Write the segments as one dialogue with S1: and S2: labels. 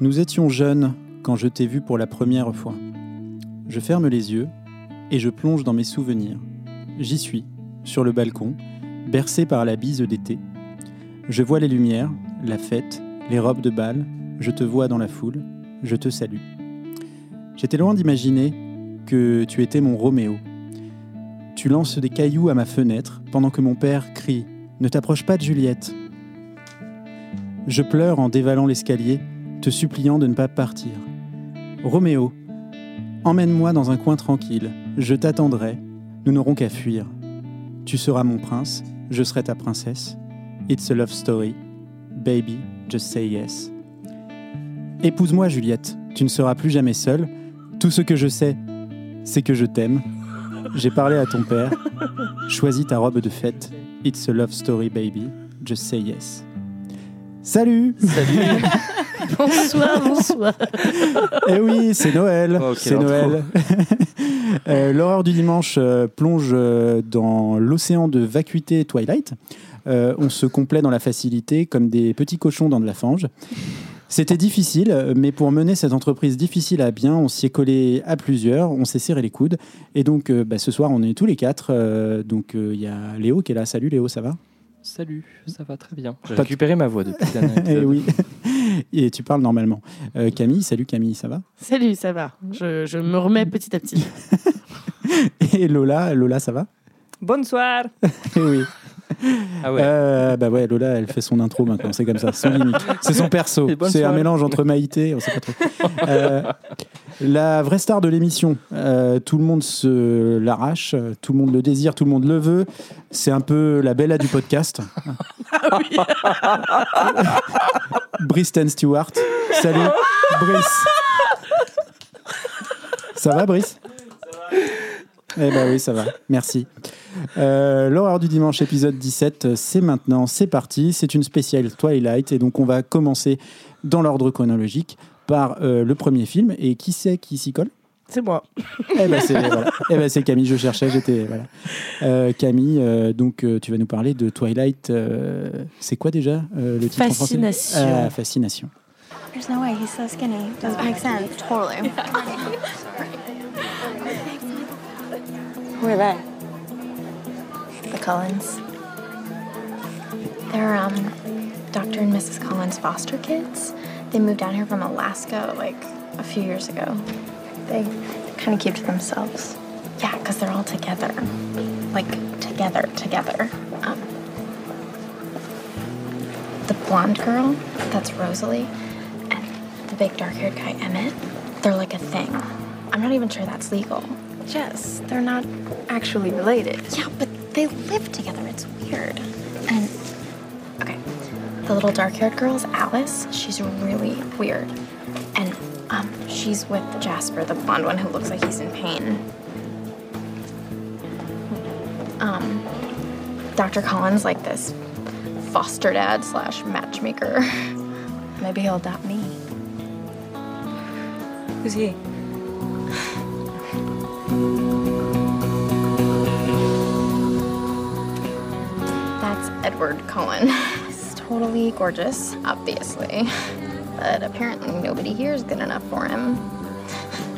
S1: Nous étions jeunes quand je t'ai vu pour la première fois. Je ferme les yeux et je plonge dans mes souvenirs. J'y suis, sur le balcon, bercé par la bise d'été. Je vois les lumières, la fête, les robes de bal, je te vois dans la foule, je te salue. J'étais loin d'imaginer que tu étais mon Roméo. Tu lances des cailloux à ma fenêtre pendant que mon père crie ⁇ Ne t'approche pas de Juliette !⁇ Je pleure en dévalant l'escalier te suppliant de ne pas partir. Roméo, emmène-moi dans un coin tranquille, je t'attendrai, nous n'aurons qu'à fuir. Tu seras mon prince, je serai ta princesse. It's a love story. Baby, just say yes. Épouse-moi, Juliette, tu ne seras plus jamais seule. Tout ce que je sais, c'est que je t'aime. J'ai parlé à ton père. Choisis ta robe de fête. It's a love story, baby. Just say yes. Salut
S2: Salut.
S3: Bonsoir, bonsoir.
S1: Eh oui, c'est Noël.
S2: Oh, quelle
S1: c'est
S2: intro.
S1: Noël. Euh, L'horreur du dimanche euh, plonge euh, dans l'océan de vacuité Twilight. Euh, on se complaît dans la facilité comme des petits cochons dans de la fange. C'était difficile, euh, mais pour mener cette entreprise difficile à bien, on s'y est collé à plusieurs, on s'est serré les coudes. Et donc, euh, bah, ce soir, on est tous les quatre. euh, donc, euh, il y a Léo qui est là. Salut Léo, ça va
S2: Salut, ça va très bien. J'ai
S1: Pas-
S2: récupéré ma voix depuis le dernier
S1: Eh
S2: épisode.
S1: oui. Et tu parles normalement. Euh, Camille, salut Camille, ça va
S3: Salut, ça va. Je, je me remets petit à petit.
S1: Et Lola, Lola, ça va
S4: Bonsoir.
S1: Eh oui.
S2: Ah ouais.
S1: Euh, bah ouais, Lola, elle fait son intro maintenant, c'est comme ça, c'est son gimmick. C'est son perso.
S2: Et bonne
S1: C'est un
S2: soirée.
S1: mélange entre Maïté, on sait pas trop. Euh, la vraie star de l'émission, euh, tout le monde se l'arrache, euh, tout le monde le désire, tout le monde le veut. C'est un peu la Bella du podcast.
S2: Ah
S1: Bristen Stewart. Salut, Brice. Ça va, Brice eh ben oui, ça va. Merci. Euh, L'horreur du dimanche, épisode 17, euh, c'est maintenant, c'est parti. C'est une spéciale Twilight et donc on va commencer dans l'ordre chronologique par euh, le premier film. Et qui c'est qui s'y colle
S3: C'est moi.
S1: Eh ben c'est voilà. Eh ben, c'est Camille, je cherchais, j'étais... Voilà. Euh, Camille, euh, donc euh, tu vas nous parler de Twilight, euh, c'est quoi déjà euh, le titre en français
S3: Fascination.
S1: Ah, Fascination.
S5: There's no way he's so skinny. Doesn't make sense. Totally. Who are they?
S6: The Collins. They're um, Dr. and Mrs. Collins' foster kids. They moved down here from Alaska like a few years ago. They kind of keep to themselves. Yeah, because they're all together. Like, together, together. Um, the blonde girl, that's Rosalie, and the big dark haired guy, Emmett, they're like a thing. I'm not even sure that's legal.
S5: Jess, they're not actually related.
S6: Yeah, but they live together. It's weird. And okay, the little dark-haired girl is Alice. She's really weird, and um, she's with Jasper, the blonde one who looks like he's in pain. Um, Dr. Collins like this foster dad slash matchmaker. Maybe he'll adopt me.
S4: Who's he?
S6: That's Edward Cullen. He's totally gorgeous, obviously. But apparently nobody here is good enough for him.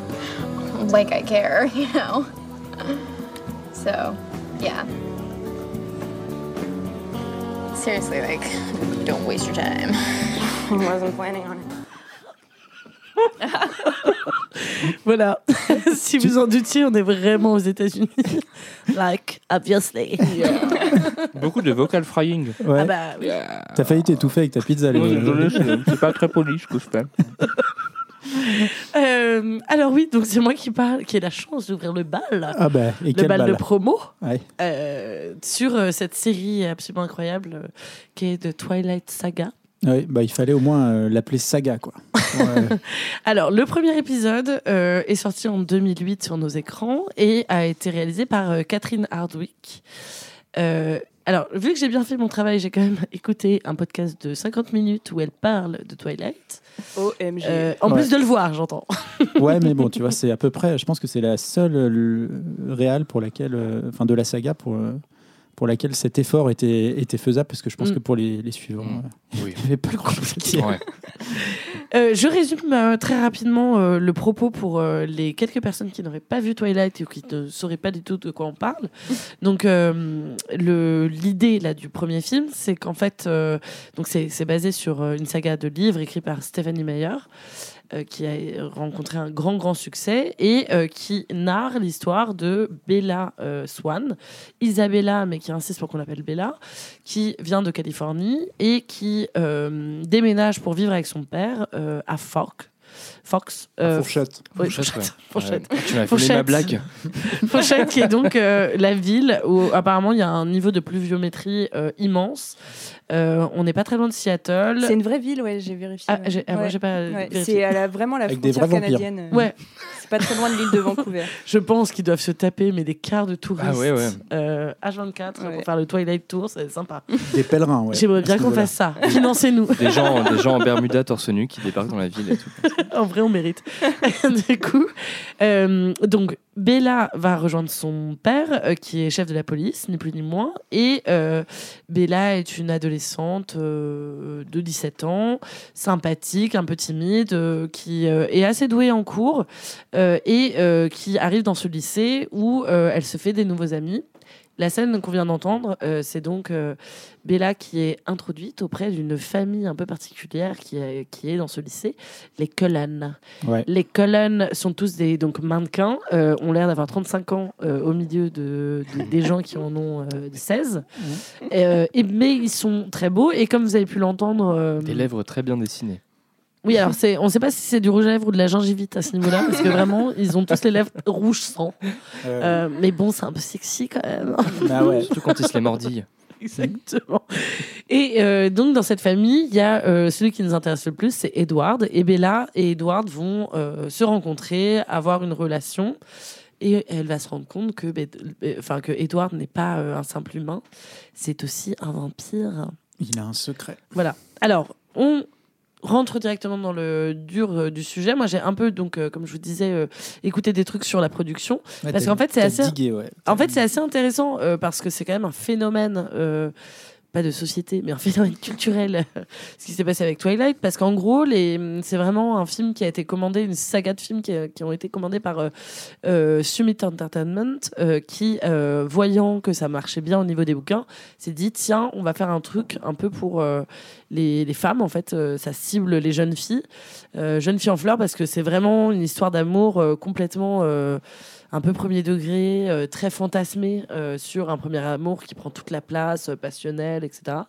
S6: like I care, you know? So, yeah. Seriously, like, don't waste your time.
S5: I wasn't planning on it.
S3: Voilà. si vous en doutiez, on est vraiment aux États-Unis. like, obviously.
S2: Beaucoup de vocal frying.
S1: Ouais.
S3: Ah bah oui.
S1: T'as failli t'étouffer avec ta pizza, Léo.
S2: c'est pas très poli ce que je fais.
S3: Euh, alors oui, donc c'est moi qui parle, qui ai la chance d'ouvrir le bal,
S1: Ah bah, et
S3: le
S1: quelle
S3: bal,
S1: balle.
S3: de promo
S1: Ouais.
S3: euh, sur euh, cette série absolument incroyable euh, qui est de Twilight Saga.
S1: Ouais, bah, il fallait au moins euh, l'appeler saga, quoi. Ouais.
S3: Alors, le premier épisode euh, est sorti en 2008 sur nos écrans et a été réalisé par euh, Catherine Hardwick. Euh, Alors, vu que j'ai bien fait mon travail, j'ai quand même écouté un podcast de 50 minutes où elle parle de Twilight.
S4: OMG.
S3: Euh, en
S1: Ouais.
S3: plus de le voir, j'entends.
S1: Ouais, mais bon, tu vois, c'est à peu près. Je pense que c'est la seule euh, réal pour laquelle, euh, enfin, de la saga pour euh, pour laquelle cet effort était était faisable, parce que je pense
S3: Mm.
S1: que pour les, les suivants,
S2: Mm.
S1: euh,
S2: Oui.
S1: il n'y avait pas le compliqué.
S2: Ouais.
S3: Euh, je résume euh, très rapidement euh, le propos pour euh, les quelques personnes qui n'auraient pas vu Twilight ou qui ne sauraient pas du tout de quoi on parle. Donc, euh, le- l'idée là du premier film, c'est qu'en fait, euh, donc c'est c'est basé sur euh, une saga de livres écrits par Stephanie Meyer, euh, qui a rencontré un grand grand succès et euh, qui narre l'histoire de Bella euh, Swan, Isabella, mais qui insiste pour qu'on l'appelle Bella, qui vient de Californie et qui euh, déménage pour vivre avec son père euh, à Fork. Fox, euh,
S1: Fourchette.
S3: ouais,
S2: Fourchette, ouais.
S3: Fourchette.
S2: Ouais, Tu m'as volé
S3: Fourchette.
S2: ma blague.
S3: Fourchette, qui est donc euh, la ville où apparemment il y a un niveau de pluviométrie euh, immense. Euh, on n'est pas très loin de Seattle.
S4: C'est une vraie ville, ouais, j'ai vérifié.
S3: Ah,
S4: ouais.
S3: j'ai- ah, moi,
S4: Ouais.
S3: j'ai pas
S4: Ouais,
S3: vérifié.
S4: C'est euh, à la- vraiment la
S1: Avec des
S4: frontière
S1: vrais vampires.
S4: canadienne. euh,
S3: Ouais, Euh,
S4: C'est pas très loin de l'île de Vancouver.
S3: je pense qu'ils doivent se taper, mais des quarts de touristes
S2: Ah ouais, ouais.
S3: euh, H24
S4: Ouais.
S3: pour faire le Twilight Tour, c'est sympa.
S1: Des pèlerins, ouais.
S3: J'aimerais bien
S1: à ce
S3: qu'on
S1: niveau-là.
S3: fasse ça. Financez-nous.
S2: Des gens, des gens en Bermuda torse nu qui débarquent dans la ville et tout.
S3: en vrai, on mérite. du coup, euh, donc Bella va rejoindre son père, euh, qui est chef de la police, ni plus ni moins. Et euh, Bella est une adolescente euh, de 17 ans, sympathique, un peu timide, euh, qui euh, est assez douée en cours euh, et euh, qui arrive dans ce lycée où euh, elle se fait des nouveaux amis. La scène qu'on vient d'entendre, euh, c'est donc euh, Bella qui est introduite auprès d'une famille un peu particulière qui est, qui est dans ce lycée, les Cullen.
S1: Ouais.
S3: Les Cullen sont tous des donc mannequins, euh, ont l'air d'avoir 35 ans euh, au milieu de, de- des gens qui en ont euh, 16. Euh, et, mais ils sont très beaux et comme vous avez pu l'entendre... euh,
S2: Des lèvres très bien dessinées.
S3: oui, alors c'est, on ne sait pas si c'est du rouge à lèvres ou de la gingivite à ce niveau-là, parce que vraiment, ils ont tous les lèvres rouges sang.
S1: Euh,
S3: Euh, mais bon, c'est un peu sexy quand même. hein.
S1: bah ouais.
S2: Surtout quand ils se les mordillent.
S3: Exactement. Et euh, donc, dans cette famille, il y a euh, celui qui nous intéresse le plus, c'est Edward. Et Bella et Edward vont euh, se rencontrer, avoir une relation. Et elle va se rendre compte que, Bed- euh, enfin, que Edward n'est pas euh, un simple humain, c'est aussi un vampire.
S1: Il a un secret.
S3: Voilà. Alors, on rentre directement dans le dur euh, du sujet. Moi, j'ai un peu, donc, euh, comme je vous disais, euh, écouté des trucs sur la production.
S1: Ouais,
S3: Parce
S1: t'as-
S3: qu'en fait, c'est
S1: t'as
S3: assez-
S1: digué, ouais.
S3: En fait, c'est assez intéressant euh, parce que c'est quand même un phénomène, euh, pas de société, mais un phénomène culturel, ce qui s'est passé avec Twilight. Parce qu'en gros, les- c'est vraiment un film qui a été commandé, une saga de films qui, a- qui ont été commandés par euh, euh, Summit Entertainment, euh, qui, euh, voyant que ça marchait bien au niveau des bouquins, s'est dit tiens, on va faire un truc un peu pour euh, les, les femmes. En fait, euh, ça cible les jeunes filles, euh, jeunes filles en fleurs, parce que c'est vraiment une histoire d'amour euh, complètement. euh, un peu premier degré, euh, très fantasmé euh, sur un premier amour qui prend toute la place, euh, passionnel, etc.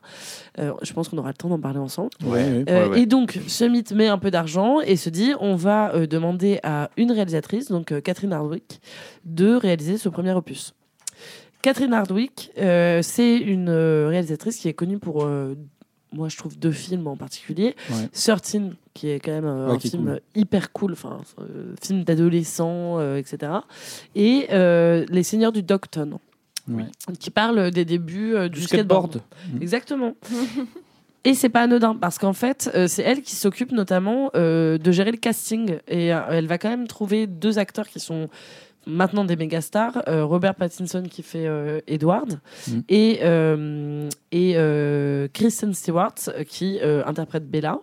S3: Euh, je pense qu'on aura le temps d'en parler ensemble.
S1: Ouais, ouais.
S3: Euh,
S2: ouais.
S3: Et donc, ce mythe met un peu d'argent et se dit on va euh, demander à une réalisatrice, donc euh, Catherine Hardwick, de réaliser ce premier opus. Catherine Hardwick, euh, c'est une euh, réalisatrice qui est connue pour, euh, moi je trouve, deux films en particulier.
S1: Ouais.
S3: 13, qui est quand même euh,
S1: Ouais,
S3: un
S1: qui est
S3: film
S1: cool.
S3: euh, hyper cool, enfin, euh, film d'adolescent, euh, etc. Et euh, Les Seigneurs du Docton,
S1: Ouais.
S3: qui parle des débuts euh, du,
S2: Du
S3: skateboard.
S2: skateboard.
S3: Exactement. Et c'est pas anodin parce qu'en fait, euh, c'est elle qui s'occupe notamment euh, de gérer le casting et euh, elle va quand même trouver deux acteurs qui sont maintenant des méga stars, euh, Robert Pattinson qui fait euh, Edward
S1: Mm.
S3: et euh, et euh, Kristen Stewart euh, qui euh, interprète Bella.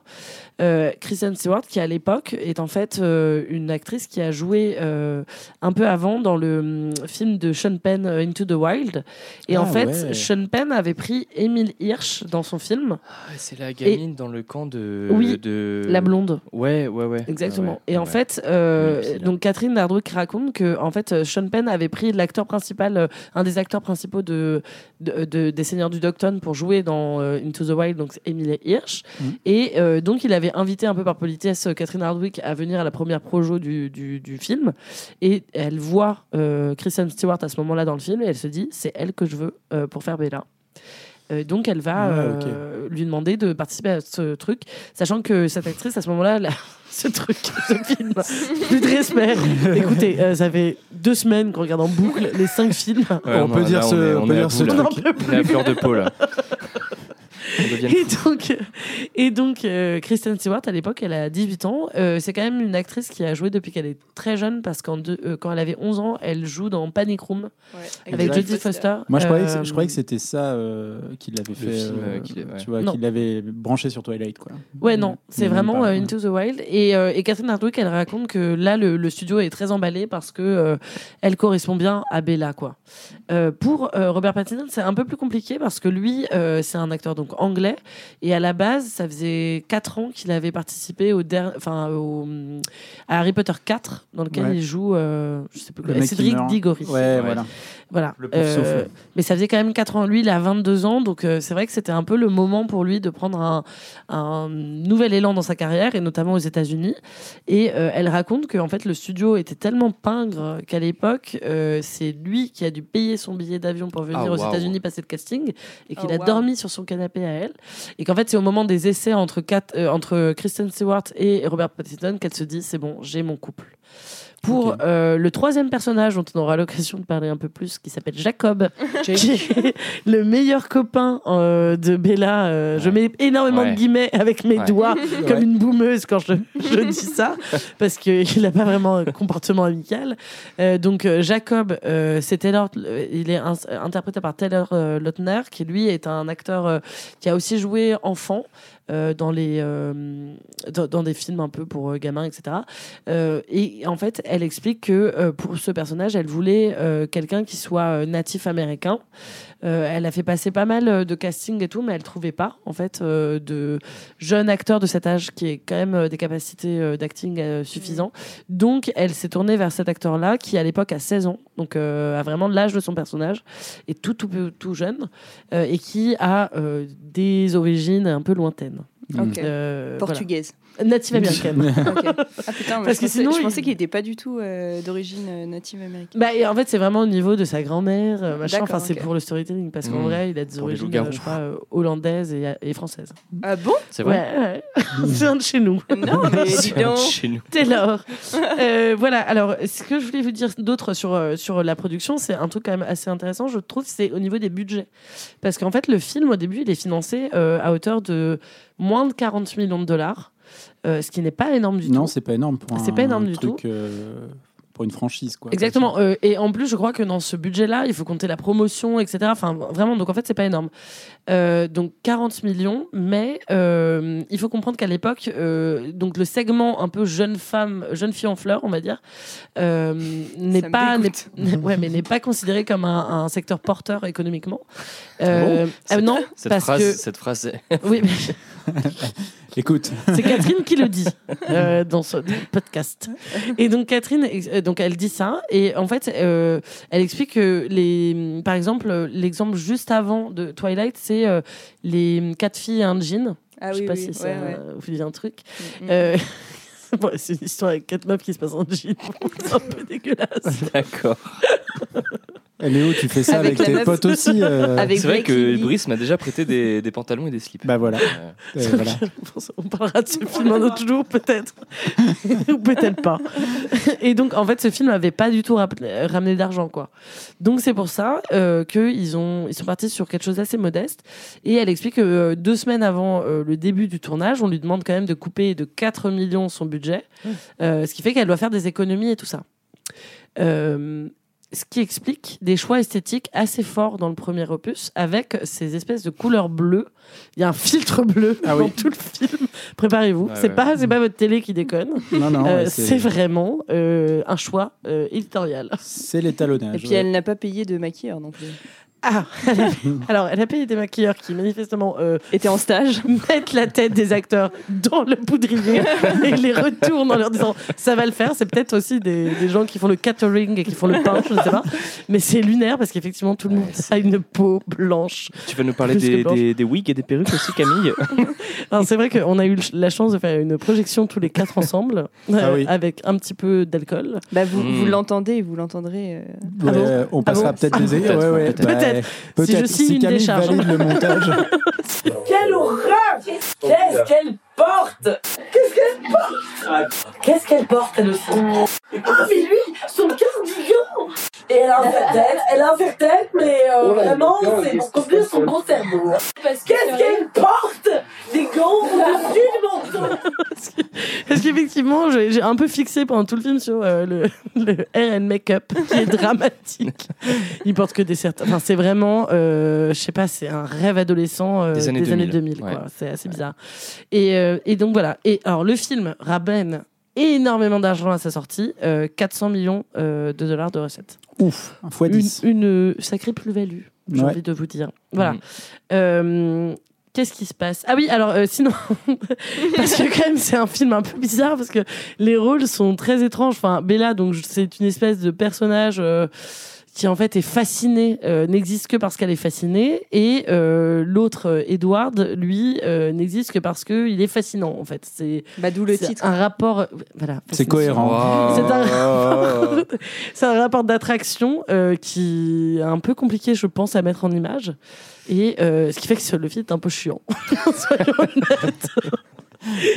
S3: Euh, Kristen Stewart qui à l'époque est en fait euh, une actrice qui a joué euh, un peu avant dans le hum, film de Sean Penn euh, Into the Wild et
S1: Ah
S3: en fait
S1: ouais.
S3: Sean Penn avait pris Emile Hirsch dans son film
S2: Ah, c'est la gamine dans le camp de.
S3: Oui,
S2: de-
S3: La blonde.
S2: Ouais, ouais, ouais.
S3: Exactement.
S2: Ouais, ouais.
S3: Ah et en
S2: Ouais.
S3: fait, euh,
S2: Oui, puis là.
S3: donc Catherine Hardwick raconte que en fait, euh, Sean Penn avait pris l'acteur principal, euh, un des acteurs principaux de, de- de- des Seigneurs du Docton pour jouer dans euh, Into the Wild, donc Emily Hirsch.
S2: Mm.
S1: Mhm.
S3: Et euh, donc il avait invité un peu par politesse euh, Catherine Hardwick à venir à la première projo du, du- du film. Et elle voit euh, Kristen Stewart à ce moment-là dans le film et elle se dit c'est elle que je veux euh, pour faire Bella. Euh, donc elle va
S1: Ah,
S3: euh, lui demander de participer à ce truc, sachant que cette actrice à ce moment-là, elle a ce truc, ce film, plus de respect. Écoutez, euh, ça fait deux semaines qu'on regarde en boucle les cinq films.
S1: on peut dire ce- on peut dire ce
S3: On
S1: truc.
S3: n'en peut plus.
S2: La fleur de peau là. On devient
S3: Et donc, et donc euh, Kristen Stewart, à l'époque, elle a 18 ans. Euh, c'est quand même une actrice qui a joué depuis qu'elle est très jeune, parce qu'en deux- euh, quand elle avait 11 ans, elle joue dans Panic Room avec
S1: Exact.
S3: Jodie Foster.
S1: Moi, je croyais, que,
S3: Euh,
S1: je croyais que c'était ça euh, qui l'avait fait.
S2: film,
S1: euh,
S2: euh, qu'il est- ouais.
S1: Tu vois,
S3: Non.
S1: qui l'avait branché sur Twilight, quoi.
S3: Ouais, non, c'est
S1: Même
S3: vraiment
S1: pas.
S3: euh, Into the Wild. Et, euh, et Catherine Hardwick, elle raconte que là, le, le studio est très emballé parce que euh, elle correspond bien à Bella, quoi. Euh, pour euh, Robert Pattinson, c'est un peu plus compliqué parce que lui, euh, c'est un acteur donc anglais. Et à la base, ça faisait 4 ans qu'il avait participé au der- enfin, au, hum, à Harry Potter 4, dans lequel
S1: Ouais.
S3: il joue, euh, je sais plus
S1: Le
S3: quoi,
S1: mec qui
S3: Cédric
S1: meurt.
S3: Diggory.
S1: Ouais, voilà.
S3: Voilà. Euh,
S1: Le pauvre souffle.
S3: mais ça faisait quand même 4 ans. Lui, il a 22 ans, donc euh, c'est vrai que c'était un peu le moment pour lui de prendre un, un nouvel élan dans sa carrière, et notamment aux États-Unis. Et euh, elle raconte que en fait, le studio était tellement pingre qu'à l'époque, euh, c'est lui qui a dû payer son billet d'avion pour venir
S2: Ah,
S3: aux
S2: waouh.
S3: États-Unis passer le casting, et qu'il
S4: Oh,
S3: a
S4: waouh.
S3: dormi sur son canapé à elle. Et qu'en fait, c'est au moment des essais entre, Kat- euh, entre Kristen Stewart et Robert Pattinson qu'elle se dit c'est bon, j'ai mon couple. Pour
S1: Ok.
S3: euh, le troisième personnage dont on aura l'occasion de parler un peu plus, qui s'appelle Jacob, qui est le meilleur copain euh, de Bella. euh, Je mets énormément
S2: Ouais.
S3: de guillemets avec mes
S2: Ouais.
S3: doigts, comme
S1: Ouais.
S3: une boumeuse quand je, je dis ça, parce qu'il n'a pas vraiment un comportement amical. Euh, donc euh, Jacob, euh, c'est Taylor, euh, il est ins- euh, interprété par Taylor euh, Lautner, qui lui est un acteur euh, qui a aussi joué enfant. euh, dans, les, euh, dans, dans des films un peu pour euh, gamins, etc. Euh, et en fait, elle explique que euh, pour ce personnage, elle voulait euh, quelqu'un qui soit euh, natif américain. Euh, elle a fait passer pas mal euh, de casting et tout, mais elle trouvait pas en fait euh, de jeunes acteurs de cet âge qui aient quand même euh, des capacités euh, d'acting euh, suffisantes.
S4: Mm.
S3: Donc, elle s'est tournée vers cet acteur-là qui, à l'époque, a 16 ans, donc euh, a vraiment l'âge de son personnage, et tout tout tout jeune, euh, et qui a euh, des origines un peu lointaines.
S1: Mm.
S4: Ok.
S3: Euh,
S4: Portugaise.
S3: voilà. Native américaine.
S4: Ok. Ah putain, mais
S3: Parce
S4: je
S3: que
S4: pensais,
S3: sinon,
S4: je
S3: il-
S4: pensais qu'il n'était pas du tout euh, d'origine euh, native américaine.
S3: Bah, et en fait, c'est vraiment au niveau de sa grand-mère, euh, machin.
S4: D'accord,
S3: Enfin, c'est
S4: ok.
S3: pour le storytelling, parce qu'en
S2: Mmh.
S3: vrai, il a des
S2: Pour les
S3: origines,
S2: loups-garous.
S3: euh, je crois, euh, hollandaises et, et françaises.
S4: Ah bon
S2: C'est
S3: Ouais,
S2: vrai.
S3: ouais. c'est un de chez nous.
S4: Non, mais dis donc.
S2: Chez nous.
S3: Taylor. Euh, voilà, alors ce que je voulais vous dire d'autre sur, euh, sur la production, c'est un truc quand même assez intéressant, je trouve, c'est au niveau des budgets. Parce qu'en fait, le film, au début, il est financé euh, à hauteur de moins de 40 millions de dollars, euh, ce qui n'est pas énorme du
S1: Non,
S3: tout.
S1: c'est pas énorme pour un
S3: C'est pas énorme du
S1: truc, euh, pour une franchise, quoi.
S3: Exactement. Euh, et en plus, je crois que dans ce budget-là, il faut compter la promotion, etc. Enfin, vraiment, donc en fait, c'est pas énorme. Euh, donc 40 millions, mais euh, il faut comprendre qu'à l'époque, euh, donc le segment un peu jeune femme, jeune fille en fleurs, on va dire, euh, n'est
S4: Ça me
S3: pas, n'est,
S4: dégoûte.
S3: n'est- ouais, mais n'est pas considéré comme un, un secteur porteur économiquement. Euh, ah non,
S2: Cette
S3: parce
S2: phrase,
S3: que
S2: cette phrase.
S3: oui, mais-
S1: Écoute,
S3: c'est Catherine qui le dit euh, dans ce podcast. Et donc Catherine, ex- euh, donc elle dit ça et en fait, euh, elle explique que les, par exemple, euh, l'exemple juste avant de Twilight, c'est euh, les quatre filles et un jean.
S4: Ah
S3: Je sais
S4: oui,
S3: pas
S4: oui,
S3: si
S4: ouais,
S3: ça
S4: ouais.
S3: vous dit un truc.
S4: Mm, mm.
S3: Euh, bon, c'est une histoire avec quatre meufs qui se passent en jean. c'est un peu dégueulasse.
S2: D'accord.
S1: euh, Léo, tu fais ça avec,
S4: Avec la
S1: tes
S4: meuf.
S1: potes aussi. euh,
S4: Avec
S2: C'est vrai
S4: Blake
S2: que
S4: Lively.
S2: Brice m'a déjà prêté des, des pantalons et des slips.
S1: Bah voilà.
S2: Euh,
S1: euh, voilà.
S3: On parlera de ce film un autre jour, peut-être. Ou peut-être pas. Et donc, en fait, ce film n'avait pas du tout rap- ramené d'argent, quoi. Donc, c'est pour ça euh, qu'ils ont- ils sont partis sur quelque chose d'assez modeste. Et elle explique que euh, deux semaines avant euh, le début du tournage, on lui demande quand même de couper de 4 millions son budget, euh, ce qui fait qu'elle doit faire des économies et tout ça. Euh, ce qui explique des choix esthétiques assez forts dans le premier opus, avec ces espèces de couleurs bleues. Il y a un filtre bleu
S1: Ah
S3: dans
S1: oui.
S3: tout le film. Préparez-vous.
S2: Ah
S3: c'est
S2: ouais.
S3: pas, c'est pas votre télé qui déconne.
S1: Non, non,
S3: Euh,
S1: ouais,
S3: c'est
S1: c'est
S3: vraiment euh, un choix euh, éditorial.
S1: c'est
S4: Et
S1: l'étalonnage.
S4: puis
S1: ouais.
S4: elle n'a pas payé de maquilleur euh, non plus.
S3: Ah, alors elle a payé des maquilleurs qui manifestement euh,
S4: Était en stage.
S3: mettent la tête des acteurs dans le poudrier et les retournent en leur disant ça va le faire. C'est peut-être aussi des, des gens qui font le catering et qui font le pain, je ne sais pas. Mais c'est lunaire parce qu'effectivement tout le
S2: Ouais,
S3: monde
S2: c'est-
S3: a une peau blanche.
S2: Tu vas nous parler
S3: Plus que
S2: des,
S3: blanche.
S2: des, des wigs et des perruques aussi, Camille
S3: Alors, C'est vrai qu'on a eu la chance de faire une projection tous les quatre ensemble euh,
S1: oui.
S3: avec un petit peu d'alcool.
S4: Bah vous,
S2: Mm.
S4: vous l'entendez et vous l'entendez. euh.
S1: Ouais, euh, on passera
S3: Ah bon
S1: peut-être des
S2: Peut-être,
S1: ouais, ouais,
S2: peut-être.
S1: bah,
S3: fait.
S1: Peut-être.
S3: je signe
S1: si
S3: une
S1: Camille
S3: décharge.
S1: valide le montage.
S7: Quelle horreur Qu'est-ce qu'elle porte Qu'est-ce qu'elle porte Qu'est-ce qu'elle porte, elle aussi Ah, mais lui, son cardigan Et elle a un faire tête, elle a un faire tête, mais euh, vraiment, c'est pour combler son gros cerveau. Qu'est-ce qu'elle porte Des gants au-dessus du menton
S3: Parce qu'effectivement, j'ai j'ai un peu fixé pendant tout le film sur euh, le, le hair and make-up qui est dramatique. Il porte que des certains. Enfin, c'est vraiment, euh, je sais pas, c'est un rêve adolescent euh,
S2: Des années 2000,
S3: quoi.
S2: ouais.
S3: C'est assez bizarre. Et, euh, et donc voilà. Et alors, le film ramène énormément d'argent à sa sortie, euh, 400 millions euh, de dollars de recettes.
S1: Ouf, un fois
S3: Une,
S1: 10.
S3: une, euh, sacrée plus-value, j'ai
S1: Ouais.
S3: envie de vous dire. Voilà.
S2: Mm.
S3: Euh, Qu'est-ce qui se passe Ah oui, alors euh, sinon, parce que quand même c'est un film un peu bizarre parce que les rôles sont très étranges. Enfin, Bella, donc je- c'est une espèce de personnage euh, qui en fait est fascinée, euh, n'existe que parce qu'elle est fascinée, et euh, l'autre euh, Edward, lui, euh, n'existe que parce que il est fascinant en fait. C'est
S4: Bah, d'où le
S3: c'est
S4: titre.
S3: un rapport, euh, voilà.
S1: C'est
S3: fascination.
S1: cohérent.
S3: Oh. C'est un- C'est un rapport d'attraction euh, qui est un peu compliqué, je pense, à mettre en image. Et euh, ce qui fait que ce- le film est un peu chiant. Soyons honnêtes.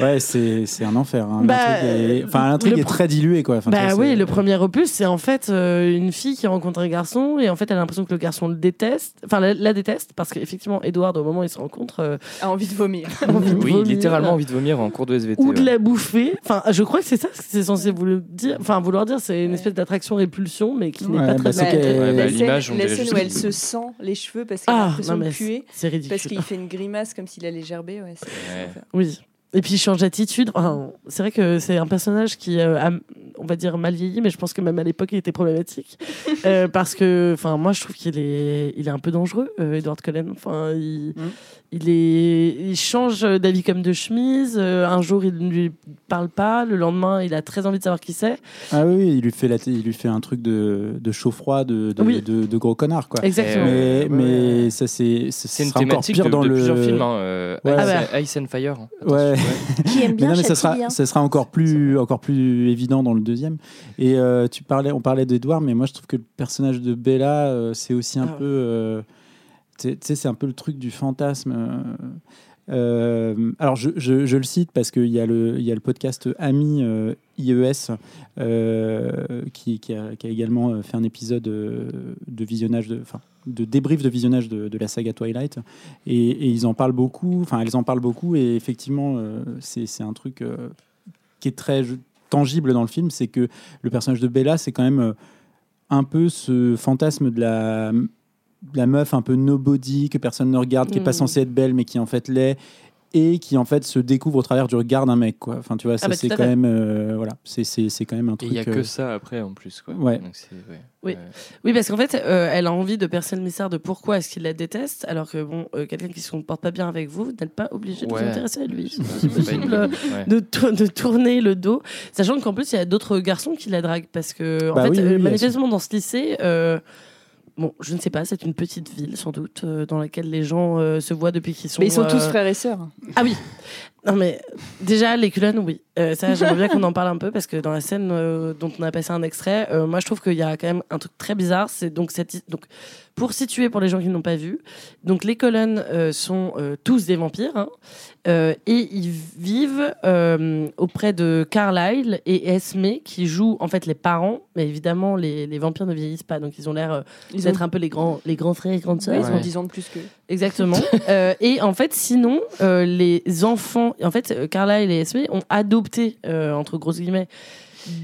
S1: Ouais, c'est c'est un enfer. hein.
S3: Bah,
S1: L'intrigue est- Enfin, l'intrigue
S3: le
S1: est
S3: pro-
S1: très diluée, quoi. Enfin,
S3: bah
S1: ça,
S3: oui,
S1: c'est-
S3: le premier opus, c'est en fait euh, une fille qui rencontre un garçon et en fait elle a l'impression que le garçon le déteste, enfin la, la déteste parce qu'effectivement, Edward, au moment où ils se rencontrent, euh,
S4: A envie de vomir.
S3: a envie de
S2: Oui,
S3: vomir.
S2: littéralement envie de vomir en cours de SVT.
S3: ou de
S2: ouais.
S3: la bouffer. Enfin, je crois que c'est ça ce que c'est censé vouloir dire. Enfin, vouloir dire, c'est une
S4: Ouais.
S3: espèce d'attraction-répulsion, mais qui n'est
S1: Ouais,
S3: pas
S1: bah,
S3: très
S1: c'est
S4: Ouais,
S1: qu'elle-
S2: Ouais, bah,
S4: la scène,
S2: l'image, on
S4: la
S2: dirait
S4: scène
S2: juste
S4: où elle
S2: que-
S4: se sent les cheveux parce qu'elle a
S3: Ah,
S4: l'impression
S3: non,
S4: de
S3: mais
S4: puer.
S3: c'est ridicule.
S4: Parce qu'il fait une grimace comme s'il allait gerber. Ouais, c'est-
S2: Ouais.
S3: Oui. Et puis il change d'attitude. Enfin, c'est vrai que c'est un personnage qui euh, a, on va dire, mal vieilli, mais je pense que même à l'époque, il était problématique. Euh, parce que, enfin, moi, je trouve qu'il est, il est un peu dangereux, euh, Edward Cullen. Enfin, il, il, est, il change d'avis comme de chemise. Euh, un jour, il ne lui parle pas. Le lendemain, il a très envie de savoir qui c'est.
S1: Ah oui, oui, il lui fait, la... il lui fait un truc de, de chaud-froid, de... De...
S3: Oui.
S1: de- de gros connard, quoi.
S3: Exactement.
S1: Mais,
S2: Ouais,
S1: mais ça, c'est ça
S2: C'est une
S1: sera encore
S2: thématique
S1: pire
S2: de,
S1: dans
S2: de
S1: le.
S2: plusieurs films. Hein, euh,
S1: Ouais.
S2: Ice,
S3: Ah
S2: Ice and Fire. hein.
S1: Ouais.
S5: Qui aime
S1: Mais
S5: bien,
S1: non, mais ça sera,
S5: châtie bien.
S1: ça sera encore plus, encore plus évident dans le deuxième. Et euh, tu parlais, on parlait d'Edouard, mais moi je trouve que le personnage de Bella, euh, c'est aussi un
S3: Ah ouais.
S1: peu, euh, tu sais- tu sais, c'est un peu le truc du fantasme. euh. Euh, alors je, je- je le cite parce qu'il y a le, il y a le podcast Ami euh, IES euh, qui, qui a, qui a également euh, fait un épisode euh, de visionnage de, enfin, de débrief de visionnage de, de la saga Twilight et, et ils en parlent beaucoup, enfin elles en parlent beaucoup et effectivement euh, c'est c'est un truc euh, qui est très je- tangible dans le film, c'est que le personnage de Bella c'est quand même euh, un peu ce fantasme de la, de la meuf un peu nobody que personne ne regarde, qui est pas
S3: Mm.
S1: censée être belle mais qui en fait l'est et qui en fait se découvre au travers du regard d'un mec quoi. Enfin tu vois ça
S3: bah,
S1: c'est
S3: tout à
S1: quand
S3: fait.
S1: même euh, voilà, c'est c'est- c'est quand même un
S2: Et
S1: truc
S2: il n'y a
S1: euh,
S2: que ça après en plus. Quoi.
S1: ouais.
S2: Donc c'est- ouais.
S3: Oui.
S2: Euh,
S3: Oui, parce qu'en fait, euh, elle a envie de percer le mystère de pourquoi est-ce qu'il la déteste, alors que bon, euh, quelqu'un qui se comporte pas bien avec vous, vous n'êtes pas obligé de
S2: Ouais.
S3: vous intéresser à lui.
S2: c'est pas-
S3: C'est
S2: c'est pas une-
S3: possible euh,
S2: ouais.
S3: de, to- de tourner le dos, sachant qu'en plus il y a d'autres garçons qui la draguent parce que en
S1: Bah
S3: fait,
S1: oui, oui,
S3: euh,
S1: oui, elles
S3: manifestement dans ce lycée. euh, Bon, je ne sais pas, c'est une petite ville sans doute euh, dans laquelle les gens euh, se voient depuis qu'ils sont.
S4: Mais ils sont
S3: euh,
S4: tous frères et sœurs.
S3: Ah oui. Non mais déjà les culottes, oui. Euh, ça, j'aimerais bien qu'on en parle un peu parce que dans la scène euh, dont on a passé un extrait, euh, moi je trouve qu'il y a quand même un truc très bizarre. C'est donc cette donc pour situer pour les gens qui n'ont pas vu, donc les colonnes euh, sont euh, tous des vampires hein, euh, et ils vivent euh, auprès de Carlyle et Esme qui jouent en fait les parents, mais évidemment les, les vampires ne vieillissent pas donc ils ont l'air euh,
S4: Ils
S3: d'être un peu les grands les grands frères et grandes
S4: Ouais,
S3: sœurs.
S4: ils ont
S2: Ouais.
S4: 10 ans de plus que.
S3: Exactement. Euh, et en fait, sinon, euh, les enfants, en fait, euh, Carla et les SB ont adopté, euh, entre grosses guillemets,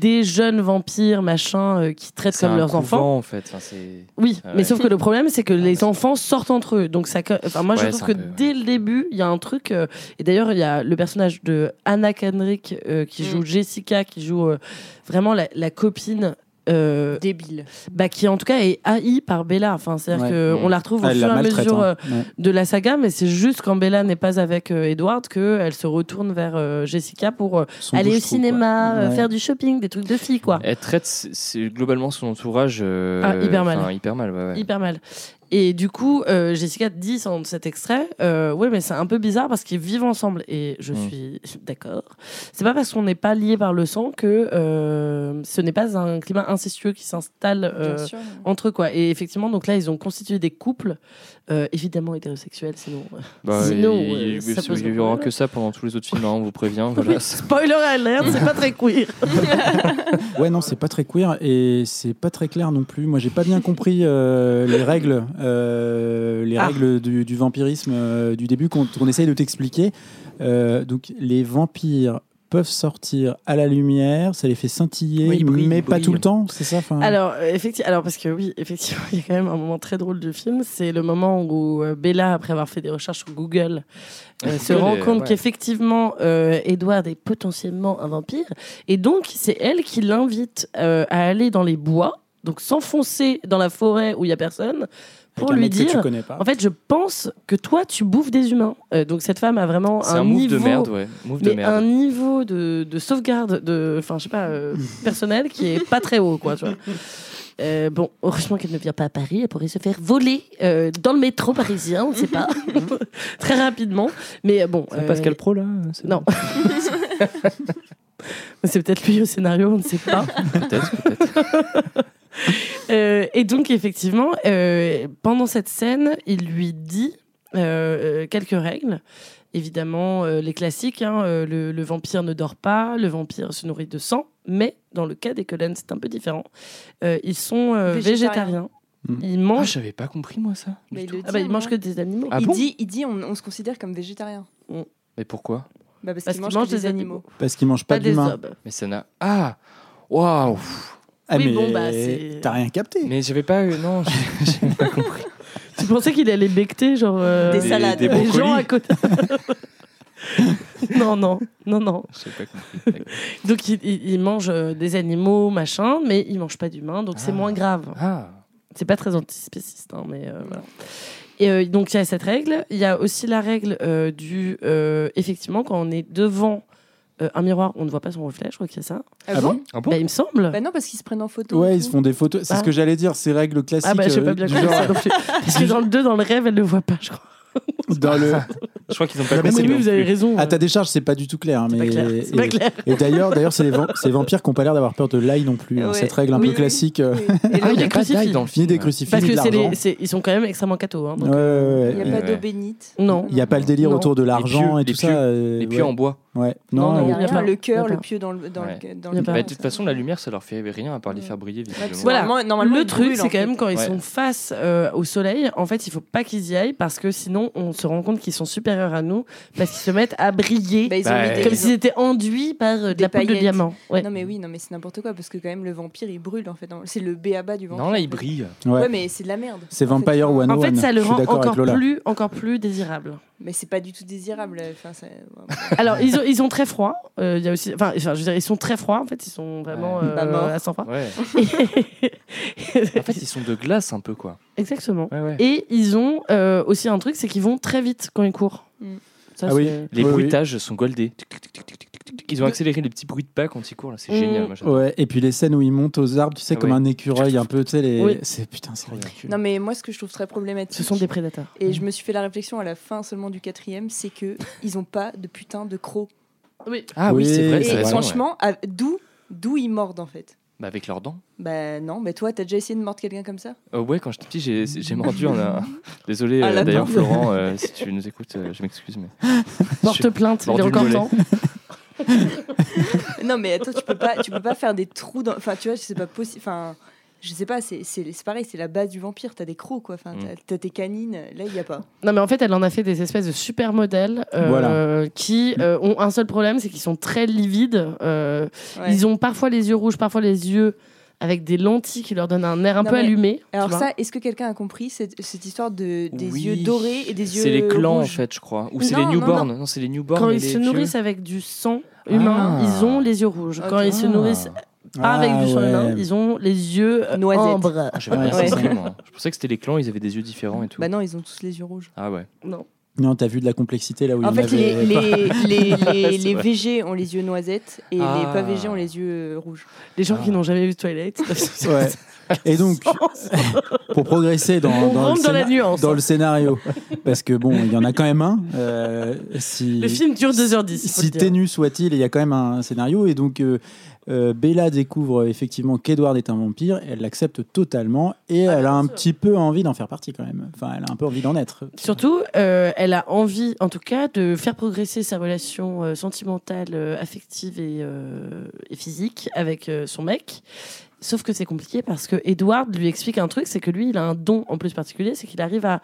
S3: des jeunes vampires, machin, euh, qui traitent
S2: C'est
S3: comme
S2: un
S3: leurs enfants.
S2: couvent, en fait. Enfin, c'est-
S3: Oui,
S2: Ah
S3: mais
S2: ouais. Ah,
S3: sauf que le problème, c'est que les
S2: c'est-
S3: enfants sortent entre eux. Donc, ça, co- enfin, moi, je
S2: Ouais,
S3: trouve que
S2: c'est un peu, ouais.
S3: dès le début, il y a un truc. euh, et d'ailleurs, il y a le personnage de Anna Kendrick euh, qui joue
S4: Mm.
S3: Jessica, qui joue euh, vraiment la, la copine. euh,
S4: Débile.
S3: bah, qui en tout cas est haï par Bella. Enfin, c'est-à-dire
S1: Ouais.
S3: que
S2: Mm.
S3: qu'on la retrouve au
S1: elle
S3: fur
S1: la
S3: et à
S1: maltraite.
S3: mesure euh,
S1: hein. Ouais.
S3: de la saga, mais c'est juste quand Bella n'est pas avec euh, Edward que elle se retourne vers euh, Jessica pour euh,
S1: Son
S3: aller au
S1: bouche-trou, quoi.
S3: cinéma, euh,
S1: Ouais.
S3: faire du shopping, des trucs de filles, quoi.
S2: Elle traite c'est- c'est globalement son entourage euh,
S3: Ah, hyper mal.
S2: enfin, Hyper mal, ouais, ouais.
S3: Hyper mal. Et du coup, euh, Jessica dit dans cet extrait, euh, ouais, mais c'est un peu bizarre parce qu'ils vivent ensemble. Et je
S2: Mm.
S3: suis d'accord. C'est pas parce qu'on n'est pas liés par le sang que euh, ce n'est pas un climat incestueux qui s'installe euh,
S4: Bien sûr.
S3: entre eux, quoi. Et effectivement, donc là, ils ont constitué des couples, euh, évidemment hétérosexuels, sinon. euh,
S2: Bah,
S3: Sinon,
S2: il-
S3: euh,
S2: il-
S3: ça
S2: parce
S3: pose
S2: qu'il y
S3: un
S2: aura
S3: problème.
S2: que ça pendant tous les autres films, hein, on vous prévient. Voilà.
S3: Spoiler alert, c'est pas très queer.
S1: Ouais, non, c'est pas très queer et c'est pas très clair non plus. Moi, j'ai pas bien compris euh, les règles, euh, les
S3: Ah.
S1: règles du, du vampirisme euh, du début qu'on qu'on essaye de t'expliquer. Euh, donc, les vampires peuvent sortir à la lumière, ça les fait scintiller,
S2: Oui, ils brillent,
S1: mais
S2: ils
S1: pas
S2: brillent.
S1: tout le temps, c'est ça enfin,
S3: Alors, euh, effecti- alors, parce que oui, effectivement, il y a quand même un moment très drôle du film. C'est le moment où euh, Bella, après avoir fait des recherches sur Google, euh, se
S2: Google
S3: rend
S2: est-
S3: compte
S2: ouais.
S3: qu'effectivement, euh, Edward est potentiellement un vampire. Et donc, c'est elle qui l'invite euh, à aller dans les bois, donc s'enfoncer dans la forêt où il n'y a personne,
S1: avec
S3: pour
S1: un
S3: lui
S1: mec que tu
S3: dire.
S1: connais pas.
S3: En fait, je pense que toi, tu bouffes des humains. Euh, donc, cette femme a vraiment
S2: C'est un, move
S3: niveau
S2: de merde, ouais. Move de
S3: mais un
S2: merde.
S3: niveau de, de sauvegarde de enfin je sais pas euh, personnel qui est pas très haut quoi tu vois. Euh, bon, heureusement qu'elle ne vient pas à Paris, elle pourrait se faire voler euh, dans le métro parisien, on ne sait pas, très rapidement. Mais euh, bon. euh,
S2: Pascal Pro là c'est-
S3: Non. C'est peut-être lui au scénario, on ne sait pas.
S2: Peut-être, peut-être.
S3: Euh, et donc, effectivement, euh, pendant cette scène, il lui dit euh, euh, quelques règles. Évidemment, euh, les classiques hein, euh, le, le vampire ne dort pas, le vampire se nourrit de sang, mais dans le cas des Cullen, c'est un peu différent. Euh, ils sont euh, végétariens.
S4: Végétariens.
S1: Mhm.
S3: Ils
S2: Ah,
S3: mangent.
S2: j'avais pas compris moi ça.
S4: Mais il le dit.
S3: Ah bah, ils
S4: hein,
S3: mangent que
S4: ouais.
S3: des animaux.
S2: Ah
S4: il
S2: bon
S4: dit, il dit, on, on se considère comme végétarien.
S2: Mais pourquoi
S4: Bah,
S3: Parce
S4: parce, qu'il
S3: qu'ils
S4: mange
S3: mangent
S4: que des animaux.
S1: Parce qu'ils mangent
S3: pas,
S1: pas,
S3: des
S1: d'humains.
S3: hommes.
S2: Mais ça n'a. Ah Waouh
S1: Ah,
S3: Oui,
S1: mais
S3: bon, bah, c'est-
S1: t'as rien capté.
S2: Mais j'avais pas. eu- Non, j'ai- j'ai pas compris.
S3: Tu pensais qu'il allait becter, genre. euh,
S4: Des salades.
S2: Des,
S3: les gens
S2: brocolis
S3: à côté. non, non, non, non.
S2: J'ai pas compris. D'accord.
S3: Donc ils il, il mangent euh, des animaux, machin, mais ils mangent pas d'humains, donc c'est
S2: Ah.
S3: moins grave.
S2: Ah
S3: C'est pas très antispéciste, hein, mais euh, voilà. Et euh, donc il y a cette règle. Il y a aussi la règle euh, du. euh, effectivement, quand on est devant euh, un miroir, on ne voit pas son reflet, je crois qu'il y a ça.
S4: Ah,
S1: Ah
S4: bon,
S1: bon
S2: Ah
S3: Bah, il me semble.
S4: Bah non, parce qu'ils se prennent en photo.
S1: Ouais,
S4: et
S1: ils se
S4: tout.
S1: font des photos. C'est
S3: Bah.
S1: ce que j'allais dire, ces règles classiques.
S3: ah bah je sais
S1: euh,
S3: pas bien
S1: du
S3: compris
S1: genre,
S3: ça non plus. Parce que dans le 2, dans le rêve, elle le voit pas, je crois.
S1: dans le... Ah,
S2: Je crois qu'ils ont pas
S1: Mais
S3: Mais
S1: c'est
S2: compris.
S3: oui,
S1: bon.
S2: non
S3: vous avez
S2: plus.
S3: raison.
S1: À ta décharge, c'est pas du tout clair.
S3: C'est
S1: mais...
S3: pas clair. C'est pas
S1: et-
S3: clair.
S1: Et d'ailleurs, d'ailleurs, c'est les, vamp- c'est les vampires qui n'ont pas l'air d'avoir peur de l'ail non plus. hein.
S4: Ouais.
S1: Cette règle un
S4: Oui,
S1: peu
S4: oui.
S1: classique. euh,
S4: Oui. Et
S3: Ah,
S4: là,
S3: il y a
S4: il
S3: pas crucifix.
S2: dans le
S1: Ni
S2: film.
S1: des crucifix,
S3: Parce
S1: ni de
S3: que c'est
S1: l'argent.
S3: les, c'est- ils sont quand même extrêmement cathos. hein, donc,
S1: Ouais, ouais, ouais,
S4: n'y a
S1: ouais.
S4: pas
S2: Ouais.
S4: d'eau bénite.
S3: Non.
S1: Il n'y a pas le délire
S3: Non.
S1: autour de l'argent
S2: pieux,
S1: et tout
S2: les
S1: ça.
S2: pieux,
S1: euh,
S2: Les pieux
S1: ouais.
S2: en bois.
S1: Ouais. Non,
S3: Non, non,
S1: euh,
S4: Il y
S3: y
S4: a
S3: a
S4: rien,
S3: pas.
S4: le
S3: Y a
S4: cœur,
S3: pas.
S4: le pieu dans le dans le-
S2: Ouais.
S4: dans
S3: Y a
S4: le
S3: pas.
S2: Bah,
S4: cœur,
S2: de toute
S4: ça.
S2: façon, la lumière, ça leur fait rien à part les faire briller.
S4: Ouais, parce
S2: visiblement.
S4: que
S3: Voilà.
S4: normalement- normalement,
S3: Le
S4: ils
S3: truc,
S4: brûlent,
S3: c'est
S4: en
S3: quand
S4: fait.
S3: même quand ils
S2: Ouais.
S3: sont face euh, au soleil, en fait, il faut pas qu'ils y aillent parce que sinon, on se rend compte qu'ils sont supérieurs à nous parce qu'ils se mettent à briller
S4: Bah, ils ont
S2: Bah,
S4: mis des-
S3: comme
S4: ils
S3: s'ils
S4: ont-
S3: étaient enduits par euh, de
S4: Des
S3: la poudre de
S4: paillettes.
S3: diamant. Ouais.
S4: Non mais oui, non mais c'est n'importe quoi parce que quand même le vampire il brûle en fait. dans- C'est le béaba du vampire.
S2: Non, là,
S4: en
S2: ils
S4: fait.
S2: brillent.
S1: ouais.
S4: Ouais, mais c'est de la merde.
S1: C'est
S4: en fait.
S1: Vampire One.
S3: en fait, ça le
S1: Je suis
S3: rend
S1: d'accord avec
S3: encore
S1: Lola.
S3: plus, encore plus désirable.
S4: Mais c'est pas du tout désirable. Enfin, ça- ouais.
S3: Alors, ils ont, ils ont très froid. euh, Il y a aussi, enfin, enfin, je veux dire, ils sont très froids. En fait, ils sont vraiment
S2: Ouais.
S3: euh,
S4: Pas morts.
S3: à 100 froid.
S2: Ouais. En fait, ils sont de glace un peu, quoi.
S3: Exactement.
S2: Ouais, ouais.
S3: Et ils ont euh, aussi un truc, c'est qu'ils vont très vite quand ils courent.
S4: Mm.
S3: Ça,
S1: Ah oui.
S3: c'est-
S2: Les
S1: Oui, oui.
S2: bruitages sont goldés. Tic, tic, tic, tic, tic, tic, tic. Ils ont accéléré les petits bruits de pas quand ils courent. là. C'est
S3: Mm.
S2: génial. moi, j'adore.
S1: Ouais, et puis les scènes où ils montent aux arbres, tu sais,
S2: Ah
S1: comme
S2: oui.
S1: un écureuil, un peu, tu sais, les.
S3: Oui.
S1: C'est putain, c'est ridicule.
S4: Non mais moi ce que je trouve très problématique.
S3: Ce sont des prédateurs.
S4: Et
S2: Mm.
S4: je me suis fait la réflexion à la fin seulement du quatrième, c'est que ils ont pas de putain de crocs.
S3: Oui.
S2: Ah oui,
S1: Oui,
S2: c'est vrai.
S1: et
S2: c'est
S4: Et
S2: vrai,
S4: franchement, à- d'où d'où ils mordent en fait.
S2: ouais. Bah, avec leurs dents.
S4: Bah non, mais toi t'as déjà essayé de mordre quelqu'un comme ça
S2: Euh, ouais, quand j'étais petit, j'ai- j'ai mordu en un. Désolé,
S4: Ah,
S2: euh,
S4: la
S2: d'ailleurs,
S4: dent.
S2: Florent, euh, si tu nous écoutes, euh, je m'excuse. Mais...
S3: Porte plainte, il est
S2: Mordu le
S3: encore
S2: mollet.
S3: temps.
S4: Non mais attends, tu peux pas tu peux pas faire des trous dans enfin tu vois, c'est pas possible enfin je sais pas, c'est c'est- c'est pareil, c'est la base du vampire, t'as des crocs quoi, enfin
S2: Mm.
S4: t'as- t'as tes canines, là il y a pas.
S3: Non, mais en fait, elle en a fait des espèces de supermodèles euh,
S1: Voilà.
S3: qui euh, ont un seul problème, c'est qu'ils sont très livides. euh,
S4: Ouais.
S3: Ils ont parfois les yeux rouges, parfois les yeux avec des lentilles qui leur donnent un air un
S4: Non,
S3: peu
S4: mais-
S3: allumé. tu
S4: Alors
S3: vois.
S4: ça, est-ce que quelqu'un a compris cette, cette histoire de des
S2: Oui.
S4: yeux dorés et des yeux
S2: C'est les clans, en
S4: rouges
S2: fait, je crois. Ou c'est
S4: Non,
S2: les
S4: non,
S2: newborns. Non, c'est les newborns.
S3: quand
S2: et
S3: ils
S2: les
S3: se
S2: pieux.
S3: nourrissent avec du sang humain,
S2: Ah.
S3: ils ont les yeux rouges. Quand
S4: Ok.
S3: ils se nourrissent pas avec hein.
S1: Ah,
S3: du sang
S1: ouais.
S3: humain, ils ont les yeux euh,
S4: Noisettes.
S3: ambre.
S2: Ah, J'avais
S1: Ouais,
S2: rien
S4: c'est
S2: compris,
S1: ça.
S2: moi. Je pensais que c'était les clans, ils avaient des yeux différents et tout.
S4: Bah non, ils ont tous les yeux rouges.
S2: Ah ouais.
S3: Non.
S1: Non, t'as vu de la complexité là où
S4: en
S1: il y en
S4: fait, les,
S1: avait pas.
S4: les, les, les,
S2: C'est
S4: les
S2: vrai.
S4: VG ont les yeux noisettes et les
S2: Ah.
S4: pas VG ont les yeux euh, rouges.
S3: Les gens
S2: Ah.
S3: qui n'ont jamais vu Twilight.
S1: Ouais. Et donc, pour progresser dans,
S3: On
S1: dans, le,
S3: rentre dans la
S1: scéna-
S3: nuance.
S1: dans le scénario, parce que bon, il y en a quand même un. euh, si,
S3: Le film dure 2h10. faut
S1: si
S3: le dire.
S1: ténu soit-il, il y a quand même un scénario. Et donc, euh, euh, Bella découvre effectivement qu'Edward est un vampire. Elle l'accepte totalement et
S3: Ah,
S1: elle a
S3: bien
S1: un
S3: sûr.
S1: petit peu envie d'en faire partie quand même. Enfin, elle a un peu envie d'en être.
S3: Surtout, euh, elle a envie, en tout cas, de faire progresser sa relation euh, sentimentale, euh, affective et, euh, et physique avec euh, son mec. Sauf que c'est compliqué parce que Edward lui explique un truc, c'est que lui, il a un don en plus particulier, c'est qu'il arrive à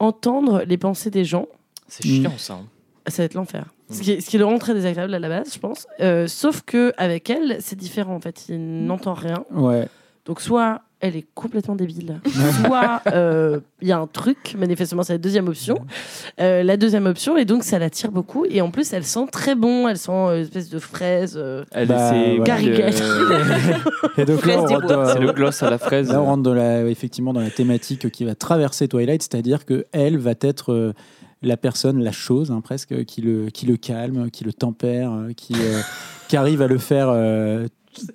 S3: entendre les pensées des gens.
S2: C'est chiant ça. hein.
S3: Ça va être l'enfer. Ce, qui, ce qui le rend très désagréable à la base, je pense. Euh, sauf que avec elle, c'est différent en fait. Il n'entend rien.
S1: Ouais.
S3: Donc soit elle est complètement débile, soit euh, il y a un truc, manifestement c'est la deuxième option. Euh, la deuxième option, et donc ça l'attire beaucoup, et en plus elle sent très bon, elle sent euh, une espèce de fraise. euh.
S2: Elle
S1: Bah,
S2: c'est
S1: voilà.
S3: Garrigue.
S1: Et donc là, on
S4: Reste du
S1: rentre
S4: bois.
S1: dans-
S2: c'est le gloss à la fraise.
S1: Là, on rentre dans la- effectivement dans la thématique qui va traverser Twilight, c'est-à-dire que elle va être euh, la personne, la chose hein, presque, qui le, qui le calme, qui le tempère, euh, qui, euh, qui arrive à le faire. euh,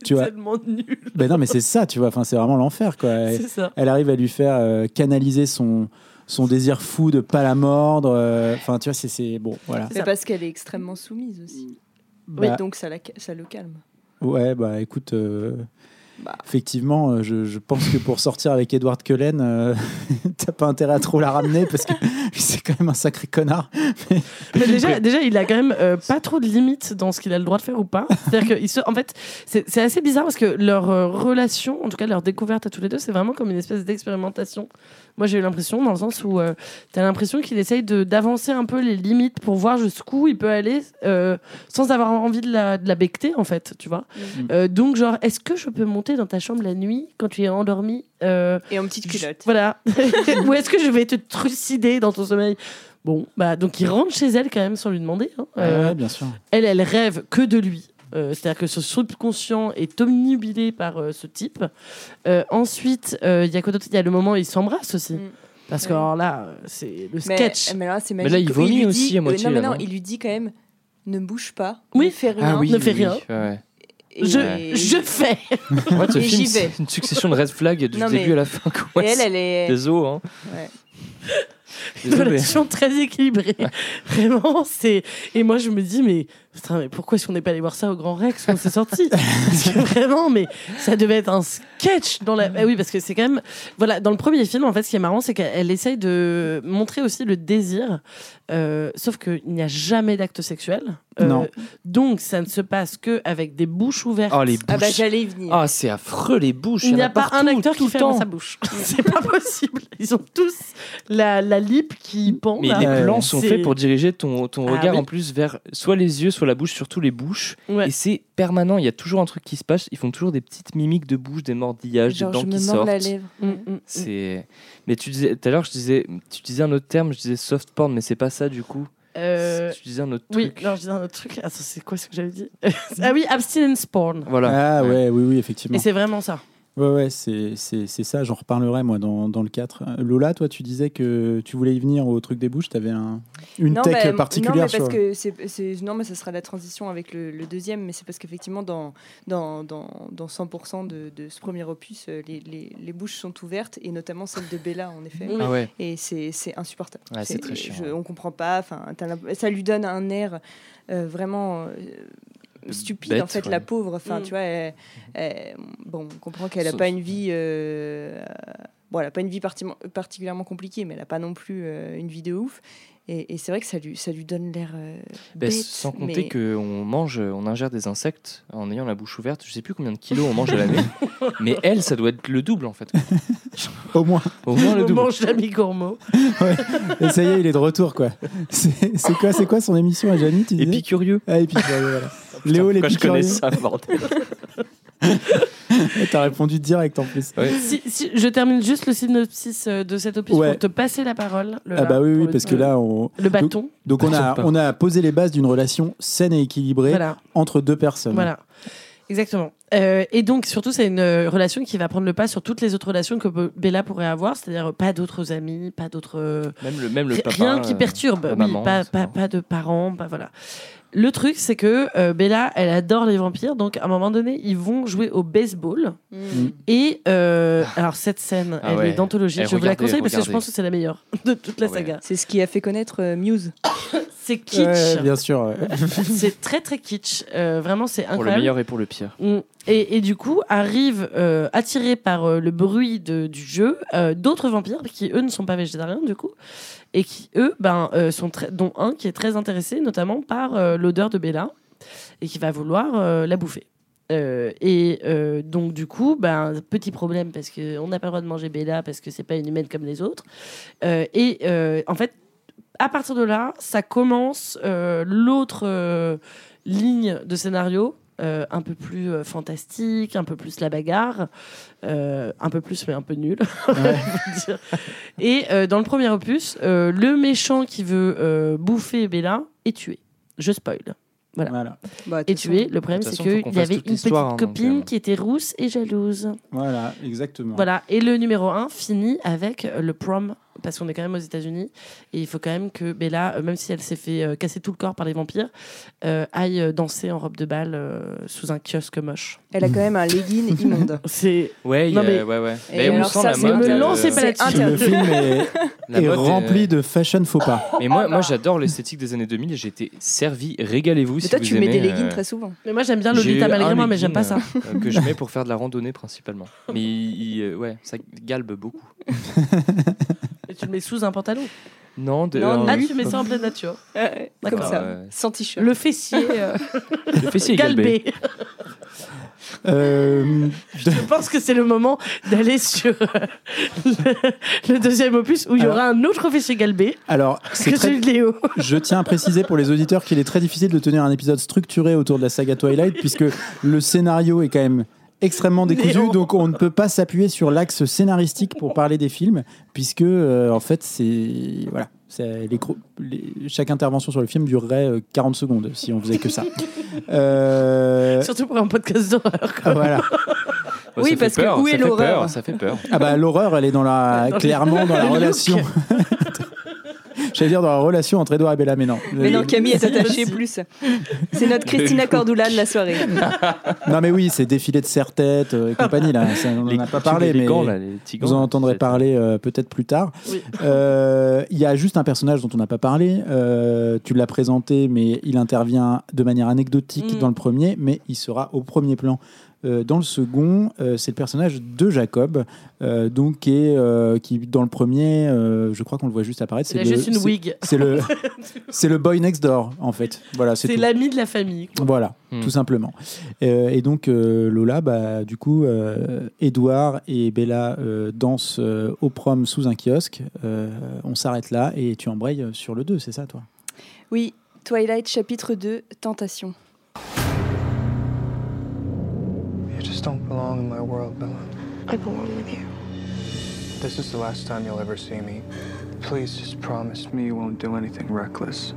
S1: tu vois.
S3: tellement nul,
S1: Ben non, mais c'est ça, tu vois. Enfin, c'est vraiment l'enfer, quoi. Elle,
S3: c'est ça.
S1: elle arrive à lui faire euh, canaliser son son désir fou de pas la mordre. euh, Enfin, tu vois, c'est- c'est bon, voilà.
S3: ça.
S4: Mais parce qu'elle est extrêmement soumise aussi.
S1: Bah,
S4: Oui, donc ça, la, ça le calme.
S1: Ouais, bah écoute, euh,
S4: Bah.
S1: effectivement, euh, je, je pense que pour sortir avec Edward Cullen, euh, t'as pas intérêt à trop la ramener parce que c'est quand même un sacré connard.
S3: Mais déjà, déjà, il a quand même euh, pas trop de limites dans ce qu'il a le droit de faire ou pas. C'est-à-dire que, il se- en fait, c'est c'est assez bizarre parce que leur euh, relation, en tout cas leur découverte à tous les deux, c'est vraiment comme une espèce d'expérimentation. Moi, j'ai eu l'impression, dans le sens où euh, t'as l'impression qu'il essaye de- d'avancer un peu les limites pour voir jusqu'où il peut aller euh, sans avoir envie de la, de la becter, en fait, tu vois.
S1: Mm.
S3: Euh, donc, genre, est-ce que je peux monter dans ta chambre la nuit quand tu es endormi Euh,
S4: Et en petite culotte.
S3: voilà. Ou est-ce que je vais te trucider dans ton sommeil Bon, bah donc il rentre chez elle quand même sans lui demander. hein. Euh,
S1: bien sûr.
S3: Elle, elle rêve que de lui. Euh, C'est-à-dire que son subconscient est omnibilé par euh, ce type. Euh, ensuite, euh, il y a quoi d'autre Il y a le moment où ils s'embrassent aussi.
S4: Mm.
S3: Parce que
S4: Ouais.
S3: alors là, euh, c'est le
S4: Mais- euh,
S3: sketch.
S4: Mais, là, c'est
S2: Mais là,
S4: magique.
S2: il vomit
S4: lui dit-
S2: aussi à
S4: euh,
S2: moitié,
S4: Non, mais
S2: là,
S4: non,
S2: non
S4: il lui dit quand même ne bouge pas,
S3: Oui.
S4: ne fais rien.
S2: Ah oui,
S3: Ne fais
S2: oui,
S3: rien.
S2: oui, ouais.
S4: Et-
S3: Je, je fais
S2: Ouais, ce
S4: Et
S2: film,
S4: j'y vais.
S2: c'est une succession de red flags du
S4: Non, mais-
S2: début à la fin. quoi.
S4: Et elle, elle est. ah
S2: Désolé, hein.
S4: Ouais.
S3: une
S2: Désolé.
S3: relation très équilibrée. Vraiment, c'est. Et moi, je me dis, mais, putain, mais pourquoi est-ce qu'on n'est pas allé voir ça au Grand Rex quand c'est sorti Parce que vraiment, mais ça devait être un sketch dans la. Ah oui, parce que c'est quand même. Voilà, dans le premier film, en fait, ce qui est marrant, c'est qu'elle elle essaye de montrer aussi le désir, euh, sauf qu'il n'y a jamais d'acte sexuel. Euh,
S1: Non.
S3: Donc, ça ne se passe que avec des bouches ouvertes.
S2: Oh, les bouches.
S4: Ah bah j'allais y venir.
S2: Ah, c'est affreux, les bouches.
S3: Il n'y a pas
S2: partout,
S3: un acteur
S2: tout
S3: qui
S2: le
S3: ferme
S2: temps.
S3: sa bouche. C'est pas possible. Ils ont tous la, la lip qui pend.
S2: Mais
S3: là.
S2: les
S1: Ouais.
S2: plans sont
S3: C'est-
S2: faits pour diriger ton, ton
S3: Ah
S2: regard
S3: oui.
S2: en plus vers soit les yeux, soit la bouche, surtout les bouches.
S3: Ouais.
S2: Et c'est permanent, il y a toujours un truc qui se passe. Ils font toujours des petites mimiques de bouche, des mordillages,
S4: Genre,
S2: des dents
S4: je
S2: qui
S4: me mords
S2: sortent.
S4: la lèvre.
S3: Mm, mm, mm.
S2: C'est. Mais tu disais tout à l'heure, je disais, tu disais un autre terme, je disais soft porn, mais c'est pas ça du coup.
S3: Euh,
S2: Tu disais un autre
S3: oui,
S2: truc.
S3: non, je disais un autre truc. Attends, c'est quoi ce que j'avais dit Ah oui, abstinence porn.
S2: Voilà.
S1: Ah ouais, oui, oui, effectivement.
S3: Et c'est vraiment ça.
S1: Ouais, ouais, c'est c'est- c'est ça. J'en reparlerai moi dans, dans le 4. Euh, Lola, toi, tu disais que tu voulais y venir au truc des bouches. T'avais un, une
S4: Non,
S1: tech
S4: bah,
S1: particulière.
S4: non, mais
S1: sur-
S4: parce que c'est, c'est- non, mais ça sera la transition avec le, le deuxième, mais c'est parce qu'effectivement, dans, dans, dans, dans 100% de, de ce premier opus, euh, les, les, les bouches sont ouvertes, et notamment celle de Bella, en effet.
S3: Oui.
S2: Ah ouais.
S4: Et c'est, c'est insupportable.
S2: Ouais, c'est très chiant.
S4: je- on comprend pas, enfin, t'as l'imp- ça lui donne un air euh, vraiment... euh, stupide
S2: Bête,
S4: en fait
S2: ouais.
S4: la pauvre enfin
S3: Mm.
S4: tu vois elle- elle- bon on comprend qu'elle a
S2: Sauf-
S4: pas une vie euh, bon elle a pas une vie parti- particulièrement compliquée mais elle a pas non plus euh, une vie de ouf et, et c'est vrai que ça lui ça lui donne l'air euh,
S2: Bah,
S4: bête,
S2: sans compter
S4: mais-
S2: qu'on mange, on ingère des insectes en ayant la bouche ouverte. Je sais plus combien de kilos on mange à l'année. mais elle, ça doit être le double en fait.
S1: Au moins.
S2: Au moins le
S3: On
S2: double.
S3: mange l'ami gourmand.
S1: Et ça y est, il est de retour, quoi. C'est c'est quoi, c'est quoi son émission à Jamy tu disais
S2: Épicurieux.
S1: Ah, épicurieux, voilà. Léo,
S3: Oh,
S2: Putain, pourquoi je
S1: l'épicurieux.
S2: connais ça, bordel.
S1: T'as répondu direct en plus.
S2: Ouais.
S3: Si, si- je termine juste le synopsis euh, de cet opus
S1: Ouais.
S3: pour te passer la parole. Lola,
S1: Ah bah oui,
S3: pour
S1: oui,
S3: le- euh,
S1: parce que là, on,
S3: Le bâton,
S1: Donc on
S2: Personne
S1: a,
S2: part.
S1: on a posé les bases d'une relation saine et équilibrée
S3: voilà,
S1: entre deux personnes.
S3: voilà. Exactement. Euh, et donc, surtout, c'est une euh, relation qui va prendre le pas sur toutes les autres relations que Be- Bella pourrait avoir, c'est-à-dire euh, pas d'autres amis, pas d'autres. euh,
S2: Même le, même le
S3: ri-
S2: papa.
S3: rien qui
S2: euh,
S3: perturbe,
S2: la
S3: oui,
S2: maman,
S3: pas,
S2: etc.
S3: pas, pas de parents, pas voilà. Le truc, c'est que euh, Bella, elle adore les vampires, donc à un moment donné, ils vont jouer au baseball. Et euh, alors, cette scène,
S2: Mm. Ah
S3: elle
S2: ouais.
S3: est d'anthologie,
S2: Eh,
S3: je vous la
S2: regardez,
S3: conseille parce que je
S2: regardez.
S3: pense que c'est la meilleure de toute la
S2: Ah ouais.
S3: saga.
S4: C'est ce qui a fait connaître euh, Muse.
S3: C'est kitsch,
S1: Ouais, bien sûr. euh, ouais.
S3: c'est très très kitsch, Euh, vraiment, c'est
S2: Pour le
S3: incroyable.
S2: meilleur et pour le pire.
S3: Mm. Et, et du coup, arrivent, euh, attirés par euh, le bruit de- du jeu, euh, d'autres vampires qui, eux, ne sont pas végétariens, du coup, et qui, eux, ben, euh, sont très- dont un qui est très intéressé, notamment par euh, l'odeur de Bella, et qui va vouloir euh, la bouffer. Euh, et euh, donc, du coup, ben, petit problème, parce qu'on n'a pas le droit de manger Bella, parce que c'est pas une humaine comme les autres. Euh, et euh, en fait, à partir de là, ça commence euh, l'autre euh, ligne de scénario, euh, un peu plus euh, fantastique, un peu plus la bagarre, euh, un peu plus mais un peu nul. on va dire. Et euh, dans le premier opus, euh, le méchant qui veut euh, bouffer Bella est tué. Je spoil. Voilà.
S1: Voilà.
S4: Bah, de
S3: Et
S4: toute
S3: tué,
S4: façon,
S3: le problème
S2: De toute
S3: c'est
S2: façon, faut
S3: qu'il
S2: qu'on
S3: y
S2: fasse
S3: avait une
S2: toute
S3: petite
S2: l'histoire, hein, donc,
S3: copine
S2: euh,
S3: qui était rousse et jalouse.
S1: Voilà, exactement.
S3: Voilà, et le numéro 1 finit avec euh, le prom, parce qu'on est quand même aux États-Unis, et il faut quand même que Bella, euh, même si elle s'est fait euh, casser tout le corps par les vampires, euh, aille euh, danser en robe de bal euh, sous un kiosque moche.
S4: Elle a quand même un legging immonde.
S3: C'est
S2: Ouais, il y
S3: Non,
S2: a-
S3: mais-
S2: ouais, ouais.
S4: Et
S2: Mais Ben, on
S4: alors
S2: sent
S4: ça,
S2: la
S4: c'est
S2: mode.
S4: me
S2: euh,
S3: lancez pas là-dessus.
S4: C'est
S1: Le
S4: interdit.
S1: film est,
S2: la
S1: est
S2: mode euh,
S1: rempli de fashion faux pas.
S2: Mais
S3: Oh,
S2: moi,
S3: bah.
S2: moi j'adore l'esthétique des années 2000 et j'ai été servi. Régalez-vous
S4: Mais
S2: si
S4: toi,
S2: vous
S4: tu mets
S2: aimez,
S4: des leggings
S2: euh,
S4: très souvent.
S3: Mais moi j'aime bien
S2: J'ai
S3: Lolita
S2: eu
S3: malgré
S2: un
S3: moi, mais j'aime pas ça.
S2: legging, euh, que je mets pour faire de la randonnée principalement. Mais il- il, euh, ouais, ça galbe beaucoup.
S3: Et tu le mets sous un pantalon.
S2: Non, de,
S4: Non,
S3: Ah,
S2: euh,
S3: tu mets ça en pleine nature.
S4: Comme
S3: D'accord.
S4: ça.
S2: Euh,
S4: Sans t-shirt.
S3: Le fessier euh,
S2: le fessier est galbé.
S3: galbé.
S1: Euh,
S3: Je pense que c'est le moment d'aller sur euh, le, le deuxième opus où il y aura un autre fessier galbé
S1: alors,
S3: que
S1: c'est très,
S3: celui de Léo.
S1: Je tiens à préciser pour les auditeurs qu'il est très difficile de tenir un épisode structuré autour de la saga Twilight puisque le scénario est quand même extrêmement décousu,
S3: Néant.
S1: donc on ne peut pas s'appuyer sur l'axe scénaristique pour parler des films puisque euh, en fait c'est voilà. c'est- les cro- les- chaque intervention sur le film durerait euh, 40 secondes si on faisait que ça. Euh,
S3: Surtout pour un podcast d'horreur.
S1: ah, voilà.
S2: Ouais, Oh,
S4: Oui,
S2: ça fait
S4: parce que
S2: peur,
S4: où est
S2: ça fait
S4: l'horreur
S2: peur, Ça fait peur.
S1: Ah bah l'horreur, elle est dans la
S3: Dans le-
S1: clairement dans la
S3: le look.
S1: relation. J'allais dire dans la relation entre Edouard et Bella, mais non.
S4: Mais non, Camille est
S3: Aussi.
S4: attachée plus. C'est notre Christina Cordula de la soirée.
S1: Non mais oui, c'est défilé de serre-tête euh, et compagnie là. Ça, on
S2: Les
S1: n'en a pas
S2: tubes
S1: parlé, mais
S2: élégants, là, les petits
S1: vous
S2: gants,
S1: en
S2: là,
S1: entendrez
S2: c'est-
S1: parler euh, peut-être plus tard. Euh, Il
S3: Oui.
S1: y a juste un personnage dont on n'a pas parlé. euh, tu l'as présenté, mais il intervient de manière anecdotique
S3: Mm.
S1: dans le premier, mais il sera au premier plan. Euh, dans le second, euh, c'est le personnage de Jacob, euh, donc qui, est, euh, qui dans le premier, euh, je crois qu'on le voit juste apparaître.
S3: Il a
S1: le-
S3: juste une
S1: c'est-
S3: wig.
S1: C'est le, c'est le boy next door en fait. Voilà, c'est
S3: C'est
S1: tout.
S3: l'ami de la famille. quoi.
S1: Voilà,
S2: Hmm.
S1: tout simplement. Euh, et donc euh, Lola, bah, du coup, euh, Edouard et Bella euh, dansent euh, au prom sous un kiosque. Euh, on s'arrête là et tu embrayes sur le 2, c'est ça toi
S4: Oui, Twilight chapitre 2, Tentation.
S8: You just don't belong in my world, Bella.
S6: I belong with you.
S8: This is the last time you'll ever see me. Please just promise me you won't do anything reckless.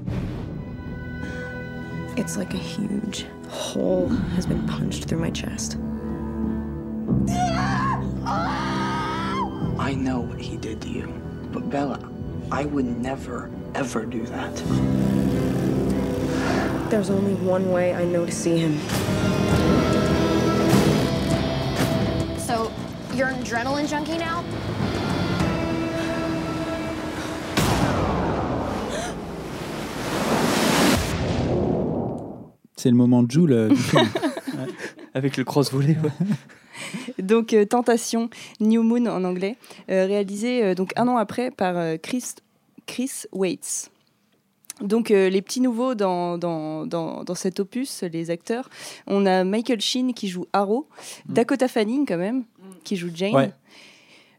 S6: It's like a huge hole has been punched through my chest.
S9: I know what he did to you. But Bella, I would never, ever do that.
S6: There's only one way I know to see him.
S5: So, you're an adrenaline junkie now?
S1: C'est le moment de Jules euh, du film.
S2: Avec le cross-volet, ouais.
S4: Donc euh, Tentation, New Moon en anglais, euh, réalisé euh, donc un an après par euh, Chris, Chris Waits. Donc euh, les petits nouveaux dans, dans, dans- dans cet opus, les acteurs, on a Michael Sheen qui joue Arrow, Dakota Fanning quand même, qui joue Jane.
S1: Ouais.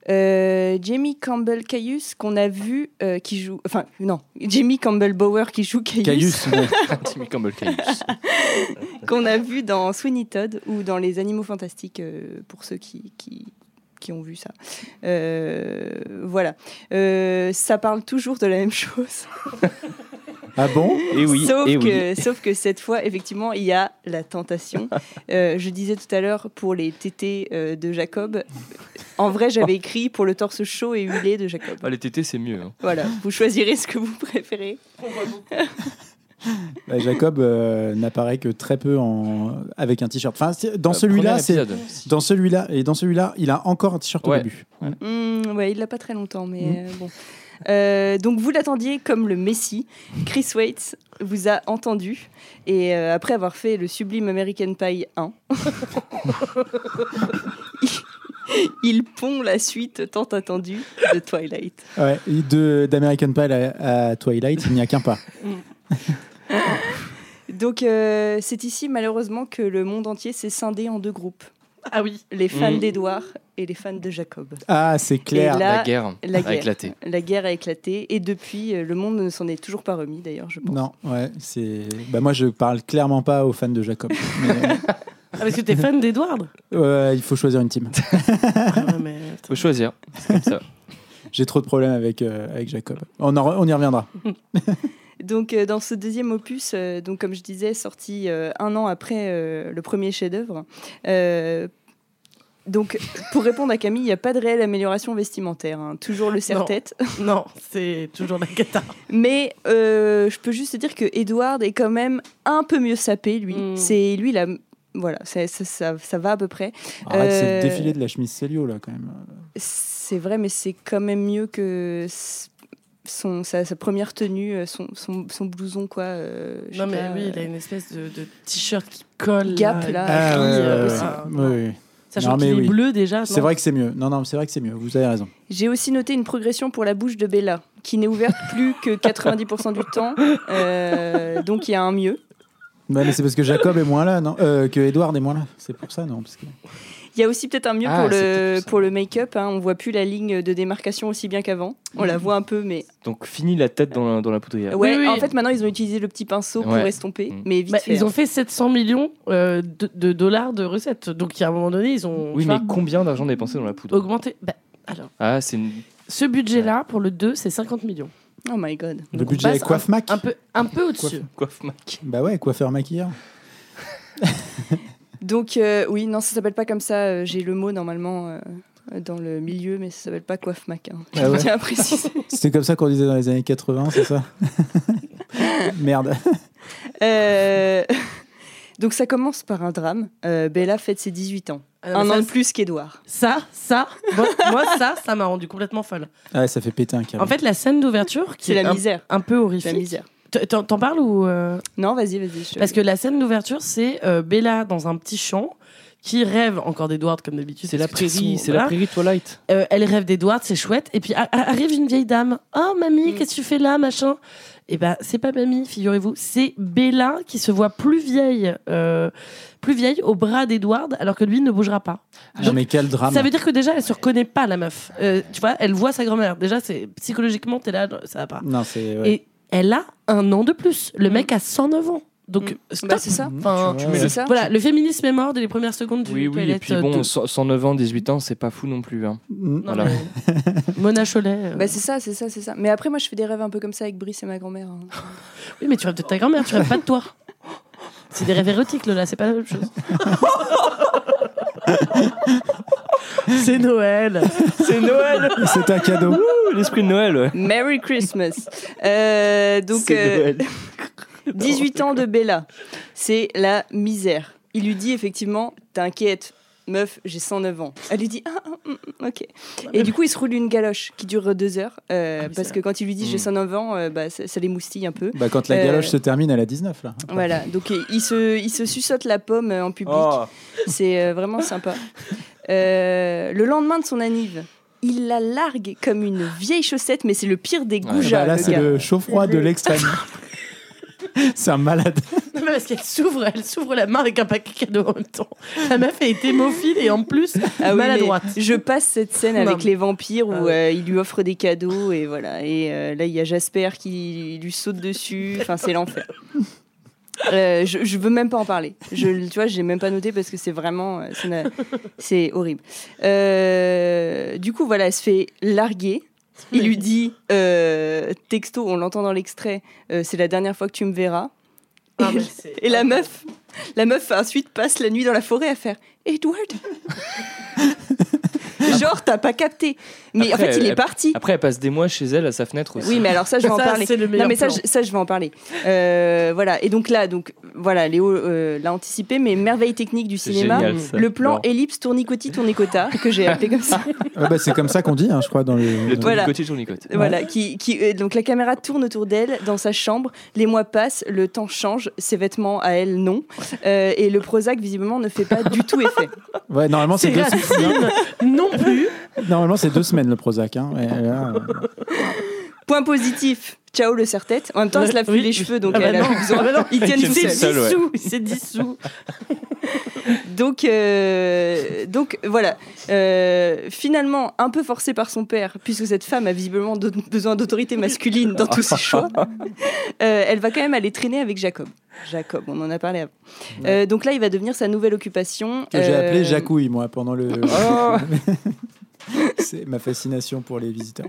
S4: Euh, Jamie Campbell Caius qu'on a vu euh, qui joue enfin non Jamie Campbell Bower qui joue Caius
S1: Caius, ouais.
S2: Timmy Campbell Caius.
S4: qu'on a vu dans Sweeney Todd ou dans Les Animaux Fantastiques, euh, pour ceux qui, qui, qui ont vu ça. Euh, voilà. Euh, ça parle toujours de la même chose.
S1: Ah bon
S2: Et Eh oui,
S4: sauf,
S2: et
S4: que,
S2: oui.
S4: sauf que cette fois, effectivement, il y a la tentation. Euh, je disais tout à l'heure pour les tétés euh, de Jacob. En vrai, j'avais écrit pour le torse chaud et huilé de Jacob.
S2: Ah, les tétés, c'est mieux. hein.
S4: Voilà, vous choisirez ce que vous préférez.
S1: Bah, Jacob euh, n'apparaît que très peu en... avec un t-shirt. Enfin, c'est- dans
S2: Euh,
S1: celui-là,
S2: premier
S1: c'est
S2: épisode.
S1: dans celui-là et dans celui-là, il a encore un t-shirt
S2: Ouais.
S1: au début.
S4: Hmm, ouais, il l'a pas très longtemps, mais euh, bon. Euh, donc vous l'attendiez comme le Messie. Chris Waits vous a entendu et euh, après avoir fait le sublime American Pie 1, il- il pond la suite tant attendue de Twilight.
S1: Ouais, et de d'American Pie à, à Twilight, il n'y a qu'un pas.
S4: Donc euh, c'est ici malheureusement que le monde entier s'est scindé en deux groupes.
S3: Ah oui.
S4: Les fans
S2: Mm.
S4: d'Edouard et les fans Mmh. de Jacob.
S1: Ah, c'est clair.
S4: Et là-
S2: la guerre
S4: la guerre.
S2: a éclaté.
S4: La guerre a éclaté et depuis euh, le monde ne s'en est toujours pas remis d'ailleurs je pense.
S1: Non, ouais, c'est. Bah moi, je parle clairement pas aux fans de Jacob. Mais,
S3: Ah, parce que t'es fan d'Edward
S1: euh, ouais, il faut choisir une team.
S3: Ah ouais, mais attends.
S2: Faut choisir. C'est comme ça.
S1: J'ai trop de problèmes avec euh, avec Jacob. On en re- on y reviendra.
S4: Donc euh, dans ce deuxième opus, euh, donc comme je disais, sorti euh, un an après euh, le premier chef-d'œuvre. euh, donc, pour répondre à Camille, il n'y a pas de réelle amélioration vestimentaire. hein. Toujours le serre-tête.
S3: Non, c'est toujours la cata.
S4: Mais euh, je peux juste te dire que Edward est quand même un peu mieux sapé, lui.
S3: Mm.
S4: C'est lui, la... voilà, c'est- ça, ça- ça va à peu près.
S1: Arrête, c'est
S4: Euh,
S1: le défilé de la chemise Célio là quand même.
S4: C'est vrai, mais c'est quand même mieux que s- son, sa, sa première tenue, euh, son, son, son blouson, quoi. euh, je
S3: Non,
S4: sais
S3: mais
S4: pas,
S3: lui, il a
S4: euh,
S3: une espèce de, de t-shirt qui colle.
S4: Gap,
S3: et
S4: là.
S3: qui,
S4: Ah, ouais, ouais,
S3: euh,
S4: ouais,
S3: ah,
S1: Oui,
S3: non.
S1: oui, oui.
S3: Sachant
S1: Non, mais
S3: qu'il
S1: oui.
S3: est bleu déjà.
S1: C'est
S3: non
S1: vrai que c'est mieux. Non, non, c'est vrai que c'est mieux. Vous avez raison.
S4: J'ai aussi noté une progression pour la bouche de Bella, qui n'est ouverte plus que 90% du temps, euh, donc il y a un mieux.
S1: Ouais, mais c'est parce que Jacob est moins là, non Euh, Que Edward est moins là. C'est pour ça, non parce que-
S4: Il y a aussi peut-être un mieux
S2: Ah,
S4: pour,
S2: c'est
S4: le,
S2: peut-être ça.
S4: pour le make-up, hein. on voit plus la ligne de démarcation aussi bien qu'avant. On
S2: Mm.
S4: la voit un peu, mais
S2: Donc, fini la tête dans la, dans la poudrière.
S4: Ouais,
S3: Oui, oui.
S4: en fait, maintenant, ils ont utilisé le petit pinceau pour
S2: Ouais.
S4: estomper,
S2: Mm.
S4: mais vite
S3: Bah,
S4: fait. hein.
S3: ils ont fait 700 millions euh, de, de dollars de recettes. Donc, à un moment donné, ils ont
S2: Oui,
S3: tu
S2: mais
S3: vois,
S2: combien d'argent dépensé dans la poudre
S3: augmenté. Bah, alors,
S2: Ah, c'est une-
S3: ce budget-là, pour le 2, c'est 50 millions.
S4: Oh my god.
S1: Le
S3: Donc, on
S1: budget
S3: passe
S1: coiffe Mac.
S3: Un peu, un peu au-dessus.
S2: coiffe Mac.
S1: Bah ouais, coiffeur maquilleur.
S4: Donc, euh, oui, non, ça s'appelle pas comme ça. euh, J'ai le mot normalement euh, dans le milieu, mais ça s'appelle pas coiffe mac. hein.
S1: Ah ouais
S4: Je tiens à préciser.
S1: C'était comme ça qu'on disait dans les années 80, c'est ça Merde.
S4: Euh, Donc, ça commence par un drame. Euh, Bella fête ses 18 ans.
S3: Ah non,
S4: un
S3: mais
S4: an
S3: ça,
S4: de plus qu'Edouard.
S3: Ça, ça, moi, moi, ça, ça m'a rendu complètement folle.
S1: Ah, ça fait péter un câble.
S3: En fait, la scène d'ouverture, qui
S4: C'est
S3: est,
S4: la
S3: un,
S4: misère.
S3: un peu
S4: C'est la
S3: horrifique.
S4: misère.
S3: T- T'en t'en parles ou euh,
S4: Non, vas-y, vas-y. je-
S3: Parce que la scène d'ouverture, c'est euh, Bella dans un petit champ qui rêve encore d'Edward comme d'habitude.
S2: C'est la
S3: parce que de toute
S2: prairie,
S3: façon,
S2: c'est la
S3: voilà.
S2: prairie Twilight.
S3: Euh, elle rêve d'Edward, c'est chouette. Et puis a- a- arrive une vieille dame. Oh mamie,
S4: Mm.
S3: qu'est-ce que tu fais là, machin Et ben c'est pas mamie, figurez-vous, c'est Bella qui se voit plus vieille, euh, plus vieille au bras d'Edward, alors que lui ne bougera pas.
S1: Non, mais quel
S2: Ah,
S1: drame.
S3: Ça veut dire que déjà elle se reconnaît pas la meuf. Euh, tu vois, elle voit sa grand-mère. Déjà c'est psychologiquement t'es là, ça va pas.
S1: Non, c'est. ouais.
S3: Et elle a un an de plus. Le mec a 109 ans. Donc stop.
S4: Mm. Bah, c'est ça.
S3: Enfin,
S1: Mhm. Tu
S4: Mais
S1: vois,
S4: c'est ça.
S3: voilà, le féminisme est mort dès les premières secondes du
S2: Oui, oui, et
S3: Toilette,
S2: puis
S3: euh,
S2: bon,
S3: deux.
S2: 100 109 ans, 18 ans, c'est pas fou non plus. hein.
S1: Mm.
S3: Non,
S2: voilà.
S3: mais- Mona Cholet. euh,
S4: Bah, c'est ça, c'est ça, c'est ça. Mais après, moi, je fais des rêves un peu comme ça avec Brice et ma grand-mère. hein.
S3: Oui, mais tu rêves de ta grand-mère, tu rêves pas de toi. C'est des rêves érotiques, là, c'est pas la même chose. c'est Noël.
S2: C'est Noël
S1: C'est un cadeau.
S2: Ouh, L'esprit de Noël ouais.
S4: Merry Christmas. Euh, donc,
S2: C'est
S4: euh,
S2: Noël.
S4: 18 ans de Bella. C'est la misère. Il lui dit effectivement T'inquiète, meuf, j'ai 109 ans. Elle lui dit Ah, ah, mm, ok. Et du coup, il se roule une galoche qui dure deux heures. euh,
S3: Ah oui,
S4: parce
S3: ça.
S4: que quand il lui dit J'ai
S2: Mm.
S4: 109 ans, euh, bah, ça, ça les moustille un peu.
S1: Bah, quand la
S4: Euh,
S1: galoche se termine, elle a 19 là. Après.
S4: Voilà, donc euh, il se, il se suçote la pomme euh, en public. C'est euh, vraiment sympa. Euh, le lendemain de son anniv, il la largue comme une vieille chaussette, mais c'est le pire des
S2: Ouais.
S1: Ah
S4: goujats,
S1: bah, là,
S4: le
S1: c'est
S4: gars.
S1: le chaud-froid de l'extrême. c'est un malade.
S3: Non, mais parce qu'elle s'ouvre, elle s'ouvre la main avec un paquet cadeau en même temps. La meuf est hémophile et en plus
S4: Ah oui,
S3: maladroite.
S4: mais Je passe cette scène avec
S3: Non.
S4: les vampires où
S3: Ah ouais.
S4: euh, il lui offre des cadeaux et voilà. Et euh, là, il y a Jasper qui lui saute dessus. Enfin, c'est l'enfer. Euh, je, je veux même pas en parler. Je, tu vois, j'ai même pas noté parce que c'est vraiment, euh, ça n'a- c'est horrible. Euh, du coup, voilà, elle se fait larguer. Il lui dit, euh, texto, on l'entend dans l'extrait, euh, c'est la dernière fois que tu me verras.
S3: Ah,
S4: et,
S3: mais c'est-
S4: et la meuf, la meuf ensuite passe la nuit dans la forêt à faire Edward. Genre t'as pas capté. Mais
S2: Après,
S4: en fait il
S2: elle-
S4: est parti.
S2: Après, elle passe des mois chez elle à sa fenêtre aussi.
S4: Oui, mais alors ça, je vais en
S3: Ça,
S4: parler.
S3: c'est le
S4: non,
S3: meilleur
S4: mais ça,
S3: plan.
S4: je, ça, je vais en parler. Euh, voilà. Et donc là, donc voilà, Léo euh, l'a anticipé, mais merveille technique du
S2: C'est
S4: cinéma.
S2: génial, ça.
S4: Le plan
S2: Non.
S4: ellipse tournicoti tournicota que j'ai appelé comme ça.
S1: Ah bah, c'est comme ça qu'on dit, hein, je crois, dans le.
S2: Le
S1: dans-
S4: Voilà.
S2: tournicoté, tournicoté.
S4: voilà. Qui, qui euh, donc la caméra tourne autour d'elle dans sa chambre. Les mois passent, le temps change, ses vêtements à elle non, Euh, et le Prozac visiblement ne fait pas du tout effet.
S1: Ouais, normalement c'est
S3: C'est
S1: deux...
S3: racine non plus.
S1: normalement c'est deux semaines le Prozac. Hein. Et là, euh,
S4: Point positif. Ciao le serre-tête. En même temps, elle se lave plus
S3: Oui.
S4: les cheveux, donc
S3: Ah bah
S4: elle a
S3: non.
S4: plus besoin.
S3: Ah bah non.
S4: Ils
S2: Il
S4: tiennent
S2: tient
S4: tout
S2: tout
S4: seuls.
S3: C'est
S2: seul, ouais.
S3: dissous, c'est dissous.
S4: Donc, euh, donc voilà. Euh, finalement, un peu forcé par son père, puisque cette femme a visiblement d'aut- besoin d'autorité masculine dans tous ses choix, euh, elle va quand même aller traîner avec Jacob. Jacob, on en a parlé avant. Euh, donc là, il va devenir sa nouvelle occupation.
S1: que j'ai
S4: Euh, Oh.
S1: appelé Jacouille moi pendant le. c'est ma fascination pour les visiteurs.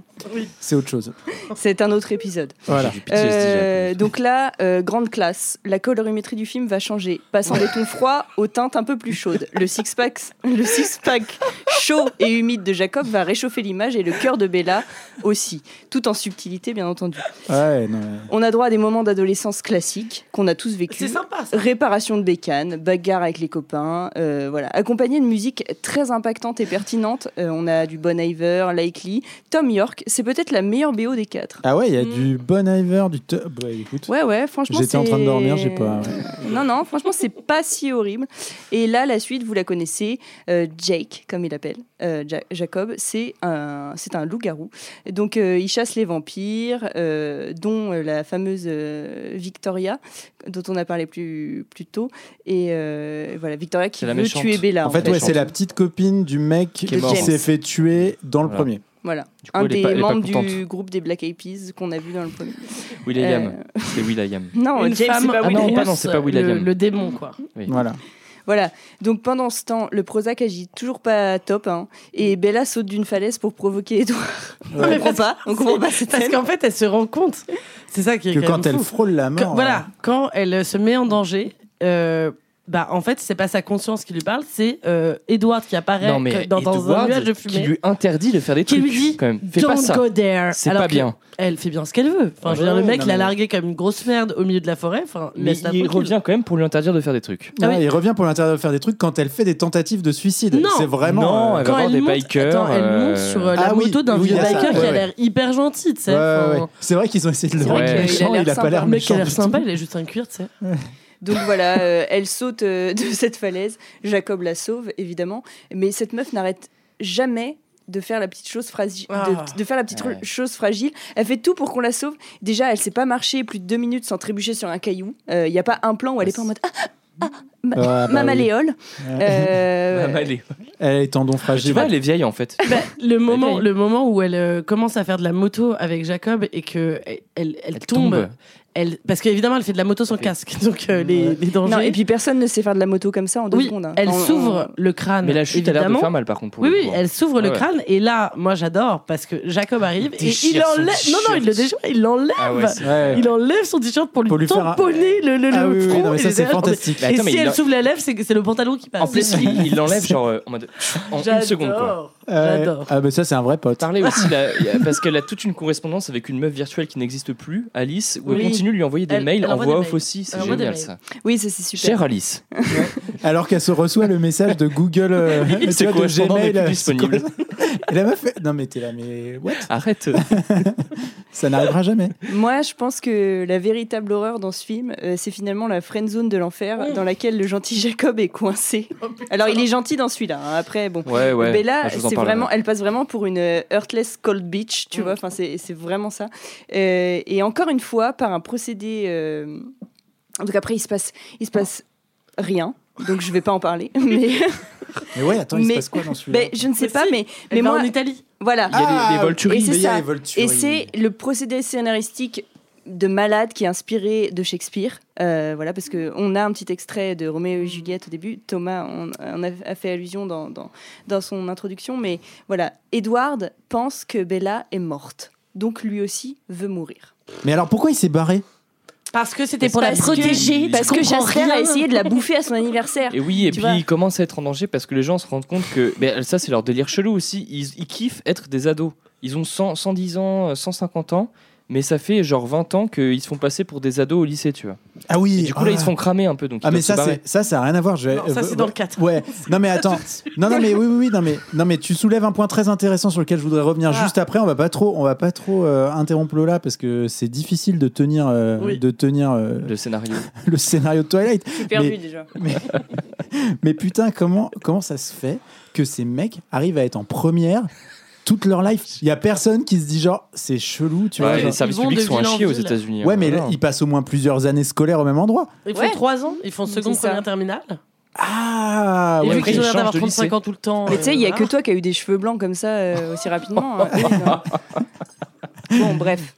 S1: C'est autre chose.
S4: C'est un autre épisode.
S1: Voilà.
S2: J'ai du PTSD,
S4: Euh,
S2: Jacques.
S4: donc là, euh, grande classe. La colorimétrie du film va changer, passant des tons froids aux teintes un peu plus chaudes. Le six-pack le six-pack chaud et humide de Jacob va réchauffer l'image et le cœur de Bella aussi, tout en subtilité bien entendu.
S1: Ouais, non, ouais.
S4: On a droit à des moments d'adolescence classiques qu'on a tous
S3: C'est
S4: vécu.
S3: sympa ça.
S4: Réparation de bécane, bagarre avec les copains, euh, voilà. Accompagné de musique très impactante et pertinente, euh, on a du Bon Iver, Likely, Tom York. C'est peut-être la meilleure BO des quatre.
S1: Ah ouais, il y a
S3: Mm.
S1: du Bon Iver, du. Te- Bah, écoute,
S4: Ouais, ouais, franchement.
S1: j'étais en train de
S4: c'est-
S1: dormir, j'ai pas. ouais.
S4: Non, non, franchement, c'est pas si horrible. Et là, la suite, vous la connaissez, euh, Jake, comme il appelle, euh, Ja- Jacob, c'est un, c'est un loup-garou. Donc, euh, il chasse les vampires, euh, dont euh, la fameuse euh, Victoria, dont on a parlé plus, plus tôt. Et euh, voilà, Victoria qui
S2: C'est la
S4: veut
S2: méchante.
S4: tuer Bella.
S1: En fait,
S2: fait,
S1: ouais, c'est la
S2: chante.
S1: petite copine du mec qui,
S2: est mort.
S1: s'est fait tuer dans le
S2: Voilà.
S1: premier.
S4: hein. Voilà,
S2: Du coup,
S4: un
S2: oh, elle est
S4: des
S2: pas, elle est pas
S4: membres
S2: contente.
S4: du groupe des Black Eyed Peas qu'on a vu dans le premier. Euh,
S2: William,
S3: Euh,
S2: c'est William.
S4: Non,
S3: Une
S4: Jake,
S3: femme
S4: c'est pas
S2: Ah non,
S4: William.
S2: pas- non, c'est pas Will.i.am.
S3: Le, le démon quoi.
S1: Voilà.
S4: Voilà. Donc pendant ce temps, le Prozac agit toujours pas top. hein. et Bella saute d'une falaise pour provoquer Edouard. On
S3: Mais
S4: comprend pas. On comprend pas cette
S3: Parce
S4: scène.
S3: qu'en fait, elle se rend compte. C'est ça qui est
S1: Que
S3: quand,
S1: quand
S3: même
S1: elle
S3: fou.
S1: frôle la
S3: Quand-
S1: mort. hein.
S3: voilà, quand elle euh, se met en danger, euh, bah en fait, c'est pas sa conscience qui lui parle, c'est euh, Edward qui apparaît
S2: Non, mais
S3: que- dans, dans un
S2: Edward,
S3: nuage de
S2: qui
S3: fumée.
S2: lui interdit de faire des
S3: qui
S2: trucs.
S3: lui dit
S2: quand même. Fais
S3: Don't
S2: pas ça.
S3: go there.
S2: C'est
S3: Alors
S2: pas
S3: que
S2: bien.
S3: Elle fait bien ce qu'elle veut. Enfin, je
S1: Ouais,
S3: veux dire, le
S1: ouais,
S3: mec
S1: non,
S3: l'a
S1: mais-
S3: largué comme une grosse merde au milieu de la forêt. Enfin,
S2: Mais
S3: laisse-la
S2: il
S3: tranquille.
S2: revient quand même pour lui interdire de faire des trucs.
S1: Ah ouais,
S3: Ah oui.
S1: Il revient pour l'intérieur de faire des trucs quand elle fait des tentatives de suicide.
S3: Non.
S1: C'est vraiment.
S2: Non, elle va
S3: Quand
S2: voir
S3: elle
S2: des
S3: monte,
S2: bikers,
S3: attends, elle
S2: euh,
S3: monte sur euh, la
S1: Ah oui,
S3: moto d'un
S1: oui, il
S3: vieux
S1: y a ça,
S3: biker qui
S1: ouais,
S3: a
S1: ouais.
S3: l'air hyper gentil, tu sais.
S1: Ouais, euh, ouais,
S3: Enfin,
S1: ouais. C'est vrai qu'ils ont essayé de le
S4: C'est
S2: vrai
S1: rendre
S2: qu'il a
S1: méchant,
S4: l'air
S1: il a pas
S4: sympa.
S1: l'air
S4: Le
S3: Le mec qui
S1: méchant.
S3: a l'air
S1: du
S3: sympa,
S1: tout.
S3: il a juste un cuir, tu sais.
S4: Donc voilà, euh, elle saute euh, de cette falaise. Jacob la sauve évidemment, mais cette meuf n'arrête jamais de faire la petite chose fragile
S3: Ah.
S4: de, de faire la petite
S2: Ouais.
S4: chose fragile elle fait tout pour qu'on la sauve déjà elle sait pas marcher plus de deux minutes sans trébucher sur un caillou il y a pas un plan où elle est pas en mode ah,
S1: Ah, bah
S4: maman
S1: oui. Eh,
S4: Léole Euh,
S2: Ah, bah, elle est-
S1: Elle est tendon
S2: Tu
S1: fragile.
S2: vois, elle est vieille en fait.
S3: Bah, le moment,
S2: vieille.
S3: le moment où elle euh, commence à faire de la moto avec Jacob et que elle, elle, elle tombe, Elle, parce qu'évidemment elle fait de la moto sans
S2: fait-
S3: casque, donc euh, les, les dangers.
S4: non, et puis personne ne sait faire de la moto comme ça en deux
S3: oui,
S4: secondes hein.
S3: elle
S4: En- en-
S3: s'ouvre le crâne.
S2: Ah, Mais la chute a l'air de
S3: évidemment.
S2: faire mal par contre. Pour
S3: Oui,
S2: le
S3: oui,
S2: coup, hein.
S3: elle s'ouvre le
S2: Ouais, ouais.
S3: crâne et là, moi j'adore parce que Jacob arrive et il
S2: déchire son
S3: enlève. Non, non, il le
S2: t-shirt.
S3: déchire, il l'enlève.
S2: Ah ouais, c'est-
S1: Ouais.
S3: Il enlève son t-shirt pour lui,
S1: Pour lui faire un-
S3: tamponner le, le, le
S1: Ah oui, oui,
S3: front.
S1: non, mais
S3: et
S1: ça
S3: les
S1: c'est
S3: airs.
S1: fantastique.
S2: Mais Bah, attends,
S3: et
S2: mais
S3: si
S2: il
S3: elle
S2: l'a-
S3: s'ouvre la lèvre, c'est c'est le pantalon qui passe.
S2: En plus, il il l'enlève genre euh, en mode en une seconde quoi.
S3: J'adore.
S1: Ouais.
S3: J'adore.
S1: Ah, bah ça, c'est un vrai pote.
S2: Parler aussi là, y a- parce qu'elle a toute une correspondance avec une meuf virtuelle qui n'existe plus, Alice, où elle
S3: Oui.
S2: continue de lui envoyer des
S3: Elle-
S2: mails
S3: elle
S2: en
S3: envoie
S2: voix
S3: des
S2: off
S3: mails.
S2: aussi. C'est
S3: Elle envoie des
S2: génial
S3: mails.
S2: ça.
S4: oui ça c'est super
S2: Chère Alice,
S1: Alors qu'elle se reçoit le message de Google. euh, tu
S2: ce
S1: vois, de
S2: correspondant
S1: Gmail,
S2: n'est plus
S1: euh,
S2: disponible.
S1: Et la meuf fait. Non, mais t'es là, mais. What
S2: arrête.
S1: Ça n'arrivera jamais.
S4: Moi, je pense que la véritable horreur dans ce film, euh, c'est finalement la friend zone de l'enfer
S3: Mm.
S4: dans laquelle le gentil Jacob est coincé.
S3: Oh,
S4: Alors, il est gentil dans celui-là. hein. Après, bon.
S2: Ouais ouais.
S4: Mais là,
S2: Ah, je vous en
S4: c'est
S2: parle,
S4: vraiment,
S2: ouais.
S4: elle passe vraiment pour une euh, Earthless Cold Beach, tu
S3: Mm.
S4: vois. Enfin, c'est c'est vraiment ça. Euh, et encore une fois, par un procédé. euh, Donc après, il se passe, il se passe rien. Donc je vais pas en parler. Mais,
S1: Mais ouais, attends, il se
S4: Mais- ben,
S1: passe quoi dans celui-là
S4: mais je ne sais
S3: Mais
S4: pas.
S3: si,
S4: Mais,
S3: Mais
S4: mais
S3: moi,
S4: moi,
S3: en Italie.
S4: voilà.
S2: Il y a des- des
S1: Ah,
S2: Volturi,
S1: oui,
S4: et c'est
S1: mais il y a
S4: ça.
S1: les Volturi.
S4: Et c'est le procédé scénaristique de malade qui est inspiré de Shakespeare. Euh, voilà, parce qu'on a un petit extrait de Roméo et Juliette au début. Thomas on, on a, a fait allusion dans, dans, dans son introduction, mais voilà, Edward pense que Bella est morte. Donc lui aussi veut mourir.
S1: Mais alors pourquoi il s'est barré
S3: Parce que c'était pour la
S4: Parce que-
S3: protéger.
S4: Parce
S3: je
S4: que
S3: comprends
S4: Jasper a
S3: rien.
S4: essayé de la bouffer à son anniversaire.
S2: Et oui, et puis
S4: Tu vois.
S2: ils commencent à être en danger parce que les gens se rendent compte que ben, ça, c'est leur délire chelou aussi. Ils, ils kiffent être des ados. Ils ont 100, 110 ans, euh, 150 ans, mais ça fait genre 20 ans qu'ils se font passer pour des ados au lycée, tu vois.
S1: Ah
S2: Et
S1: oui.
S2: du coup, là,
S1: ah.
S2: ils se font cramer un peu. Donc ils
S1: Ah mais
S2: doivent se
S1: ça
S2: barrer.
S1: c'est ça ça a rien à voir. Je...
S3: Non, ça,
S1: euh,
S3: c'est dans le quatre.
S1: Ouais. Non mais attends. Non non mais oui oui oui non mais non mais tu soulèves un point très intéressant sur lequel je voudrais revenir
S3: Ah.
S1: juste après. On va pas trop on va pas trop euh, interrompre Lola parce que c'est difficile de tenir euh,
S3: Oui.
S1: de tenir euh,
S2: Le scénario.
S1: le scénario de Twilight.
S10: Je suis perdue
S1: Mais-
S10: déjà.
S1: Mais putain comment comment ça se fait que ces mecs arrivent à être en première toute leur life. Il y a personne qui se dit genre c'est chelou tu
S2: Ouais,
S1: vois.
S2: les
S1: genre.
S2: services
S3: ils vont
S2: publics
S3: de
S2: sont un
S3: ville en
S2: chier aux
S3: ville.
S2: États-Unis.
S1: Ouais
S2: hein,
S1: mais
S2: voilà.
S1: ils passent au moins plusieurs années scolaires au même endroit.
S3: Ils font
S10: Ouais.
S3: 3 ans, ils font second,
S4: C'est ça.
S3: première, terminale.
S1: Ah
S3: et
S2: ouais,
S3: vu
S2: après,
S3: qu'ils ont
S2: ils
S3: l'air d'avoir
S2: changent de
S3: 35
S2: lycée.
S3: ans tout le temps.
S4: Mais tu sais, il n'y a
S3: euh,
S4: que
S3: voilà.
S4: toi qui as eu des cheveux blancs comme ça euh, aussi rapidement. hein. bon, bref.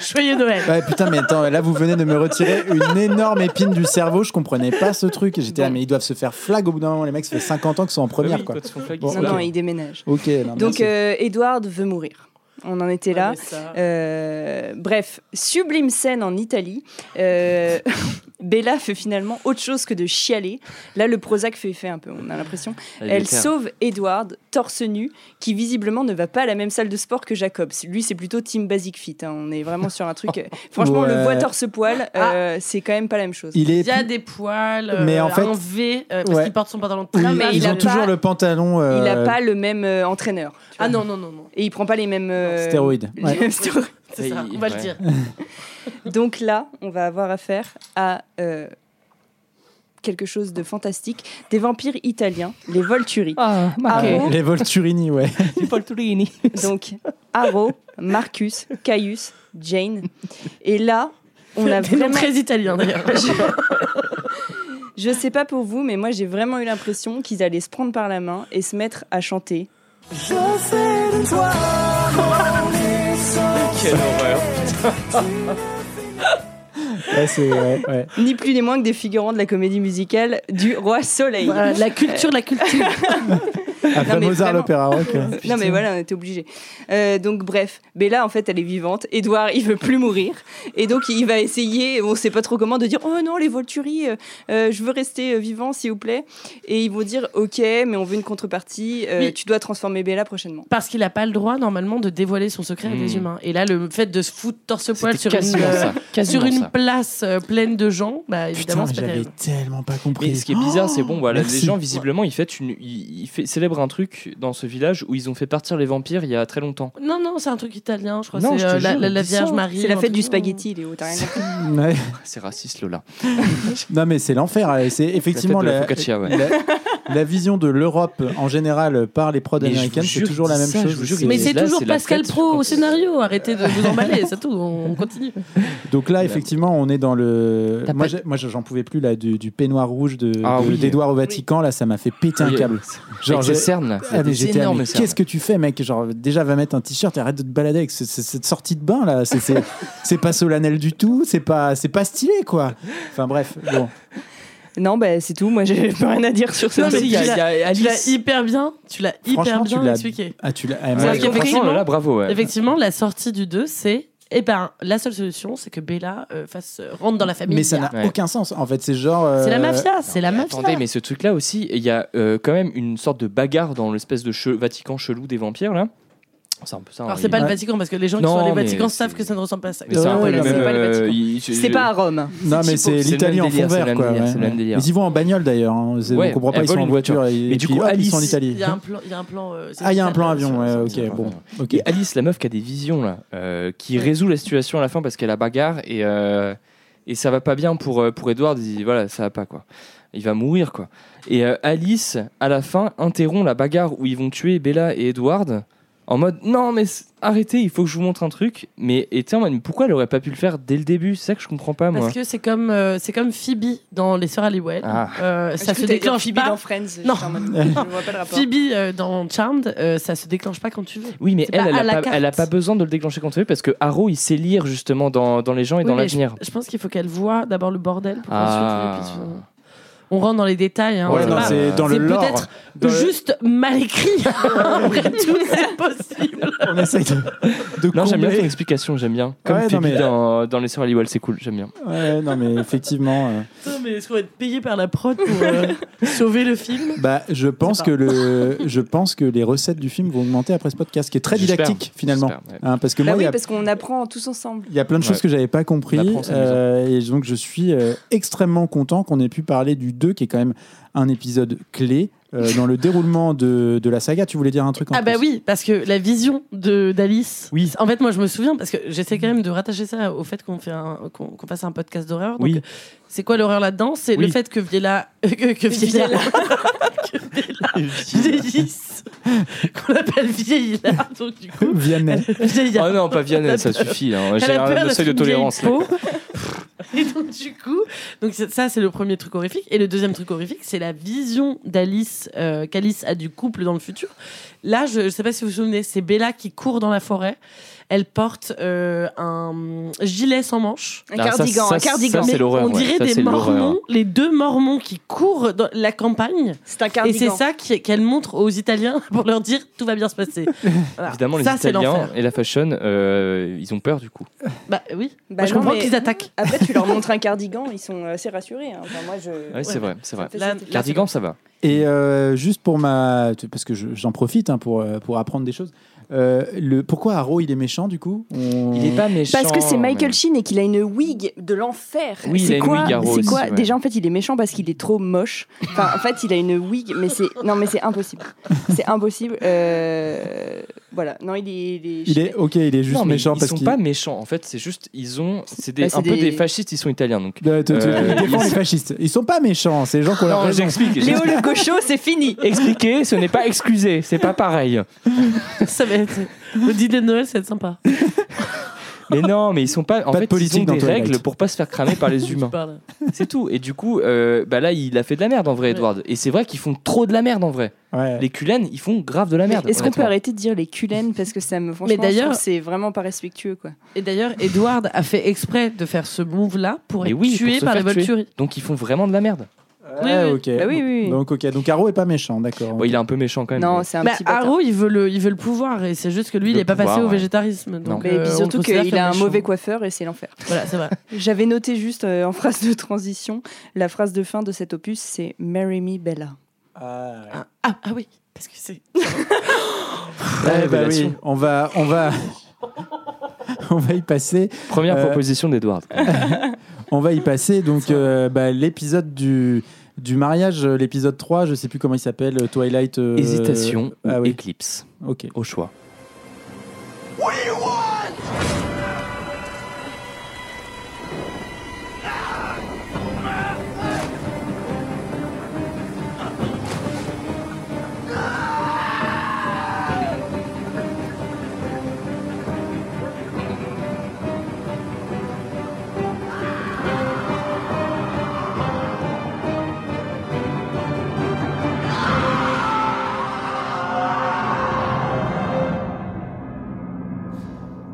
S3: Joyeux Noël.
S1: Ouais, putain, mais attends, là, vous venez de me retirer une énorme épine du cerveau. Je comprenais pas ce truc. Et J'étais là, mais ils doivent se faire flag au bout d'un moment. Les mecs, ça fait 50 ans qu'ils sont en
S2: Bah oui,
S1: première, quoi.
S2: quand ils se font flag, ils
S1: Bon,
S2: se
S4: Non,
S1: ok.
S2: barrent.
S4: non, il déménage.
S1: Ok, non,
S4: Donc,
S1: merci.
S4: euh, Edward veut mourir. On en était là.
S3: Ouais, mais ça-
S4: Euh, bref, sublime scène en Italie. Euh, Bella fait finalement autre chose que de chialer. Là, le Prozac fait effet un peu, on a l'impression.
S2: Ah, il est
S4: Elle
S2: clair.
S4: sauve Edward, torse nu, qui visiblement ne va pas à la même salle de sport que Jacob. Lui, c'est plutôt Team Basic Fit. hein. On est vraiment sur un truc. euh, Franchement, on le
S1: Ouais.
S4: voit torse-poil, euh,
S3: Ah.
S4: c'est quand même pas la même chose.
S1: il
S3: Il
S1: est.
S3: y a des poils, euh,
S1: Mais en fait-
S3: un V, euh, parce
S1: Ouais.
S3: qu'il porte son pantalon de
S1: Oui,
S3: travail.
S4: mais
S1: ils
S4: il
S1: ont
S4: a
S1: toujours
S4: pas-
S1: le pantalon. euh,
S4: Il n'a pas le même euh, entraîneur. tu vois.
S3: Ah non, non, non, non.
S4: Et il prend pas les mêmes. euh,
S1: Stéroïdes.
S4: les
S1: Ouais.
S4: mêmes stéroïdes.
S3: C'est
S2: Et
S3: ça,
S2: il-
S3: on va
S2: ouais.
S3: le dire.
S4: Donc là, on va avoir affaire à euh, quelque chose de fantastique des vampires italiens, les Volturi.
S2: Ah,
S4: Arrow,
S1: Les Volturini, ouais.
S4: donc Arrow, Marcus, Caius, Jane. Et là, on a
S3: Des noms
S4: vraiment.
S3: très italien d'ailleurs.
S4: Je sais pas pour vous, mais moi j'ai vraiment eu l'impression qu'ils allaient se prendre par la main et se mettre à chanter.
S2: Quelle horreur.
S1: Ouais, c'est- ouais, ouais.
S4: Ni plus ni moins que des figurants de la comédie musicale du Roi Soleil.
S3: Voilà, la culture, la culture.
S1: Après
S4: mais
S1: Mozart,
S4: vraiment.
S1: l'opéra rock. euh,
S4: Non mais voilà, on était obligé. donc bref, Bella en fait elle est vivante. Edouard il veut plus mourir et donc il va essayer, on sait pas trop comment, de dire oh non les Volturi, euh, euh, je veux rester euh, vivant s'il vous plaît. Et ils vont dire ok mais on veut une contrepartie, euh,
S3: Oui.
S4: tu dois transformer Bella prochainement.
S3: Parce qu'il n'a pas le droit normalement de dévoiler son secret à des
S2: Mm.
S3: humains. Et là, le fait de se foutre torse-poil
S2: C'était
S3: sur une,
S2: quasiment
S3: euh,
S2: ça.
S3: sur
S2: Quasiment
S3: une
S2: ça.
S3: place euh, pleine de gens, bah
S1: Putain,
S3: évidemment,
S1: mais
S3: c'est pas
S1: j'avais
S3: terrible.
S1: tellement pas compris.
S2: Mais ce qui est bizarre, c'est bon, voilà,
S1: Merci.
S2: les gens visiblement ils fêtent une, ils, ils fê- célèbrent un truc dans ce village où ils ont fait partir les vampires il y a très longtemps.
S3: Non, non, c'est un truc italien, je crois.
S2: Non,
S3: C'est
S2: je te
S3: euh, la,
S2: jure,
S3: la- la
S2: ils
S3: Vierge
S2: sont-
S3: Marie.
S4: C'est la
S3: un
S4: fête
S3: truc-
S4: du spaghetti Léo, t'as rien compris.
S1: Ouais.
S2: C'est raciste Lola.
S1: Non, mais c'est l'enfer. euh, C'est effectivement
S2: de la
S1: la,
S2: focaccia, ouais.
S1: la- la vision de l'europe en général par les prods
S2: Mais je vous
S1: américaines, c'est
S2: jure,
S1: toujours la
S2: dis
S1: même
S2: ça,
S1: chose.
S2: je vous jure,
S1: C'est-
S3: Mais
S2: Et
S3: c'est
S2: là,
S3: toujours
S2: c'est la
S3: Pascal
S2: fête,
S3: Pro
S2: je
S3: au
S2: pense.
S3: scénario. Arrêtez de vous emballer, c'est tout. On continue.
S1: Donc là, effectivement, on est dans le.
S2: T'as
S1: Moi,
S2: pas-
S1: j'ai- moi, j'en pouvais plus là du, du peignoir rouge de
S2: Ah
S1: de-
S2: oui.
S1: d'Edouard au Vatican. Là, ça m'a fait péter un
S2: Oui.
S1: câble.
S2: Genre
S1: j'ai-
S2: ces cernes là.
S1: Ah, mais j'étais là, mais
S2: énorme
S1: Qu'est-ce que tu fais, mec Genre, déjà, va mettre un t-shirt et arrête de te balader avec ce- ce- cette sortie de bain là. C'est- C'est c'est pas solennel du tout. C'est pas c'est pas stylé quoi. Enfin bref. Bon.
S4: Non bah c'est tout, moi j'ai plus rien à dire sur ce.
S3: Non, mais
S2: il y a, il y a
S3: Tu l'as
S2: Alice.
S3: hyper bien, tu l'as hyper
S1: Franchement, tu
S3: bien
S1: l'as-
S3: expliqué.
S1: Ah tu l'as. ah,
S2: Ouais,
S1: moi,
S3: Parce que
S2: franchement, Lola, bravo. ouais.
S3: Effectivement, la sortie du 2, c'est. Eh ben, la seule solution, c'est que Bella euh, fasse, euh, rentre dans la famille.
S1: mais ça n'a
S2: Ouais.
S1: aucun sens. En fait, c'est genre. euh,
S3: C'est la mafia, c'est la
S2: Mais
S3: mafia.
S2: Attendez, mais ce truc-là aussi, il y a euh, quand même une sorte de bagarre dans l'espèce de che- Vatican chelou des vampires là. C'est un peu ça. hein,
S3: Alors,
S2: il-
S3: c'est pas le
S1: Ouais.
S3: Vatican, parce que les gens
S2: Non,
S3: qui sont allés
S2: mais
S3: au Vatican
S2: c'est-
S3: savent que ça ne ressemble pas à ça.
S2: Mais c'est un
S1: Ouais,
S2: peu
S1: ouais,
S2: le
S1: c'est
S2: même.
S1: pas le
S2: euh,
S4: Vatican.
S2: il-
S4: C'est pas à Rome.
S1: Non, mais
S2: c'est le
S1: c'est
S2: même
S1: l'Italie en fond
S2: délire, c'est le
S1: vert
S2: même
S1: quoi.
S2: délire,
S1: ouais.
S2: c'est le même délire.
S1: Mais ils vont en bagnole d'ailleurs. hein. C'est- On
S2: Ouais,
S1: comprend pas.
S2: elles
S1: Ils sont
S2: volent
S1: en
S2: une
S1: voiture. et-
S2: Mais
S1: et
S2: du
S1: puis,
S2: coup,
S1: hop, ils
S2: Alice-
S1: sont en Italie.
S3: Il y a un plan. Il y a un plan euh, c'est
S1: Ah, il y a un
S3: ça,
S1: plan
S3: euh,
S1: avion,
S3: sur-
S1: ouais,
S3: sur-
S1: ok,
S2: sur-
S1: bon. ok.
S2: Et Alice, la meuf qui a des visions là, euh, qui résout la situation à la fin parce qu'elle a bagarre et, euh, et ça va pas bien pour, euh, pour Edward. Il dit voilà, ça va pas quoi. Il va mourir quoi. Et euh, Alice, à la fin, interrompt la bagarre où ils vont tuer Bella et Edward en mode non mais c- arrêtez, il faut que je vous montre un truc. Mais et tiens, mais pourquoi elle aurait pas pu le faire dès le début C'est ça que je comprends pas moi.
S3: Parce que c'est comme, euh, c'est comme Phoebe dans Les Sœurs Halliwell.
S2: Ah.
S3: Euh, ça se déclenche
S4: Phoebe
S3: pas.
S4: dans Friends.
S3: Non.
S4: j'étais en mode, Je vois pas le rapport.
S3: Phoebe euh, dans Charmed, euh, ça se déclenche pas quand tu veux.
S2: Oui, mais
S3: C'est
S2: elle,
S3: pas
S2: elle
S3: à la
S2: a, pas,
S3: carte.
S2: elle a pas besoin de le déclencher quand tu veux parce que Haro, il sait lire justement dans, dans les gens et
S3: Oui,
S2: dans
S3: mais je-
S2: l'avenir.
S3: Je, pense qu'il faut qu'elle voit d'abord le bordel pour
S2: Ah.
S3: ensuite. et puis, euh, on rentre dans les détails. Hein,
S2: Ouais,
S3: on
S1: non,
S3: va-
S1: c'est dans le
S3: c'est
S1: lore.
S3: peut-être
S1: Dans le-
S3: Juste mal écrit. Après tout, c'est possible.
S1: On essaye de, de
S2: Non, j'aime bien ton
S1: combler.
S2: explication, j'aime bien. Comme
S1: Ouais, non,
S2: Phoebe
S1: mais-
S2: dans, dans les sœurs Halliwell, c'est cool, j'aime bien.
S1: Ouais, non, mais effectivement. euh,
S3: Putain, mais est-ce qu'on va être payé par la prod pour euh, sauver le film
S1: Bah, je pense
S3: pas.
S1: que le, je pense que les recettes du film vont augmenter après ce podcast, qui est très
S2: J'espère,
S1: didactique finalement,
S2: j'espère, ouais.
S1: Hein, parce que
S4: Bah
S1: moi, il
S4: oui,
S1: y a-
S4: parce qu'on apprend tous ensemble.
S1: il y a plein de choses
S2: Ouais. Bah,
S1: que j'avais pas compris,
S2: On apprend, c'est
S1: euh, et donc je suis euh, extrêmement content qu'on ait pu parler du 2, qui est quand même un épisode clé euh, dans le déroulement de, de la saga. Tu voulais dire un truc en
S3: Ah bah
S1: plus
S3: oui, parce que la vision de d'Alice.
S1: Oui.
S3: En fait, moi, je me souviens parce que j'essaie quand même de rattacher ça au fait qu'on fait un- qu'on qu'on fasse un podcast d'horreur. Donc,
S2: Oui.
S3: C'est quoi l'horreur là-dedans C'est le
S2: Oui.
S3: fait que Viella, euh, que, que Viella, vieillisse, qu'on l'appelle Viella. Donc du coup,
S1: Vianney.
S3: Viella.
S2: Oh non, pas Vianney, ça suffit. Hein.
S3: Elle
S2: J'ai
S3: a peur
S2: un
S3: d'être
S2: seuil de
S3: une
S2: tolérance.
S3: vieille peau. Et donc du coup, donc c'est- ça c'est le premier truc horrifique. Et le deuxième truc horrifique, c'est la vision d'Alice, euh, qu'Alice a du couple dans le futur. Là, je ne sais pas si vous vous souvenez, c'est Bella qui court dans la forêt. Elle porte euh, un gilet sans manches.
S4: Un
S2: Ah, ça,
S4: cardigan,
S2: ça,
S4: un
S2: ça,
S4: cardigan.
S2: c'est
S3: Mais
S2: l'horreur,
S3: on
S2: ouais.
S3: dirait
S2: Ça,
S3: des
S2: c'est l'horreur.
S3: mormons, les deux mormons qui courent dans la campagne.
S4: C'est un
S3: Et c'est
S4: cardigan.
S3: ça qui- qu'elle montre aux Italiens pour leur dire tout va bien se passer. Voilà.
S2: Évidemment, les
S3: Ah, ça, c'est
S2: Italiens
S3: l'enfer.
S2: et la fashion, euh, ils ont peur du coup.
S3: Bah oui.
S4: Bah
S3: Moi, je
S4: non,
S3: comprends
S4: mais
S3: qu'ils attaquent.
S4: Après, tu leur montres un cardigan, ils sont assez rassurés. hein. Enfin, moi, je.
S2: Ouais, c'est vrai, c'est vrai.
S4: Ça fait
S3: Là-
S4: cette-
S2: Cardigan, ça va.
S1: Et euh, juste pour ma, parce que je- j'en profite hein, pour euh, pour apprendre des choses. Euh, le pourquoi Haro il est méchant du coup On-
S2: Il est pas méchant.
S4: Parce que c'est Michael
S2: mais-
S4: Sheen et qu'il a une wig de l'enfer.
S2: Oui, il a
S4: c'est
S2: une
S4: quoi,
S2: wig à rose
S4: c'est quoi
S2: aussi, ouais.
S4: Déjà, en fait, il est méchant parce qu'il est trop moche. Enfin, en fait, il a une wig, mais c'est non, mais c'est impossible. C'est impossible. Euh, Voilà. Non, il est.
S1: Il est ok, il est juste
S2: Non, mais
S1: méchant
S2: ils
S1: parce
S2: sont
S1: qu'il.
S2: pas méchants. En fait, c'est juste, ils ont, c'est des-
S4: Bah, c'est
S2: un peu
S4: des-
S2: des fascistes. Ils sont italiens donc.
S1: De- de- de-
S2: Euh,
S1: il défend
S2: ils-
S1: les fascistes. Ils sont pas méchants, c'est les gens qui ont leur
S2: Non,
S1: raison.
S2: j'explique.
S4: Léo le gaucho, c'est fini.
S2: Expliquer, ce n'est pas excuser, c'est pas pareil.
S3: Ça va être... Le dîner de Noël, ça va être sympa.
S2: Mais non, mais ils sont pas. En
S1: Pas de
S2: fait,
S1: politique
S2: ils ont
S1: dans
S2: des
S1: Twilight.
S2: règles pour pas se faire cramer par les
S3: Tu
S2: humains.
S3: parles.
S2: C'est tout. Et du coup, euh, bah là, il a fait de la merde en vrai, Edward. Et c'est vrai qu'ils font trop de la merde en vrai.
S1: Ouais.
S2: Les culaines, ils font grave de la merde.
S4: Est-ce qu'on peut
S2: honnêtement.
S4: arrêter de dire les culaines parce que ça me. Franchement,
S3: d'ailleurs-
S4: je trouve que c'est vraiment pas respectueux, quoi.
S3: Et d'ailleurs, Edward a fait exprès de faire ce move-là pour
S2: Mais
S3: être
S2: oui,
S3: tué
S2: pour se
S3: par les
S2: faire tuer.
S3: Volturi.
S2: Donc ils font vraiment de la merde.
S1: Ah,
S3: oui.
S1: ok.
S4: Bah oui, oui, oui.
S1: Donc ok, donc Haro est pas méchant, d'accord.
S2: Bon, il est un peu méchant quand même.
S4: Non,
S2: mais-
S4: c'est un
S3: Bah,
S4: petit bâtard.
S3: Haro, il veut, le, il veut le pouvoir et c'est juste que lui,
S2: Le
S3: il n'est pas passé
S2: pouvoir,
S3: au
S2: ouais.
S3: végétarisme. Donc,
S4: Mais
S3: euh,
S4: puis
S3: on
S4: surtout
S3: le considère
S4: qu'il
S3: comme
S4: a un
S3: méchant.
S4: mauvais coiffeur et c'est l'enfer.
S3: Voilà, c'est vrai.
S4: J'avais noté juste euh, en phrase de transition, la phrase de fin de cet opus, c'est Marry me Bella.
S3: Ah, ah, ah oui, parce que c'est.
S1: Ouais, bah
S2: Révélation.
S1: oui, on va, on va, on va y passer.
S2: Première
S1: Euh,
S2: proposition d'Edward.
S1: On va y passer. Donc euh, bah, l'épisode du du mariage, euh, l'épisode 3, je sais plus comment il s'appelle, euh, Twilight. euh,
S2: Hésitation ou
S1: Ah oui.
S2: éclipse.
S1: Ok.
S2: Au choix.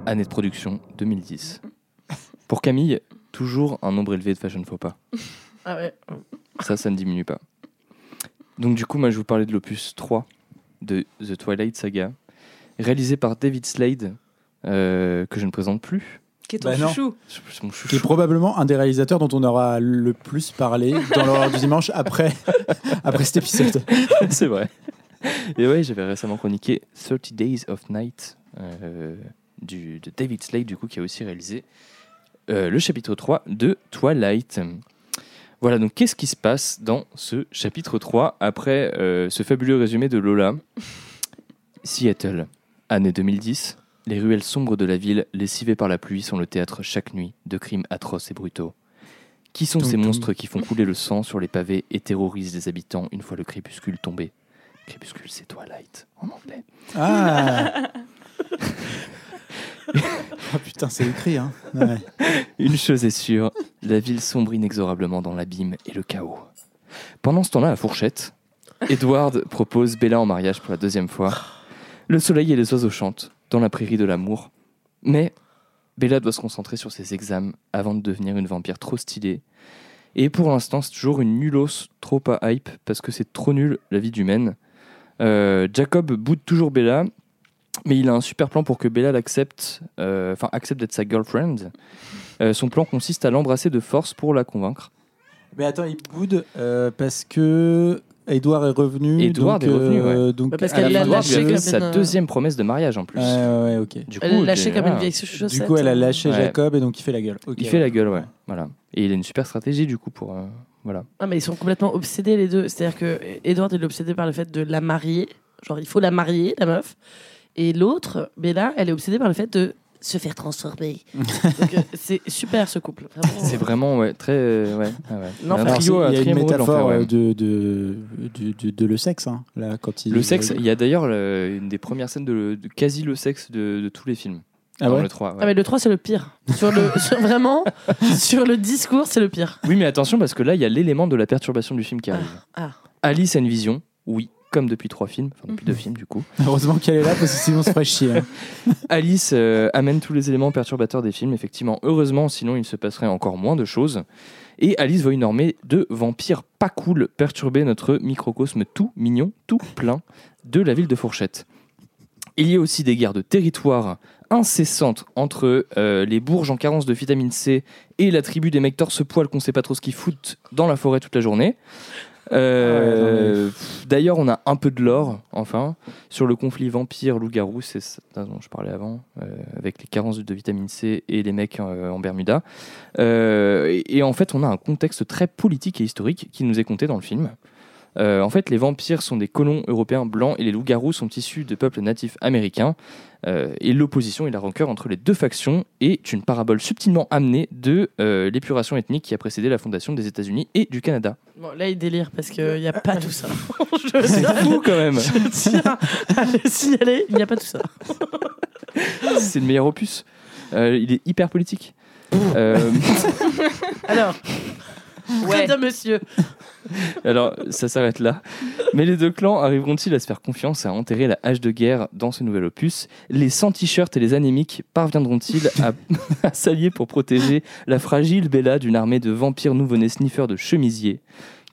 S2: Année de production 2010. Pour Camille, toujours un nombre élevé de fashion faux pas.
S3: Ah ouais.
S2: Ça, ça ne diminue pas. Donc du coup, moi, je vous parlais de l'opus 3 de The Twilight Saga, réalisé par David Slade, euh, que je ne présente plus.
S4: Qui est
S1: Bah non.
S2: Je- c'est mon chouchou.
S1: Qui est probablement un des réalisateurs dont on aura le plus parlé dans l'horreur du dimanche après, après cet épisode.
S2: C'est vrai. Et ouais, j'avais récemment chroniqué 30 Days of Night euh, du, de David Slade, du coup, qui a aussi réalisé euh, le chapitre 3 de Twilight. Voilà, donc qu'est-ce qui se passe dans ce chapitre 3 après euh, ce fabuleux résumé de Lola Seattle, année 2010. Les ruelles sombres de la ville, lessivées par la pluie, sont le théâtre chaque nuit de crimes atroces et brutaux. Qui sont
S1: Tum,
S2: ces
S1: tum.
S2: monstres qui font couler le sang sur les pavés et terrorisent les habitants une fois le crépuscule tombé Crépuscule, c'est Twilight en anglais.
S1: Ah Ah putain, c'est écrit, hein. Ouais.
S2: Une chose est sûre, la ville sombre inexorablement dans l'abîme et le chaos. Pendant ce temps-là, à Fourchette, Edward propose Bella en mariage pour la deuxième fois. Le soleil et les oiseaux chantent dans la prairie de l'amour. Mais Bella doit se concentrer sur ses examens avant de devenir une vampire trop stylée. Et pour l'instant, c'est toujours une nulos trop à hype parce que c'est trop nul la vie d'humaine. Euh, Jacob boude toujours Bella, mais il a un super plan pour que Bella l'accepte, euh, enfin accepte d'être sa girlfriend. Euh, son plan consiste à l'embrasser de force pour la convaincre.
S1: Mais attends, il boude euh, parce que Edouard est revenu.
S2: Edward
S1: donc,
S2: est revenu,
S1: euh, donc
S3: Bah, parce
S1: à
S3: qu'elle
S1: la
S3: l'a
S1: fin de la
S2: Edward lui a
S3: lâché
S1: vidéo-
S2: fait
S3: comme
S2: sa
S3: une- euh,
S2: deuxième promesse de mariage en plus.
S1: Ouais, ouais, ouais, ok.
S2: Du
S3: Elle
S2: coup,
S3: l'a lâché
S2: t'es-
S3: comme une
S2: voilà.
S3: vieille chaussette.
S1: Du coup, elle a lâché
S2: Ouais.
S1: Jacob et donc il fait la gueule. Ok.
S2: Il fait la gueule, ouais. Voilà. Et il a une super stratégie du coup pour. euh, voilà.
S3: Ah, mais ils sont complètement obsédés les deux. C'est-à-dire que Edward il est obsédé par le fait de la marier. Genre, il faut la marier, la meuf. Et l'autre, Bella, elle est obsédée par le fait de se faire transformer. Donc, euh, c'est super ce couple. Vraiment.
S2: C'est vraiment ouais, très. euh, ouais. Ah ouais.
S3: Non,
S2: un
S1: Alors,
S2: trio,
S1: c'est-
S2: un
S1: il y a
S2: trio
S1: une
S2: amoureux de l'enfer,
S1: métaphore
S2: ouais.
S1: euh, de, de, du- du- de le sexe, hein, là, quand il.
S2: Le sexe, il y a d'ailleurs le- une des premières scènes de, de quasi le sexe de, de tous les films.
S1: Ah
S2: dans
S1: ouais
S2: le 3. ouais.
S3: Ah, mais le 3, c'est le pire. Sur le, sur- vraiment, sur le discours, c'est le pire.
S2: Oui, mais attention parce que là, il y a l'élément de la perturbation du film qui arrive.
S3: Ah,
S2: Alice a une vision, oui, comme depuis trois films, enfin
S3: Mhm.
S2: depuis deux films du coup.
S1: Heureusement qu'elle est là parce que sinon on se ferait chier. hein.
S2: Alice euh, amène tous les éléments perturbateurs des films, effectivement. Heureusement, sinon il se passerait encore moins de choses. Et Alice voit une armée de vampires pas cool perturber notre microcosme tout mignon, tout plein de la ville de Fourchette. Il y a aussi des guerres de territoire incessantes entre euh, les bourges en carence de vitamine C et la tribu des mecs torse poil qu'on sait pas trop ce qu'ils foutent dans la forêt toute la journée. Euh, pff, D'ailleurs, on a un peu de lore, enfin sur le conflit vampire-loup-garou, c'est ça dont je parlais avant, euh, avec les carences de vitamine C et les mecs euh, en Bermuda. Euh, et, et en fait, on a un contexte très politique et historique qui nous est conté dans le film. Euh, en fait, les vampires sont des colons européens blancs et les loups-garous sont issus de peuples natifs américains. Euh, et l'opposition et la rancœur entre les deux factions est une parabole subtilement amenée de euh, l'épuration ethnique qui a précédé la fondation des États-Unis et du Canada.
S3: Bon, là, il délire parce qu'il n'y a pas tout ça. Je
S2: C'est fou quand même
S3: Je tiens à le signaler, il n'y a pas tout ça.
S2: C'est le meilleur opus. Euh, il est hyper politique. Euh,
S3: Alors, très
S4: Ouais.
S3: bien, monsieur.
S2: alors, ça s'arrête là. Mais les deux clans arriveront-ils à se faire confiance et à enterrer la hache de guerre dans ce nouvel opus Les sans t-shirts et les anémiques parviendront-ils à, à s'allier pour protéger la fragile Bella d'une armée de vampires nouveau-nés sniffeurs de chemisiers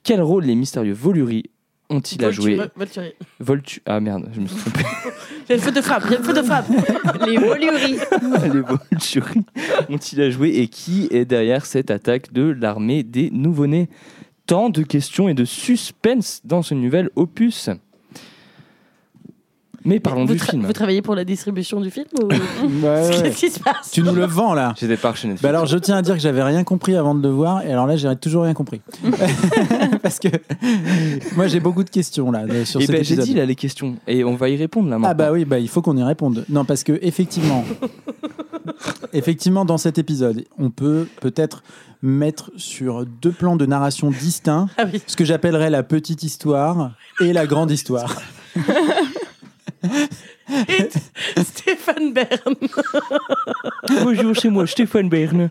S2: Quel rôle les mystérieux Voluri ont-ils à jouer
S3: Volturi- Volturi.
S2: Voltu. Ah merde, je me suis trompé.
S3: Il y a le feu de frappe, il y a le feu de frappe.
S4: Les Voluri.
S2: les Volturi ont-ils à jouer et qui est derrière cette attaque de l'armée des nouveau-nés Tant de questions et de suspense dans ce nouvel opus. Mais parlons
S3: vous
S2: du
S3: tra-
S2: film.
S3: Vous travaillez pour la distribution du film ou...
S1: Ouais, ouais.
S3: Qu'est-ce qui se passe
S1: Tu nous le vends là.
S2: J'étais pas chez Netflix.
S1: Bah alors je tiens à dire que j'avais rien compris avant de le voir et alors là j'ai toujours rien compris parce que moi j'ai beaucoup de questions là de- sur
S2: et
S1: cet
S2: ben j'ai
S1: épisode.
S2: dit là les questions et on va y répondre là maintenant.
S1: ah bah oui bah il faut qu'on y réponde non parce que effectivement effectivement dans cet épisode on peut peut-être mettre sur deux plans de narration distincts
S3: Ah oui.
S1: ce que j'appellerais la petite histoire et la grande histoire
S3: Et Stéphane Bern.
S2: Bonjour chez moi Stéphane Bern.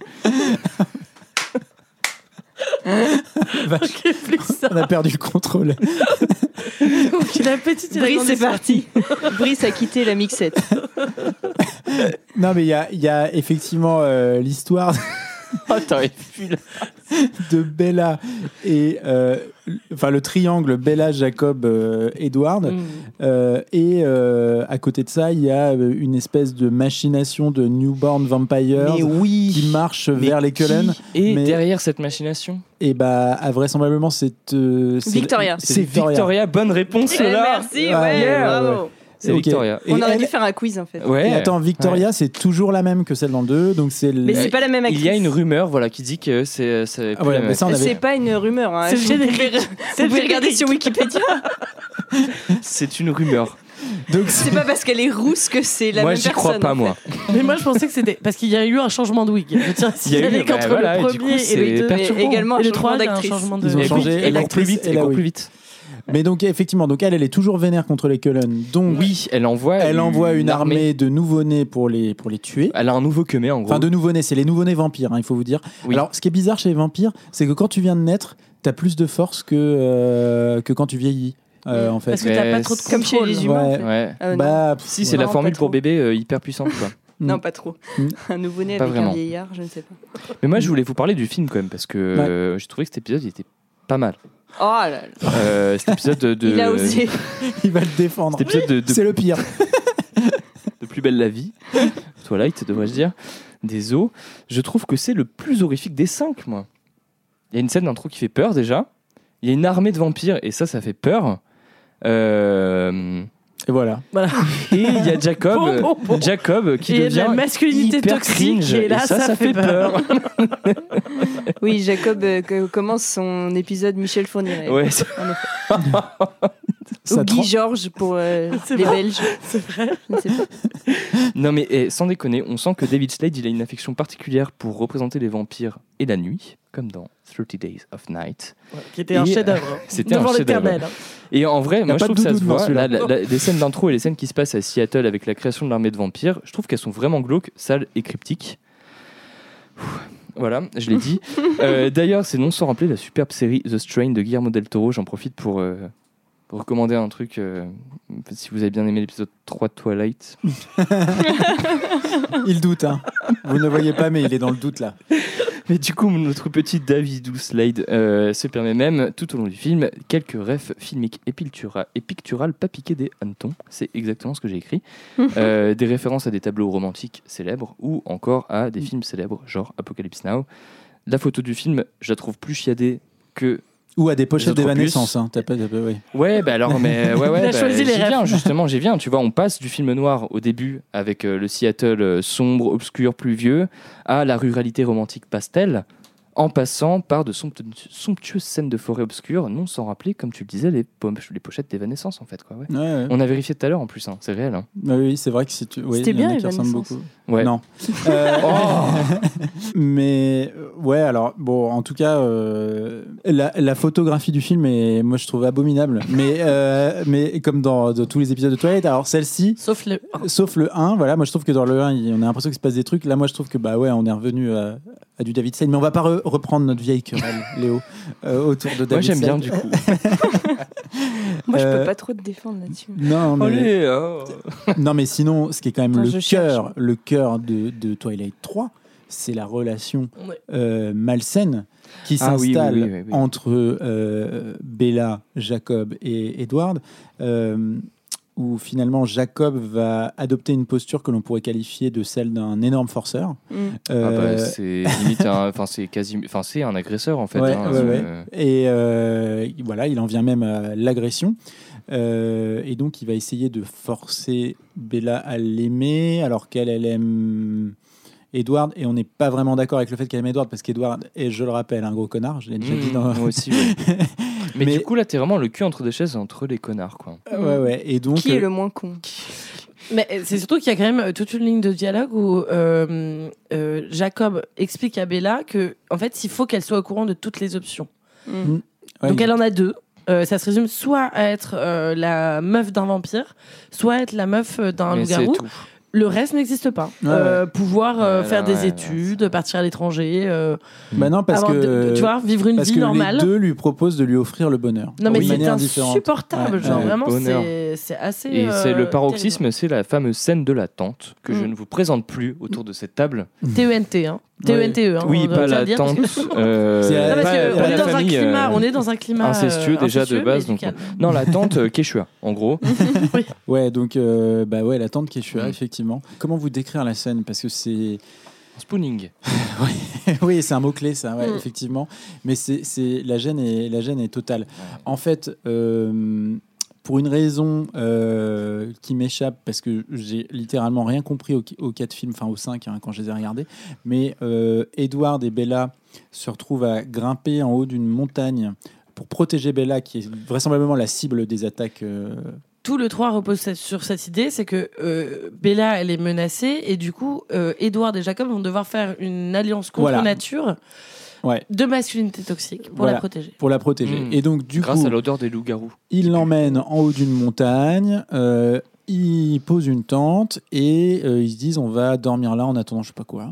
S3: Ok, plus ça.
S1: on a perdu le contrôle
S3: Donc, la petite et la
S4: Brice,
S3: grande
S4: c'est
S3: histoire.
S4: parti. Brice a quitté la mixette.
S1: non mais il y a, il y a effectivement euh, l'histoire
S2: Oh, t'aurais pu, là.
S1: de Bella et euh, l- enfin le triangle Bella Jacob euh, Edward
S3: Mm.
S1: Euh, et euh, à côté de ça il y a euh, une espèce de machination de newborn vampire
S2: oui.
S1: qui marche vers les Cullen
S2: Et
S1: mais-
S2: derrière cette machination,
S1: et bah ah, vraisemblablement c'est euh, c'est-
S4: Victoria.
S2: c'est Victoria. Bonne réponse
S4: Eh,
S2: là.
S4: merci,
S1: Ah,
S4: ouais,
S1: ouais,
S4: bravo.
S2: C'est
S1: Ok.
S2: Victoria.
S1: Et
S4: On aurait
S1: elle-
S4: dû faire un quiz en fait.
S2: Ouais.
S1: et attends Victoria c'est toujours la même que celle dans le 2 donc c'est
S4: Mais
S1: le-
S4: c'est pas la même actrice.
S2: Il y a une rumeur voilà qui dit que c'est c'est
S1: Ah,
S2: plus
S1: voilà,
S2: la
S1: mais
S2: même.
S1: ça, on avait-
S4: C'est pas une rumeur. Hein.
S3: C'est le
S4: Vous pouvez-
S3: générique.
S4: Vous pouvez regarder sur Wikipédia.
S2: C'est une rumeur.
S1: donc c'est-
S4: C'est pas parce qu'elle est rousse que c'est la
S2: moi
S4: même
S2: j'y
S4: personne.
S2: crois pas
S4: en
S2: moi.
S3: Mais moi, je pensais que c'était parce qu'il y a eu un changement de wig. Je tiens à signaler
S2: bah,
S3: qu'entre
S2: voilà, et
S3: le
S2: du coup,
S3: premier et,
S2: c'est
S3: le deux
S4: fait. Et
S2: perturbant.
S4: également
S3: et
S4: un
S3: le
S4: changement
S3: trois, il y a un
S4: d'actrice.
S3: changement de
S1: Ils ont
S2: Et
S1: changé
S2: oui, elle court plus
S1: l'actrice
S2: vite,
S1: et
S2: elle
S1: la
S2: court
S1: oui.
S2: plus vite.
S1: Mais donc, effectivement, donc elle, elle est toujours vénère contre les Cullen. Donc,
S2: Oui, elle envoie.
S1: elle envoie une armée, de nouveau-nés pour les, pour les tuer.
S2: Elle a un nouveau que en gros.
S1: Enfin, de nouveau-nés, c'est les nouveau-nés vampires, hein, il faut vous dire.
S2: Oui.
S1: Alors, ce qui est bizarre chez les vampires, c'est que quand tu viens de naître, t'as plus de force que, euh, que quand tu vieillis, euh, en
S3: Parce
S1: fait.
S3: que t'as
S2: Mais
S3: pas trop de contrôle.
S4: Comme chez les humains. en
S1: Ouais.
S4: fait.
S2: Ouais.
S4: Euh, non.
S1: Bah, pff,
S2: Si, c'est
S1: ouais.
S2: la
S4: Non,
S2: formule
S4: pas
S2: pour
S4: trop.
S2: bébé euh, hyper puissante. Quoi.
S1: Mm.
S4: Non, pas trop.
S1: Mm.
S4: Un nouveau-né
S2: Pas
S4: avec
S2: vraiment.
S4: un vieillard, je ne sais pas.
S2: Mais moi, je voulais vous parler du film quand même, parce que
S1: Ouais.
S2: euh, j'ai trouvé que cet épisode il était pas mal.
S4: Oh là là,
S2: Euh, cet épisode de. de-
S4: il a osé.
S1: Il va le défendre.
S2: Cet épisode de, de-
S1: C'est le pire.
S2: de Plus Belle la Vie, Twilight, devrais-je dire, des eaux. Je trouve que c'est le plus horrifique des cinq, moi. Il y a une scène d'intro qui fait peur déjà. Il y a une armée de vampires, et ça, ça fait peur. Euh,
S1: Et voilà.
S2: Et il y a Jacob,
S3: Bon, bon, bon.
S2: Jacob
S3: Et
S2: qui
S3: il y a de
S2: devient
S3: la masculinité
S2: hyper
S3: toxique,
S2: cringe.
S3: et là,
S2: ça,
S3: ça fait
S2: fait peur.
S4: Oui, Jacob euh, que- commence son épisode Michel Fourniret.
S2: ouais, c'est-
S1: Ça
S4: Ou Guy
S1: trans-
S4: Georges pour euh,
S3: C'est
S4: les
S3: vrai.
S4: Belges.
S3: C'est vrai.
S4: Je ne sais
S2: Euh,
S4: pas.
S2: non mais eh, sans déconner, on sent que David Slade il a une affection particulière pour représenter les vampires et la nuit, comme dans 30 Days of Night.
S3: Ouais, Qui était
S2: Et,
S3: un
S2: euh,
S3: chef-d'œuvre.
S2: c'était un
S3: Devant
S2: chef-d'œuvre.
S3: l'éternel. hein.
S2: Et en vrai, moi
S1: pas
S2: je
S1: de
S2: trouve que ça se
S1: doudou devant
S2: voit.
S1: celui-là.
S2: là, la- la- les scènes d'intro et les scènes qui se passent à Seattle avec la création de l'armée de vampires, je trouve qu'elles sont vraiment glauques, sales et cryptiques. Ouh, Voilà, je l'ai dit. Euh, D'ailleurs, c'est non sans rappeler la superbe série The Strain de Guillermo del Toro. J'en profite pour, euh, pour recommander un truc. euh, si vous avez bien aimé l'épisode 3 de Twilight,
S1: Il doute, hein. Vous ne voyez pas, mais il est dans le doute, là.
S2: Mais du coup, notre petit Davidou Slade euh, se permet même, tout au long du film, quelques refs filmiques et, piltura- et picturales pas piqués des hannetons. C'est exactement ce que j'ai écrit. Euh, des références à des tableaux romantiques célèbres ou encore à des films célèbres, genre Apocalypse Now. La photo du film, je la trouve plus chiadée que.
S1: Ou à des pochettes
S2: autres
S1: d'évanescence. Hein. T'as pas, t'as pas- oui.
S2: Ouais, bah alors, mais ouais, ouais.
S3: Il a
S2: bah,
S3: choisi les
S2: j'y
S3: refs.
S2: viens, justement, j'y viens. Tu vois, on passe du film noir au début avec euh, le Seattle euh, sombre, obscur, pluvieux, à la ruralité romantique pastel, en passant par de sompt- somptueuses scènes de forêt obscure, non sans rappeler, comme tu le disais, les, po- les pochettes d'évanescence, en fait. Quoi, ouais.
S1: Ouais, ouais.
S2: On a vérifié tout à l'heure, en plus, hein, c'est réel. hein.
S1: Ouais, oui, c'est vrai que si tu. Oui,
S4: C'était
S1: il y en a
S4: bien,
S1: qui ressemblent
S4: Evanescence.
S1: beaucoup.
S2: Ouais.
S1: Non. Euh,
S2: Oh
S1: Mais euh, ouais, alors bon, en tout cas, euh, la, la photographie du film est, moi, je trouve abominable. Mais euh, mais comme dans de tous les épisodes de Twilight, alors celle-ci,
S3: Sauf le.
S1: sauf le 1, voilà, moi je trouve que dans le 1, il- on a l'impression qu'il se passe des trucs. Là, moi, je trouve que bah ouais, on est revenu à, à du David Slade, mais on va pas re- reprendre notre vieille querelle, Léo, euh, autour de David.
S2: Moi, j'aime bien,
S1: Slade.
S2: du coup.
S4: Moi, je
S1: Euh,
S4: peux pas trop te défendre là-dessus.
S1: Non, mais.
S2: Allez,
S3: hein.
S2: oh.
S1: Non, mais sinon, ce qui est quand même
S4: Attends,
S1: le
S4: je cherche.
S1: cœur, le cœur de, de Twilight 3, c'est la relation
S3: Ouais.
S1: euh, malsaine qui
S2: Ah oui, oui,
S1: s'installe
S2: oui, oui, oui.
S1: entre euh, Bella, Jacob et Edward, euh, où finalement Jacob va adopter une posture que l'on pourrait qualifier de celle d'un énorme forceur.
S4: Mm.
S2: Ah bah,
S1: Euh,
S2: c'est limite un. Enfin, c'est quasi. Enfin, c'est un agresseur, en fait.
S1: Ouais,
S2: hein,
S1: ouais,
S2: euh,
S1: Et euh, voilà, il en vient même à l'agression. Euh, et donc, il va essayer de forcer Bella à l'aimer, alors qu'elle, elle aime Edward. Et on n'est pas vraiment d'accord avec le fait qu'elle aime Edward, parce qu'Edward est, je le rappelle, un gros connard. Je l'ai déjà dit
S2: Mm,
S1: dans.
S2: Moi aussi, ouais. mais,
S1: Mais-
S2: du coup, là, t'es vraiment le cul entre des chaises, entre les connards, quoi.
S1: Ouais, ouais. Et donc.
S4: Mmh. Qui est
S1: euh,
S4: le moins con
S3: Mais euh, c'est surtout qu'il y a quand même euh, toute une ligne de dialogue où euh, euh, Jacob explique à Bella que, en fait, il faut qu'elle soit au courant de toutes les options.
S4: Mm.
S1: ouais,
S3: Donc elle en a deux. Euh, ça se résume soit à être euh, la meuf d'un vampire, soit à être la meuf euh, d'un
S2: Mais c'est
S3: loup-garou.
S2: tout.
S3: Le reste n'existe pas.
S1: Ouais,
S3: Euh, pouvoir euh,
S2: Ouais,
S3: faire
S2: non,
S3: des
S2: ouais, ouais,
S3: études,
S2: c'est-
S3: partir à l'étranger, euh,
S1: Bah non, parce
S3: avoir
S1: que.
S3: de- de- tu vois, vivre une
S1: parce
S3: vie
S1: que
S3: normale.
S1: les deux lui proposent de lui offrir le bonheur.
S3: Non mais
S1: de
S3: c'est
S1: manière différente.
S3: insupportable,
S1: Ouais,
S3: genre
S1: ouais.
S3: vraiment
S2: Bonheur.
S3: c'est- c'est assez. euh,
S2: Et
S3: Mmh.
S2: c'est le paroxysme, c'est la fameuse scène de la tente que je
S4: Mm.
S2: ne vous présente plus autour de cette table.
S3: terrible. TENT, hein. TENTE, hein,
S2: oui,
S3: on doit
S2: pas
S3: le
S2: la
S3: dire.
S2: tente.
S1: C'est
S2: euh,
S1: la-
S3: Non, parce
S2: pas-
S3: que
S2: pas
S3: on, est
S2: la
S3: dans un
S2: famille,
S3: climat,
S2: euh,
S3: on est dans un climat
S2: incestueux
S3: euh,
S2: déjà de
S3: incestueux, Mmh.
S2: base,
S3: mais
S2: donc
S3: calme.
S2: Non, la tente euh, Quechua, en gros.
S1: Ouais, donc, euh, bah ouais, la tante qui est chouette,
S2: Mm.
S1: effectivement. Comment vous décrire la scène Parce que c'est.
S2: Spooning.
S1: oui, c'est un mot clé, ça, ouais,
S4: Mm.
S1: effectivement. Mais c'est, c'est- la gêne est la gêne est totale. En fait, euh, pour une raison euh, qui m'échappe, parce que j'ai littéralement rien compris aux, aux quatre films, enfin aux cinq hein, quand je les ai regardés. Mais euh, Edward et Bella se retrouvent à grimper en haut d'une montagne pour protéger Bella, qui est vraisemblablement la cible des attaques. euh,
S3: tout le 3 repose cette- sur cette idée, c'est que euh, Bella, elle est menacée, et du coup, euh, Edward et Jacob vont devoir faire une alliance contre
S1: Voilà.
S3: nature
S1: Ouais.
S3: de masculinité toxique pour
S1: Voilà.
S3: la protéger.
S1: pour la protéger.
S2: Mm.
S1: Et donc, du
S2: Grâce
S1: coup,
S2: à l'odeur des loups-garous.
S1: il l'emmène en haut d'une montagne, euh, il pose une tente et euh, ils se disent on va dormir là en attendant je sais pas quoi,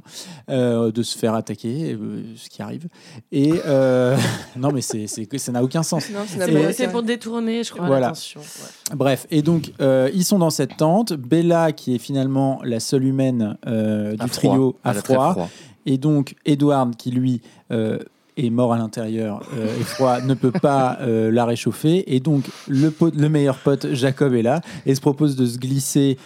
S1: euh, de se faire attaquer, euh, ce qui arrive. Et euh, non, mais c'est c'est que ça n'a aucun sens.
S4: Non, ça n'a
S1: Et-
S4: pas
S1: Ouais,
S3: C'est
S4: d'intérêt.
S3: pour détourner, je crois,
S1: Voilà.
S3: l'attention. ouais.
S1: Bref, et donc euh, ils sont dans cette tente. Bella, qui est finalement la seule humaine euh, du
S2: À froid.
S1: trio à
S2: Elle a très
S1: froid, Et donc, Edward, qui lui euh, est mort à l'intérieur euh, et froid, ne peut pas euh, la réchauffer. Et donc, le, pote- le meilleur pote, Jacob, est là et se propose de se glisser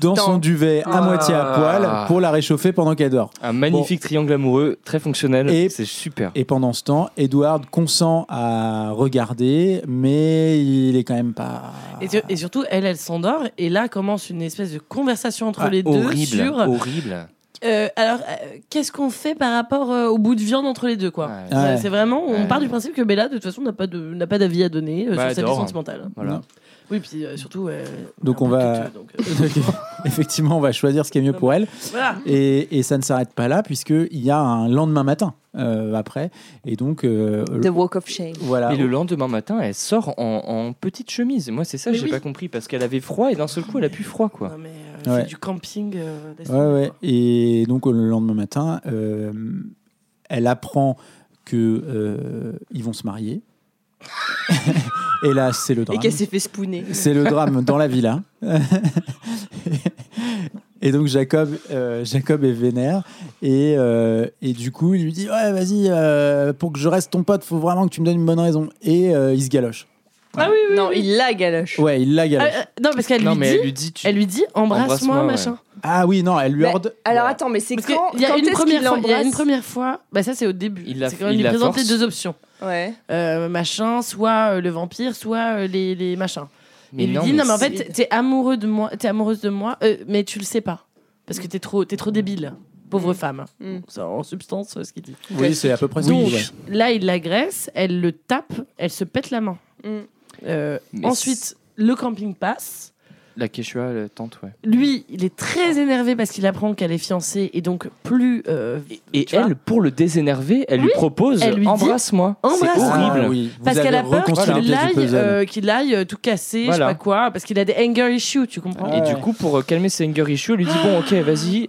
S1: dans
S4: Dans-
S1: son duvet à
S2: Ah.
S1: moitié à poil pour la réchauffer pendant qu'elle dort.
S2: Un magnifique triangle amoureux, très fonctionnel.
S1: Et-
S2: C'est super.
S1: Et pendant ce temps, Edward consent à regarder, mais il est quand même pas.
S3: Et,
S2: Bah.
S3: sur- et surtout, elle, elle s'endort, et là commence une espèce de conversation entre
S1: Ah,
S3: les deux
S2: horrible.
S3: sur
S2: Horrible.
S3: euh, alors euh, qu'est-ce qu'on fait par rapport euh, au bout de viande entre les deux, quoi.
S2: Ouais.
S1: Ah.
S3: Ça, C'est vraiment, on
S2: Ouais.
S3: part du principe que Bella, de toute façon, n'a pas de- n'a pas d'avis à donner euh,
S2: Bah,
S3: sur sa vie
S2: adore.
S3: sentimentale.
S2: Voilà.
S3: Oui, puis euh, surtout. euh,
S1: Donc
S3: un
S1: on
S3: peu
S1: va-
S3: toute, euh, donc, euh,
S1: Donc, Effectivement, on va choisir ce qui est mieux pour elle.
S3: voilà.
S1: Et, et ça ne s'arrête pas là, puisqu'il y a un lendemain matin euh, après. Et donc, euh,
S4: The Walk of Shame.
S1: voilà.
S2: Et le lendemain matin, elle sort en, en petite chemise. Moi, c'est ça, que
S3: Mais
S2: j'ai
S3: oui.
S2: pas compris parce qu'elle avait froid et d'un seul coup, elle a plus froid, quoi.
S3: Non, mais euh,
S1: Ouais.
S3: c'est du camping. euh, laisse
S1: Ouais,
S3: tomber,
S1: ouais.
S3: quoi.
S1: Et donc, le lendemain matin, euh, elle apprend que euh, ils vont se marier. et là, c'est le drame.
S4: Et qu'elle s'est fait spooner.
S1: C'est le drame dans la villa. et donc, Jacob, euh, Jacob est vénère. Et, euh, et du coup, il lui dit Ouais, vas-y, euh, pour que je reste ton pote, faut vraiment que tu me donnes une bonne raison. Et euh, il se galoche.
S3: Ah oui, oui.
S4: Non,
S3: oui.
S4: il la galoche.
S1: Ouais, il la
S3: Ah,
S1: galoche.
S3: euh, non, parce qu'elle
S2: non,
S3: lui,
S2: mais
S3: dit-
S2: elle lui dit, tu-
S3: elle lui dit embrasse-moi,
S2: Embrasse-moi, ouais.
S3: machin.
S1: Ah oui, non, elle lui
S4: Mais-
S1: ordre.
S4: Alors attends, mais c'est
S3: Parce
S4: quand
S3: qu'il y, a
S4: quand
S3: une
S4: est-ce
S3: première
S4: qu'il
S3: fois- il y a une
S4: l'embrasse
S3: première fois, bah ça c'est au début.
S2: Il la-
S3: C'est quand
S2: il
S3: il lui
S2: la
S3: présente
S2: force.
S3: les deux options.
S4: Ouais.
S3: Euh, machin, soit euh, le vampire, soit euh, les, les machins.
S2: Mais
S3: il lui dit non, mais en
S2: c'est-
S3: fait, t'es amoureux de moi, t'es amoureuse de moi, euh, mais tu le sais pas parce que t'es trop, t'es trop débile, pauvre
S4: Mm.
S3: femme.
S4: Mm.
S3: C'est en substance euh, ce qu'il dit.
S1: Oui, c'est à peu près ça.
S3: Donc
S1: ouais.
S3: là, il l'agresse, elle le tape, elle se pète la main.
S4: Mm.
S3: Euh,
S2: Mais
S3: ensuite, le camping passe.
S2: La Quechua, la tante, ouais.
S3: Lui, il est très énervé parce qu'il apprend qu'elle est fiancée et donc plus. euh,
S2: Et
S3: tu vois,
S2: elle, pour le désénerver, elle lui
S3: Oui,
S2: propose
S3: elle lui dit,
S2: Embrasse-moi. C'est
S3: Embrasse-moi.
S2: horrible.
S1: Ah oui, vous
S3: Parce
S1: avez
S3: qu'elle a peur
S1: reconstruit les
S3: qu'il
S1: pièces du
S3: aille,
S1: puzzle.
S3: euh, qu'il aille euh, tout casser,
S2: Voilà.
S3: je sais pas quoi, parce qu'il a des anger issues, tu comprends
S2: Et
S1: Ouais.
S2: du coup, pour euh, calmer ses anger issues, elle lui dit Bon, ok, vas-y,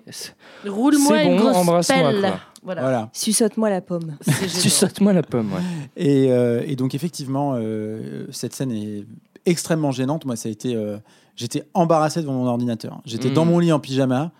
S3: Roule-moi
S2: C'est
S3: une
S2: bon,
S3: grosse
S2: embrasse-moi,
S3: pelle.
S2: quoi.
S3: Voilà.
S1: Voilà.
S4: Suçote-moi la pomme.
S3: C'est
S2: tu
S3: gênant.
S2: sautes-moi la pomme. ouais.
S1: Et, euh, et donc, effectivement, euh, cette scène est extrêmement gênante. Moi, ça a été. euh, J'étais embarrassé devant mon ordinateur. J'étais
S2: Mm.
S1: dans mon lit en pyjama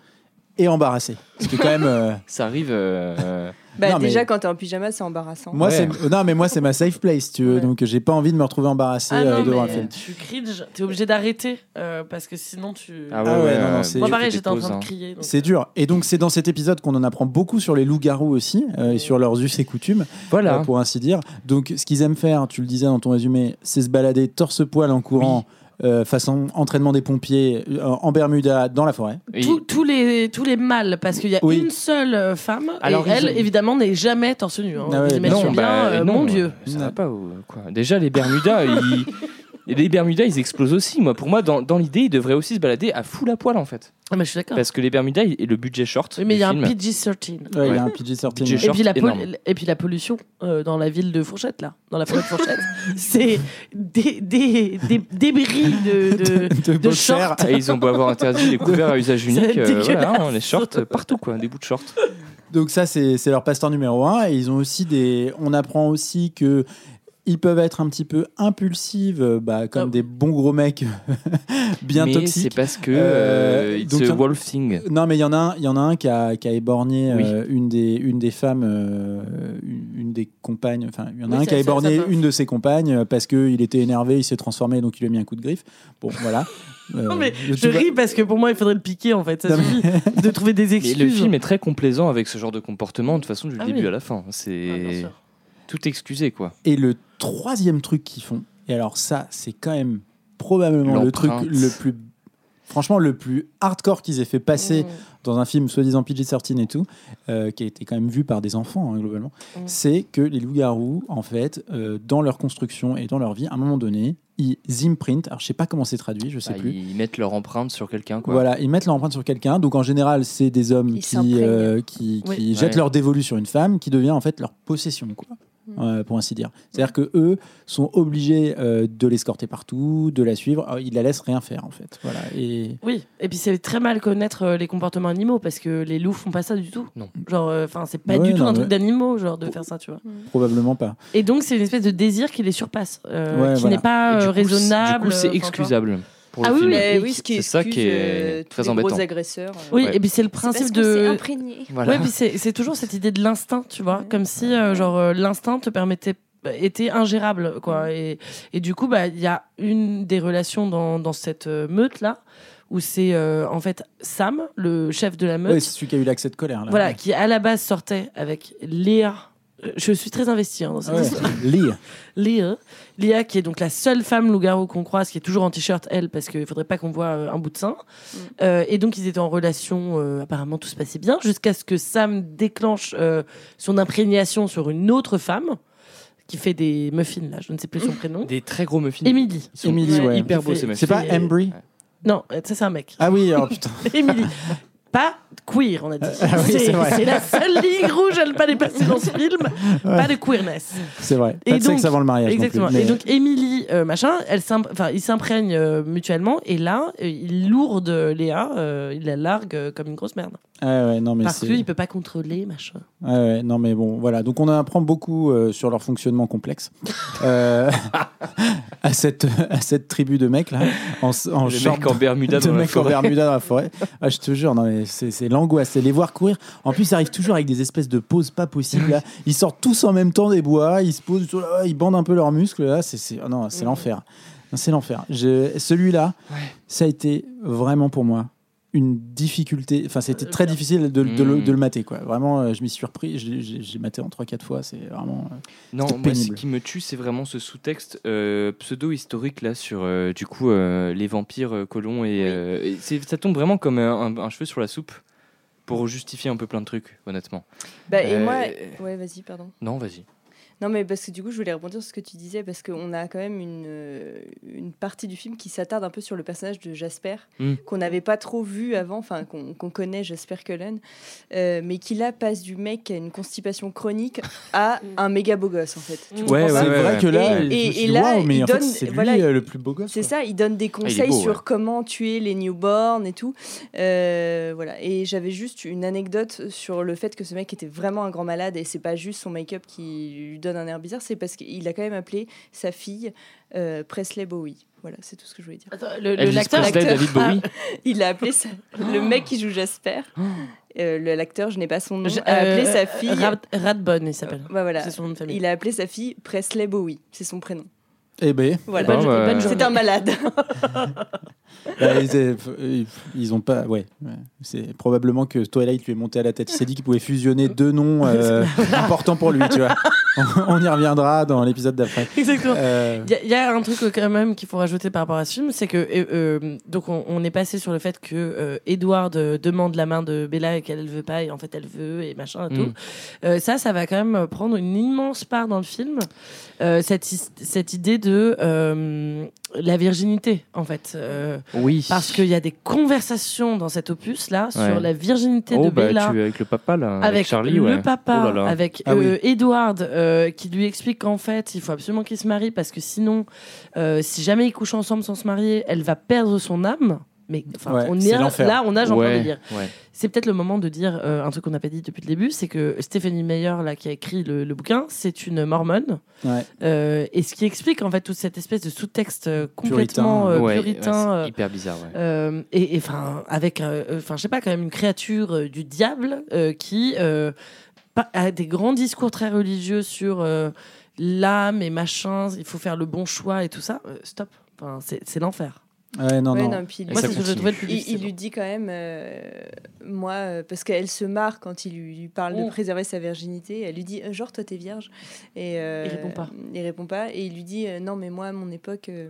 S1: et embarrassé. Parce que, quand même. euh,
S2: Ça arrive. euh, euh,
S4: Bah
S1: Non, mais-
S4: déjà quand t'es en pyjama, c'est embarrassant.
S1: moi,
S2: Ouais.
S1: c'est. Non, mais moi, c'est ma safe place, tu veux.
S4: Ouais.
S1: Donc, j'ai pas envie de me retrouver embarrassé
S3: Ah
S1: euh,
S3: non,
S1: devant un
S3: mais
S1: film.
S3: tu cringe, t'es obligé d'arrêter euh, parce que sinon tu.
S2: Ah ouais,
S1: Ah ouais,
S2: ouais,
S1: non, non,
S2: ouais.
S1: c'est-
S3: Moi
S2: Tu
S3: pareil,
S2: fais des
S3: j'étais en
S2: pauses,
S3: train
S2: hein.
S3: de crier. donc,
S1: C'est dur. Et donc, c'est dans cet épisode qu'on en apprend beaucoup sur les loups-garous aussi, euh, et sur leurs us et coutumes.
S2: Voilà.
S1: euh, pour ainsi dire. Donc, ce qu'ils aiment faire, tu le disais dans ton résumé, c'est se balader torse-poil en courant, euh, façon entraînement des pompiers, euh, en Bermuda, dans la forêt.
S3: euh, tous- tous les tous les mâles parce qu'il y a
S1: Oui.
S3: une seule euh, femme
S2: Alors,
S3: et elle
S2: ils ont-
S3: évidemment n'est jamais torse nu. hein.
S1: Ah ouais,
S3: Ils
S1: mais
S3: imaginent
S1: non,
S3: bien,
S2: bah,
S3: euh,
S2: non,
S3: mon dieu.
S2: Ça
S1: Ouais.
S2: va pas ou quoi Déjà, les Bermudas, ils. et Les Bermudas, ils explosent aussi. Moi, pour moi, dans, dans l'idée, ils devraient aussi se balader à full à poil en fait,
S3: Ah, mais je suis d'accord.
S2: parce que les Bermudas, ils- et le budget short.
S3: Oui, mais il
S2: du
S3: y a un
S2: film-
S1: Ouais,
S3: PG-13.
S1: Il y a
S2: Ouais.
S1: un PG-13.
S2: PG
S1: ouais.
S3: Et puis, la pol-
S2: énorme.
S3: et puis la pollution euh, dans la ville de Fourchette, là, dans la forêt de Fourchette, c'est des, des, des débris de, de,
S1: de
S3: de
S1: boxer.
S2: Et ils ont beau avoir interdit les couverts à usage unique, euh,
S3: dégueulasse.
S2: voilà, hein, les shorts euh, partout quoi, des bouts de shorts.
S1: Donc ça, c'est c'est leur pasteur numéro un. Et ils ont aussi des. On apprend aussi que. Ils peuvent être un petit peu impulsives, euh, bah, comme
S3: Oh.
S1: des bons gros mecs bien
S2: mais
S1: toxiques.
S2: c'est parce que
S1: Euh,
S2: euh, it's
S1: donc,
S2: a
S1: ça-
S2: wolf thing.
S1: Non, mais il y en a un, il y en a un qui a, qui a éborgné
S2: Oui.
S1: euh, une des une des femmes, euh, une, une des compagnes. Enfin, il y en a
S3: Oui,
S1: un
S3: ça-
S1: qui a
S3: ça-
S1: éborgné
S3: ça peut.
S1: une de ses compagnes euh, parce que il était énervé, il s'est transformé, donc il lui a mis un coup de griffe. Bon, voilà. Euh,
S3: Non, mais
S1: le
S3: je
S1: tout-
S3: ris parce que pour moi, il faudrait le piquer, en fait. Ça
S1: Non,
S3: suffit de trouver des
S2: Mais
S3: excuses.
S2: le film est très complaisant avec ce genre de comportement, de toute façon, du
S3: Ah
S2: début
S3: oui.
S2: à la fin.
S3: Ah, bien
S2: C'est
S3: sûr.
S2: tout excusé quoi.
S1: Et le troisième truc qu'ils font. Et alors ça, c'est quand même probablement le truc
S2: L'empreinte.
S1: le plus Franchement, le plus hardcore qu'ils aient fait passer
S3: Mm.
S1: dans un film soi-disant PG-13 et tout, euh, qui a été quand même vu par des enfants hein, globalement, c'est que les loups-garous, en fait, euh, dans leur construction et dans leur vie, à un moment donné, ils imprintent. Alors, je sais pas comment c'est traduit, je sais
S2: Bah,
S1: plus.
S2: Ils mettent leur empreinte sur quelqu'un, quoi.
S1: Voilà, ils mettent leur empreinte sur quelqu'un. Donc en général, c'est des hommes
S4: Ils
S1: qui,
S4: s'imprègnent.
S1: euh, qui,
S3: Oui.
S1: qui jettent
S2: Ouais.
S1: leur dévolu sur une femme, qui devient en fait leur possession, quoi,
S3: Mm.
S1: euh, pour ainsi dire. C'est-à-dire que eux sont obligés euh, de l'escorter partout, de la suivre. Alors, ils la laissent rien faire en fait. Voilà. Et
S3: Oui, et puis c'est très mal connaître euh, les comportements animaux parce que les loups font pas ça du tout.
S2: Non.
S3: Genre, euh, enfin, c'est pas
S1: Ouais,
S3: du tout
S1: non,
S3: un truc
S1: mais-
S3: d'animaux, genre, de faire ça, tu vois.
S1: probablement pas.
S3: Et donc, c'est une espèce de désir qui les surpasse, euh,
S1: Ouais,
S3: qui
S1: voilà.
S3: n'est pas
S2: Et du
S3: euh,
S2: coup, c'est-
S3: raisonnable.
S2: Du coup,
S3: euh,
S2: c'est
S3: enfin, tu vois.
S2: excusable pour
S3: Ah
S2: le
S3: oui,
S2: film.
S3: mais-
S4: Mais Eh oui, ce qui
S2: C'est ça
S4: excuse,
S2: qui est
S4: euh, tous
S2: très
S4: les
S2: embêtant.
S4: Gros agresseurs. euh.
S3: Oui,
S2: Ouais.
S3: et puis c'est le
S4: C'est parce
S3: principe
S4: qu'on s'est
S3: de.
S4: imprégné.
S2: Voilà.
S3: Ouais, puis c'est c'est toujours cette idée de l'instinct, tu vois, comme si euh, genre euh, l'instinct te permettait était ingérable
S1: Mm.
S3: quoi et, et du coup bah il y a une des relations dans, dans cette meute là où c'est euh, en fait Sam le chef de la meute
S1: Ouais, c'est celui qui a eu l'accès de colère. Là.
S3: voilà
S1: Ouais.
S3: qui à la base sortait avec Léa Euh, je suis très investie hein, dans cette
S1: Ah Ouais.
S3: histoire.
S1: Lire.
S3: Léa Léa qui est donc la seule femme loup-garou qu'on croise qui est toujours en t-shirt elle parce qu'il faudrait pas qu'on voit euh, un bout de sein Euh, et donc ils étaient en relation, euh, apparemment tout se passait bien, jusqu'à ce que Sam déclenche euh, son imprégnation sur une autre femme qui fait des muffins, là, je ne sais plus son prénom.
S2: Des très gros muffins.
S3: Emily.
S2: Ils sont
S1: Emily, ouais.
S2: hyper
S3: Qui
S2: beaux,
S3: fait-
S2: ces mecs.
S1: C'est pas
S3: C'est-
S1: Embry.
S3: Non, euh, ça c'est un mec.
S1: Ah oui, alors putain.
S3: Emily. Pas queer, on a dit.
S1: Ah oui, c'est
S3: c'est
S1: vrai.
S3: c'est la seule ligne rouge à ne pas dépasser dans ce film. Pas de queerness.
S1: C'est vrai. Pas
S3: Et
S1: de sexe
S3: donc-
S1: avant le mariage. non plus,
S3: Exactement.
S1: mais-
S3: Et donc Émilie, euh, machin, elle s'imp- enfin, ils s'imprègnent euh, mutuellement et là, euh, il lourde Léa, euh, il la largue euh, comme une grosse merde.
S1: Ah ouais, non, mais
S3: Parce
S1: c'est-
S3: qu'il peut pas contrôler, machin.
S1: Ouais, ouais, non, mais bon, voilà. Donc, on apprend beaucoup euh, sur leur fonctionnement complexe euh, à, cette, à cette tribu de mecs, là, en, s- en
S2: Les
S1: short-
S2: mecs en Bermuda
S1: de
S2: dans la
S1: mecs en
S2: forêt.
S1: Bermuda dans la forêt. Ah, je te jure, non, mais c'est c'est l'angoisse. C'est les voir courir. En plus, ils arrivent toujours avec des espèces de pauses pas possibles. Là. Ils sortent tous en même temps des bois, ils se posent, sur- ah, ils bandent un peu leurs muscles. Là, c'est c'est- ah non, c'est l'enfer. Non, C'est l'enfer. Je- Celui-là, ça a été vraiment pour moi une difficulté. Enfin, c'était
S2: Euh,
S1: très difficile de, de le,
S2: Mm.
S1: de le mater, quoi. Vraiment, euh, je m'y suis repris. Je l'ai- J'ai j'ai maté en 3-4 fois. C'est vraiment. euh,
S2: Non,
S1: C'était
S2: moi, ce
S1: pénible.
S2: qui me tue, c'est vraiment ce sous-texte euh, pseudo-historique là sur euh, du coup euh, les vampires euh, colons et, euh, et c'est- ça tombe vraiment comme un, un- un cheveu sur la soupe pour justifier un peu plein de trucs, honnêtement.
S4: Bah, et
S2: Euh,
S4: moi, ouais, vas-y, pardon.
S2: Non, vas-y.
S4: Non, mais parce que du coup, je voulais rebondir sur ce que tu disais, parce qu'on a quand même une, euh, une partie du film qui s'attarde un peu sur le personnage de Jasper,
S2: Mm.
S4: qu'on n'avait pas trop vu avant, enfin, qu'on qu'on connaît Jasper Cullen, euh, mais qui là passe du mec qui a une constipation chronique à un méga beau gosse, en fait. Tu
S3: Mm.
S4: vois,
S2: Ouais,
S4: je pense
S1: c'est
S2: ouais,
S1: vrai
S2: ouais.
S1: que là, je
S4: Et-
S1: me
S4: et-
S1: suis
S4: et
S1: dit,
S4: là,
S1: waouh, mais
S4: il
S1: en fait,
S4: donne-
S1: c'est lui
S4: voilà,
S1: euh, le plus beau gosse.
S4: C'est
S1: quoi.
S4: ça, il donne des conseils
S2: Ah, beau,
S4: sur
S2: ouais.
S4: comment tuer les newborns et tout. Euh, voilà. Et j'avais juste une anecdote sur le fait que ce mec était vraiment un grand malade et c'est pas juste son make-up qui lui donne un air bizarre, c'est parce qu'il a quand même appelé sa fille euh, Presley Bowie. Voilà, c'est tout ce que je voulais dire.
S3: Attends, le- le-
S2: Elvis
S3: l'acteur-
S2: Presley,
S3: l'acteur-
S2: David Bowie.
S4: Il a appelé sa- le mec qui joue Jasper, euh, le- l'acteur, je n'ai pas son nom,
S3: Je-
S4: a appelé
S3: euh,
S4: sa fille.
S3: Rad- Radbon, il s'appelle.
S4: Bah voilà.
S3: C'est son nom de famille.
S4: Il a appelé sa fille Presley Bowie, c'est son prénom.
S1: Eh ben,
S4: Voilà.
S2: Bon, bah,
S3: bonne
S4: C'est un malade.
S1: bah, ils, euh, f- euh, ils ont pas. Ouais. ouais. C'est probablement que Twilight lui est monté à la tête. Il s'est dit qu'il pouvait fusionner deux noms euh, importants pour lui. Tu vois. On, on y reviendra dans l'épisode d'après.
S3: Exactement.
S1: Euh,
S3: Il y, a- il y a un truc euh, quand même qu'il faut rajouter par rapport à ce film, c'est que euh, euh, donc on, on est passé sur le fait que euh, Edward euh, demande la main de Bella et qu'elle veut pas et en fait elle veut et machin et
S2: Mm.
S3: tout. Euh, ça, ça va quand même prendre une immense part dans le film. Euh, cette, is- cette idée de euh, la virginité en fait, Euh,
S2: Oui.
S3: parce qu'il y a des conversations dans cet opus là sur
S2: Ouais.
S3: la virginité
S2: oh,
S3: de
S2: bah,
S3: Bella.
S2: tu es avec le papa là, avec,
S3: avec,
S2: Charlie,
S3: le
S2: ouais.
S3: papa,
S2: Oh là là.
S3: avec
S1: Ah
S3: euh, Edward, euh, qui lui explique qu'en fait, il faut absolument qu'ils se marient parce que sinon, euh, si jamais ils couchent ensemble sans se marier, elle va perdre son âme. Mais enfin,
S1: Ouais,
S3: on
S1: c'est
S3: est là,
S1: l'enfer.
S3: là, on nage en train de
S2: ouais,
S3: dire.
S2: ouais.
S3: C'est peut-être le moment de dire euh, un truc qu'on n'a pas dit depuis le début, c'est que Stephanie Meyer, là, qui a écrit le, le bouquin, c'est une mormone.
S1: ouais.
S3: Euh, et ce qui explique en fait toute cette espèce de sous-texte euh, complètement euh,
S2: Ouais,
S3: puritain,
S2: ouais, c'est
S3: euh,
S2: hyper bizarre. Ouais.
S3: euh, et enfin, avec, euh, euh, enfin, je sais pas, quand même une créature euh, du diable euh, qui euh, pa- a des grands discours très religieux sur euh, l'âme et machin, il faut faire le bon choix et tout ça. Euh, stop, Enfin, c'est c'est l'enfer.
S1: Ouais, non,
S4: Ouais,
S1: non.
S4: non, puis il
S2: Et
S4: lui
S3: Moi,
S2: ça
S3: c'est ce que
S2: continue.
S3: j'ai trouvé le plus
S4: il, il
S3: difficile.
S4: lui dit quand même, euh, moi, euh, parce qu'elle se marre quand il lui parle
S3: Mm.
S4: de préserver sa virginité, elle lui dit, euh, genre, toi, t'es vierge. Et, euh,
S3: Il répond pas.
S4: Il répond pas. Et il lui dit, euh, non, mais moi, à mon époque, euh,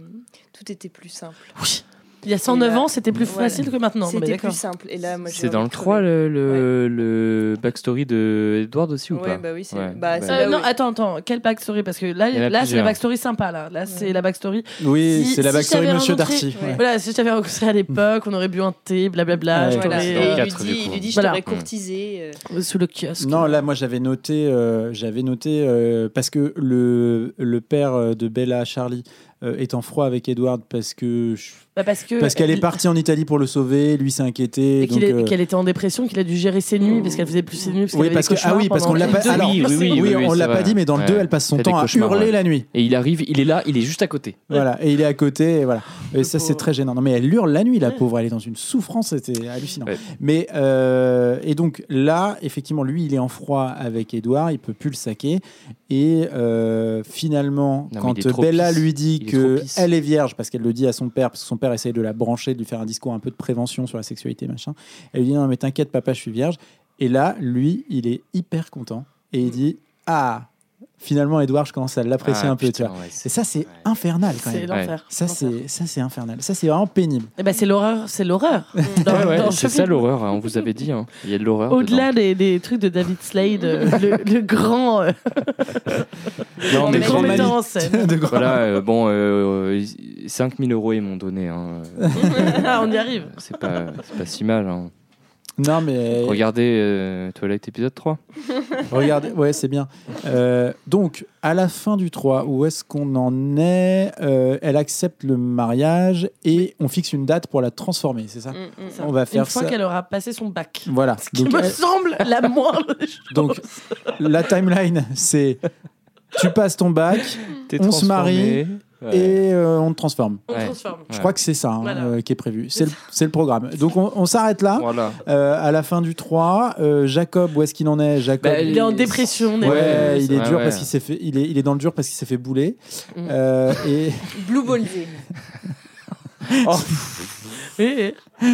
S4: tout était plus simple.
S3: Oui. Il y a 109
S4: Et là-
S3: ans, c'était plus
S4: Voilà.
S3: facile que maintenant. Bah,
S4: C'était
S3: d'accord.
S4: plus simple. Et là, moi, j'ai
S2: C'est dans
S4: envie
S2: le
S4: de
S2: 3
S4: crever.
S2: le, le, le backstory de Edward aussi ou
S4: Ouais,
S2: pas
S4: bah oui, c'est.
S2: Ouais.
S4: Bah, c'est
S2: Euh,
S4: là
S3: Euh,
S4: où-
S3: non, attends, attends, quelle backstory Parce que là,
S2: Il y en a
S3: là c'est la
S2: plusieurs.
S3: backstory sympa. Là, là c'est la backstory.
S1: Oui,
S3: Si-
S1: c'est la
S3: si
S1: backstory
S3: j'avais
S1: Monsieur
S3: rencontré-
S1: Darcy.
S4: Ouais.
S3: Voilà, si je t'avais rencontré à l'époque, on aurait bu un thé, blablabla.
S1: Ouais,
S3: je
S4: Voilà.
S1: c'est
S4: Et
S1: dans le
S4: il
S3: t'aurais,
S4: lui
S2: quatre, du
S4: dit, il
S2: coup.
S4: lui dit, je
S3: Voilà.
S4: t'aurais courtisé. euh,
S3: euh, sous le kiosque.
S1: Non, là, moi, j'avais noté, euh, j'avais noté euh, parce que le, le père euh, de Bella, Charlie, euh, est en froid avec Edward parce que je-
S3: Bah, parce que
S1: parce qu'elle est partie en Italie pour le sauver, lui s'est inquiété.
S3: Et
S1: donc,
S3: qu'il est-
S1: euh,
S3: qu'elle était en dépression, qu'il a dû gérer ses nuits parce qu'elle faisait plus ses nuits. Parce qu'elle
S1: Oui,
S3: avait
S1: parce
S3: des
S1: que ah oui,
S3: cauchemars
S1: parce
S3: pendant
S1: qu'on l'a pas.
S3: deux
S1: alors,
S3: nuits.
S2: oui, oui, oui,
S1: oui,
S2: oui,
S1: on
S2: c'est
S1: l'a pas
S2: vrai.
S1: dit, mais dans le
S2: Ouais.
S1: 2, elle passe son
S2: Fait des
S1: temps à
S2: cauchemars,
S1: hurler
S2: ouais.
S1: la nuit.
S2: Et il arrive, il est là, il est juste à côté.
S1: Voilà, et il est à côté, et voilà. Et
S3: Le
S1: ça, c'est
S3: pauvre.
S1: très gênant. Non, mais elle hurle la nuit, la pauvre. Elle est dans une souffrance, c'était hallucinant.
S2: Ouais.
S1: Mais, euh, et donc là, effectivement, lui, il est en froid avec Edouard, il peut plus le saquer. Et euh, finalement,
S2: Non, mais il est
S1: quand
S2: trop
S1: Bella
S2: pisse.
S1: lui dit
S2: Il est
S1: que
S2: trop pisse.
S1: elle est vierge, parce qu'elle le dit à son père, parce que son père essaye de la brancher, de lui faire un discours un peu de prévention sur la sexualité, machin, elle lui dit Non, mais t'inquiète, papa, je suis vierge. Et là, lui, il est hyper content. Et
S3: Mm.
S1: il dit Ah, finalement, Edouard, je commence à l'apprécier
S2: Ah,
S1: un peu, tu
S2: putain,
S1: vois.
S2: ouais,
S1: Et
S2: c'est-
S1: ça, c'est
S2: Ouais.
S1: infernal quand même.
S3: C'est l'enfer.
S1: Ça
S3: l'enfer.
S1: c'est ça c'est infernal. Ça c'est vraiment pénible.
S3: Eh ben, c'est l'horreur, c'est l'horreur. Dans-
S2: Ouais, ouais,
S3: dans
S2: c'est
S3: ce
S2: ça
S3: film.
S2: l'horreur, hein, on vous avait dit. hein. Il y a de l'horreur.
S3: Au-delà des, des trucs de David Slade, euh, le, le grand euh,
S2: dedans. Non, mais
S1: des grands
S2: bon,
S1: manies.
S3: metteur en scène.
S1: De gros-
S2: Voilà, euh, bon, euh, euh, 5000 euros ils m'ont donné. hein.
S3: Ah, on y arrive.
S2: C'est pas, c'est pas si mal. hein.
S1: Non mais
S2: Regardez euh, Twilight épisode 3.
S1: regardez, ouais c'est bien. Euh, donc à la fin du 3, où est-ce qu'on en est Euh, Elle accepte le mariage et on fixe une date pour la transformer, c'est ça
S4: mm, mm.
S1: On va
S3: Une
S1: faire
S3: fois
S1: ça.
S3: qu'elle aura passé son bac.
S1: Voilà.
S3: Qui
S1: Donc, euh,
S3: me
S1: elle-
S3: semble la moindre chose.
S1: donc la timeline c'est tu passes ton bac
S2: T'es
S1: On se marie
S2: transformé. Ouais.
S1: et euh, on te transforme.
S3: On
S2: Ouais.
S3: transforme.
S1: Je
S2: Ouais.
S1: crois que c'est ça hein,
S3: Voilà.
S1: euh, qui est prévu. C'est le, c'est le programme. Donc on, on s'arrête là.
S2: Voilà.
S1: Euh, à la fin du 3, euh, Jacob, où est-ce qu'il en est Jacob,
S2: Bah,
S3: Il est en dépression.
S1: Ouais,
S3: des-
S2: Ouais,
S1: il est
S2: ouais,
S1: dur
S2: ouais.
S1: parce qu'il s'est fait. Il est, il est dans le dur parce qu'il s'est fait bouler.
S3: Mm.
S1: Euh, et
S4: Blue Ballsy.
S1: Oh.
S3: Eh, eh.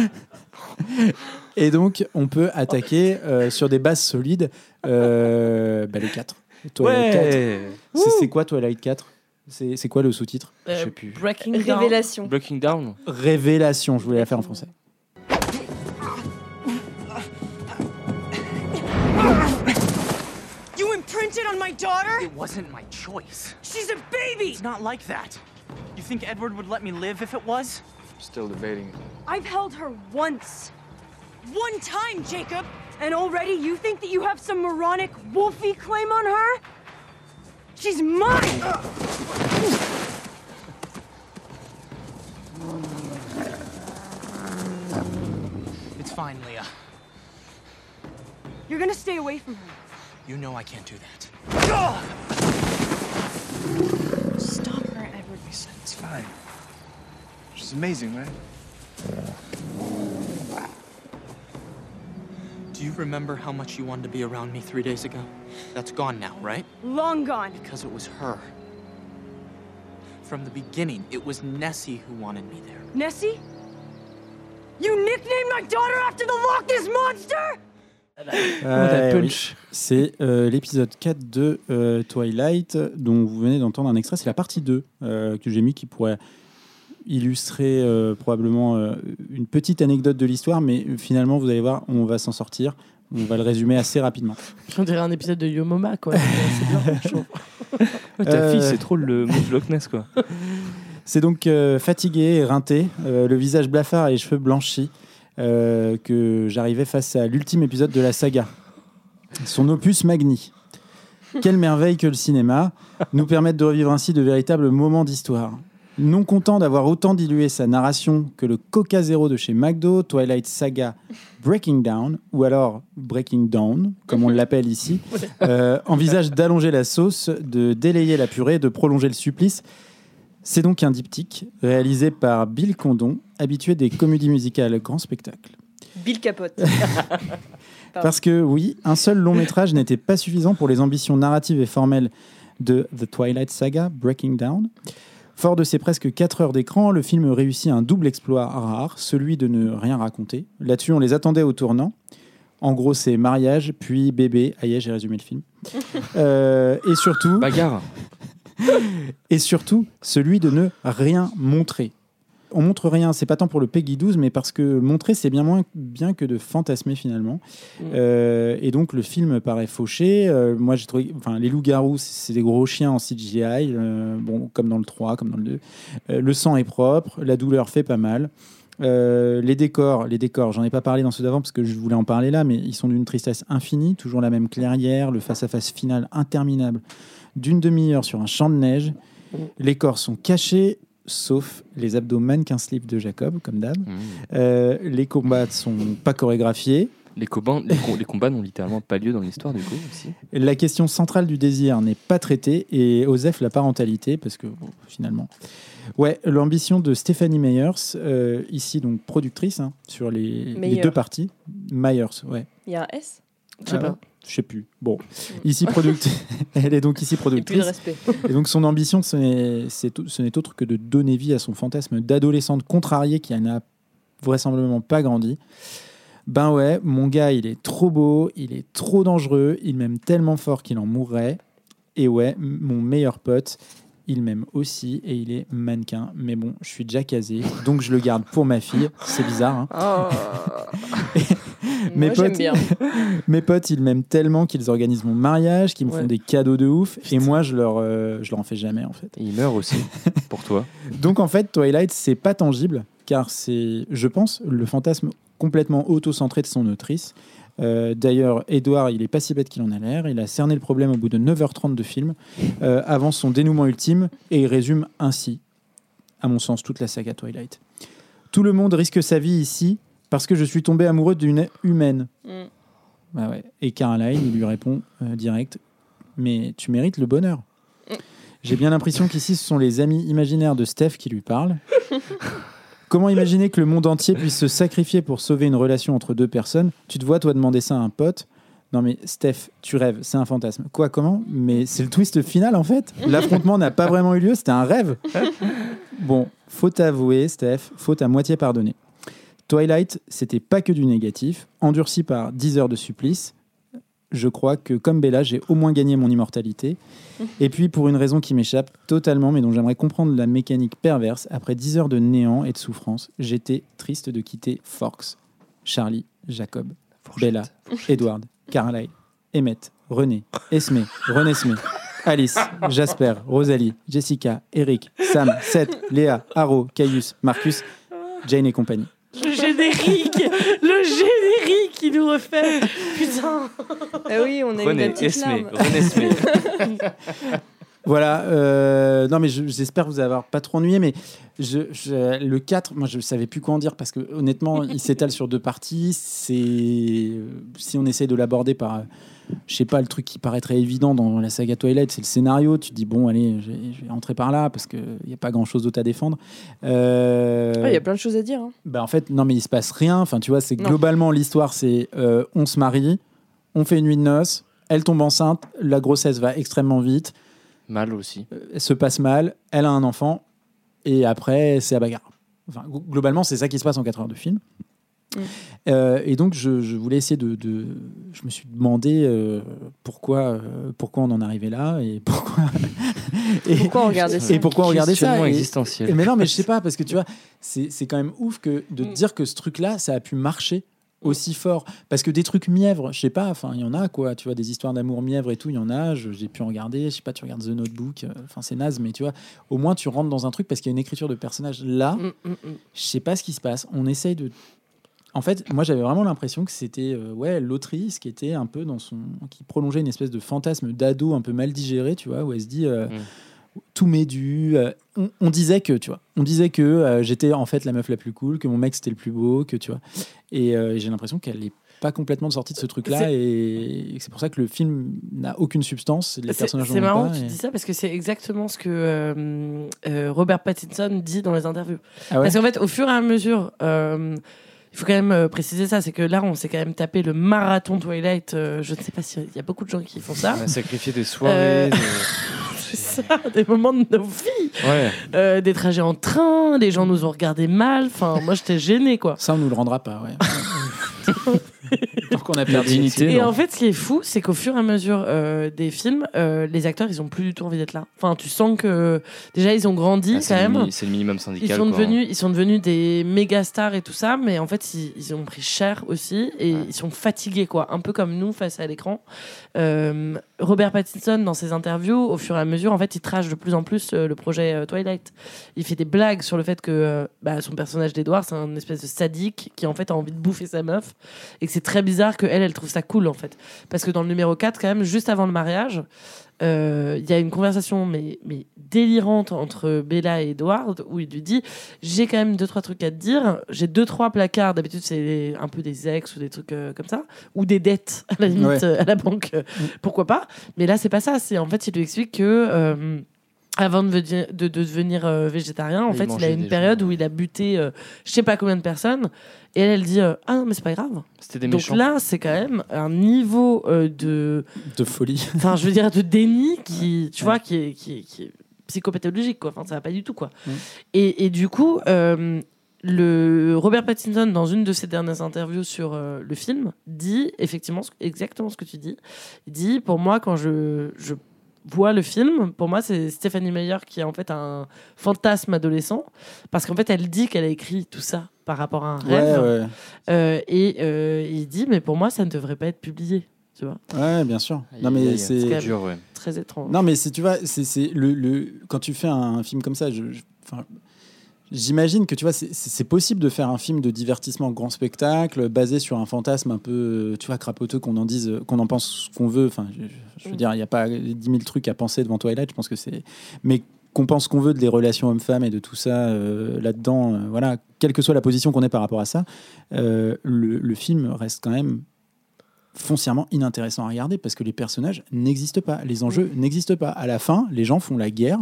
S1: et donc on peut attaquer euh, sur des bases solides. Euh, bah, le 4. Twilight 4.
S2: Ouais.
S1: C'est- C'est quoi Twilight 4 C'est c'est quoi le sous-titre
S2: Je
S3: Euh,
S2: sais plus.
S3: Breaking Down.
S4: Révélation.
S2: Breaking Down.
S1: Révélation. Je voulais la faire en français.
S7: You imprinted on my daughter?
S9: It wasn't my choice.
S7: She's a baby!
S9: It's not like that. You think Edward would let me live if it was?
S8: Still debating it.
S7: I've held her once. One time, Jacob! And already you think that you have some moronic wolfy claim on her? She's mine!
S9: It's fine, Leah.
S7: You're gonna stay away from her.
S9: You know I can't do that.
S6: Stop her, Edward.
S8: It's fine. She's amazing, right?
S9: Do you remember how much you wanted to be around me three days ago? That's gone now, right?
S7: Long gone.
S9: Because it was her. From the beginning, it was Nessie who wanted me there.
S7: Nessie? You nicknamed my daughter after the Loch Ness Monster?
S1: Ouais, oui. C'est euh, l'épisode 4 de euh, Twilight, dont vous venez d'entendre un extrait. C'est la partie 2 euh, que j'ai mis qui pourrait illustrer euh, probablement euh, une petite anecdote de l'histoire, mais finalement, vous allez voir, on va s'en sortir. On va le résumer assez rapidement.
S3: On dirait un épisode de Yomoma, quoi. C'est bien, je trouve.
S2: Ouais, ta
S1: Euh,
S2: fille, c'est trop le mot de Loch Ness, quoi.
S1: C'est donc euh, fatigué, et éreinté, euh, le visage blafard et les cheveux blanchis, euh, que j'arrivais face à l'ultime épisode de la saga. Son opus magni. Quelle merveille que le cinéma nous permette de revivre ainsi de véritables moments d'histoire. Non content d'avoir autant dilué sa narration que le Coca Zero de chez McDo, Twilight Saga Breaking Down, ou alors Breaking Down, comme on l'appelle ici, euh, envisage d'allonger la sauce, de délayer la purée, de prolonger le supplice c'est donc un diptyque réalisé par Bill Condon, habitué des comédies musicales grand spectacle.
S4: Bill Capote. Pardon.
S1: Parce que oui, un seul long métrage n'était pas suffisant pour les ambitions narratives et formelles de The Twilight Saga, Breaking Down. Fort de ses presque 4 heures d'écran, le film réussit un double exploit rare, celui de ne rien raconter. Là-dessus, on les attendait au tournant. En gros, c'est mariage, puis bébé. Aïe, j'ai résumé le film. Euh, et surtout...
S2: Bagarre.
S1: et surtout celui de ne rien montrer. on montre rien. C'est pas tant pour le Peggy 12, mais parce que montrer, c'est bien moins bien que de fantasmer finalement.
S3: Mm.
S1: Euh, et donc le film paraît fauché. Euh, moi, j'ai trouvé. Enfin, les loups-garous, c'est c'est des gros chiens en CGI. euh, bon, comme dans le 3, comme dans le 2. Euh, le sang est propre. La douleur fait pas mal. Euh, les décors, les décors, j'en ai pas parlé dans ceux d'avant parce que je voulais en parler là, mais ils sont d'une tristesse infinie, toujours la même clairière, le face-à-face final interminable d'une demi-heure sur un champ de neige. Les corps sont cachés, sauf les abdos mannequin slip de Jacob, comme d'hab.
S2: Mmh.
S1: Euh, les combats ne sont pas chorégraphiés.
S2: Les, combats, les, com- les combats n'ont littéralement pas lieu dans l'histoire, du coup, aussi.
S1: La question centrale du désir n'est pas traitée et Osef la parentalité, parce que bon, finalement. Ouais, l'ambition de Stéphanie Meyers, euh, ici donc productrice hein, sur les, les
S4: Meyers.
S1: deux parties. Meyers, ouais.
S4: Il y a un S
S3: Je sais
S1: Ah,
S3: pas.
S1: Je sais plus. Bon, ici product... elle est donc ici
S10: Et plus de
S1: productrice.
S10: respect.
S1: Et donc son ambition, ce n'est- c'est au- ce n'est autre que de donner vie à son fantasme d'adolescente contrariée qui n'a vraisemblablement pas grandi. Ben ouais, mon gars, il est trop beau, il est trop dangereux, il m'aime tellement fort qu'il en mourrait. Et ouais, m- mon meilleur pote, il m'aime aussi et il est mannequin. Mais bon, je suis déjà casé, donc je le garde pour ma fille. C'est bizarre, hein.
S2: Oh.
S1: Mes
S10: Moi, j'aime
S1: potes-
S10: bien.
S1: Mes potes, ils m'aiment tellement qu'ils organisent mon mariage, qu'ils me
S3: Ouais.
S1: font des cadeaux de ouf. Et moi, je leur, euh, je leur en fais jamais, en fait.
S2: Et il meurt aussi, pour toi.
S1: Donc en fait, Twilight, c'est pas tangible, car c'est, je pense, le fantasme complètement auto-centré de son autrice. Euh, D'ailleurs, Edouard, il est pas si bête qu'il en a l'air. Il a cerné le problème au bout de 9h30 de film, euh, avant son dénouement ultime, et il résume ainsi, à mon sens, toute la saga Twilight. Tout le monde risque sa vie ici parce que je suis tombé amoureux d'une humaine.
S10: Mm.
S1: Bah ouais. Et Caroline, il lui répond euh, direct Mais tu mérites le bonheur. J'ai bien l'impression qu'ici, ce sont les amis imaginaires de Steph qui lui parlent. Comment imaginer que le monde entier puisse se sacrifier pour sauver une relation entre deux personnes Tu te vois, toi, demander ça à un pote Non, mais Steph, tu rêves, c'est un fantasme. Quoi, comment Mais c'est le twist final, en fait. L'affrontement n'a pas vraiment eu lieu, c'était un rêve. Bon, faut t'avouer, Steph, faut à moitié pardonner. Twilight, c'était pas que du négatif, endurci par 10 heures de supplice. Je crois que, comme Bella, j'ai au moins gagné mon immortalité. Et puis, pour une raison qui m'échappe totalement, mais dont j'aimerais comprendre la mécanique perverse, après 10 heures de néant et de souffrance, j'étais triste de quitter Forks, Charlie, Jacob, Bella, Edward, Caroline, Emmett, René, Esme, René Esme, Alice, Jasper, Rosalie, Jessica, Eric, Sam, Seth, Léa, Haro, Caius, Marcus, Jane et compagnie.
S3: Le générique Le générique qui nous refait Putain
S4: Ah oui, on a eu la
S2: René,
S4: petite
S2: Esme,
S4: larme.
S2: René, Esme.
S1: Voilà, euh, non mais je- j'espère vous avoir pas trop ennuyé, mais je, je- le 4, moi je savais plus quoi en dire parce que honnêtement, il s'étale sur deux parties. C'est euh, si on essaye de l'aborder par, euh, je sais pas, le truc qui paraîtrait évident dans la saga Twilight, c'est le scénario. Tu te dis bon, allez, je vais- je vais entrer par là parce que y a pas grand chose d'autre à défendre. Euh,
S10: Il y a plein de choses à dire. hein.
S1: bah, en fait, non, mais il se passe rien. Enfin, tu vois, c'est
S10: Non.
S1: globalement l'histoire, c'est euh, on se marie, on fait une nuit de noces, elle tombe enceinte, la grossesse va extrêmement vite,
S2: Mal aussi.
S1: euh, elle se passe mal, elle a un enfant, et après, c'est à bagarre. Enfin, glo- globalement, c'est ça qui se passe en 4 heures de film. Euh, et donc, je, je voulais essayer de, de- Je me suis demandé euh, pourquoi, euh, pourquoi on en arrivait là et pourquoi. et
S4: Pourquoi on regardait ça
S1: et pourquoi regarder ça
S2: Questionnement
S1: et-
S2: existentiel.
S1: et mais non, mais je sais pas, parce que tu vois, c'est c'est quand même ouf que de te dire que ce truc-là, ça a pu marcher aussi fort. Parce que des trucs mièvres, je sais pas, enfin, il y en a quoi, tu vois, des histoires d'amour mièvres et tout, il y en a, je- j'ai pu en regarder, je sais pas, tu regardes The Notebook, euh, enfin, c'est naze, mais tu vois, au moins tu rentres dans un truc parce qu'il y a une écriture de personnage. Là,
S3: Mm, mm, mm.
S1: je sais pas ce qui se passe, on essaye de. En fait, moi j'avais vraiment l'impression que c'était euh, ouais, l'autrice qui était un peu dans son. qui prolongeait une espèce de fantasme d'ado un peu mal digéré, tu vois, où elle se dit. euh,
S2: Mm.
S1: Tout m'est dû. euh, on, on disait que, tu vois, on disait que euh, j'étais en fait la meuf la plus cool, que mon mec c'était le plus beau, que tu vois. Et euh, j'ai l'impression qu'elle n'est pas complètement sortie de ce truc-là, et, et c'est pour ça que le film n'a aucune substance. Les
S3: C'est
S1: personnages
S3: c'est
S1: n'en ont
S3: marrant
S1: pas,
S3: que tu
S1: et-
S3: dis ça parce que c'est exactement ce que euh, euh, Robert Pattinson dit dans les interviews.
S1: Ah ouais
S3: Parce qu'en fait, au fur et à mesure, euh, il faut quand même euh, préciser ça, c'est que là, on s'est quand même tapé le marathon Twilight. euh, je ne sais pas s'il y a beaucoup de gens qui font ça.
S2: On a sacrifié des soirées.
S3: Euh, C'est ça, des moments de nos vies,
S2: des- Ouais.
S3: Euh, des trajets en train, les gens nous ont regardé mal. Enfin, moi, j'étais gênée, quoi.
S1: Ça, on nous le rendra pas, ouais. Alors qu'on a perdu
S2: dignité.
S1: Sid.
S3: Et
S2: non.
S3: en fait, ce qui est fou, c'est qu'au fur et à mesure euh, des films, euh, les acteurs, ils ont plus du tout envie d'être là. Enfin, tu sens que déjà, ils ont grandi
S2: Ah,
S3: quand
S2: c'est le,
S3: même.
S2: mini- c'est le minimum
S3: Ils
S2: syndical.
S3: sont,
S2: quoi. hein.
S3: devenus, ils sont devenus des méga stars et tout ça, mais en fait, ils, ils ont pris cher aussi et ils sont fatigués, quoi. Un peu comme nous face à l'écran. Euh, Robert Pattinson, dans ses interviews, au fur et à mesure, en fait, il trash de plus en plus euh, le projet euh, Twilight. Il fait des blagues sur le fait que euh, bah, son personnage d'Edward, c'est un espèce de sadique qui, en fait, a envie de bouffer sa meuf et que c'est très bizarre qu'elle, elle trouve ça cool, en fait. Parce que dans le numéro 4, quand même, juste avant le mariage, euh, il y a une conversation mais, mais délirante entre Bella et Edward où il lui dit j'ai quand même deux trois trucs à te dire j'ai deux trois placards d'habitude c'est un peu des ex ou des trucs euh, comme ça ou des dettes à la limite
S1: Ouais.
S3: euh, à la banque euh, pourquoi pas mais là c'est pas ça c'est en fait il lui explique que euh, avant de, ve- de- de devenir euh, végétarien, en
S2: Il
S3: fait, il a
S2: mangeait
S3: une
S2: déjà.
S3: période où il a buté euh, je sais pas combien de personnes. Et elle, elle dit euh, Ah non, mais c'est pas grave.
S2: C'était des
S3: Donc
S2: méchants.
S3: là, c'est quand même un niveau euh, de,
S1: De folie.
S3: enfin je veux dire de déni qui tu
S1: Ouais.
S3: vois qui est, qui est- qui est psychopathologique quoi enfin ça va pas du tout quoi
S1: Mm.
S3: et, et du coup euh, le Robert Pattinson dans une de ses dernières interviews sur euh, le film dit effectivement ce- exactement ce que tu dis il dit pour moi quand je, je vois le film pour moi c'est Stéphanie Meyer qui est en fait un fantasme adolescent parce qu'en fait elle dit qu'elle a écrit tout ça par rapport à un
S1: Ouais,
S3: rêve
S1: ouais.
S3: Euh, et euh, il dit mais pour moi ça ne devrait pas être publié tu vois
S1: Ouais, bien sûr. Non,
S2: Aïe,
S1: mais
S2: aïe,
S1: c'est.
S3: aïe.
S2: dur, ouais.
S3: très étrange
S1: Non, mais c'est, tu vois, c'est, c'est le, le- quand tu fais un film comme ça, je, je- enfin, j'imagine que tu vois, c'est, c'est- c'est possible de faire un film de divertissement grand spectacle basé sur un fantasme un peu, euh, tu vois, crapoteux qu'on en dise, qu'on en pense ce qu'on veut. Enfin, je, je veux
S3: Mm.
S1: dire, il n'y a pas 10 000 trucs à penser devant Twilight. Je pense que c'est, mais qu'on pense ce qu'on veut des relations hommes-femmes et de tout ça euh, là-dedans, euh, voilà, quelle que soit la position qu'on ait par rapport à ça, euh, le, le film reste quand même foncièrement inintéressant à regarder parce que les personnages n'existent pas, les enjeux n'existent pas. À la fin, les gens font la guerre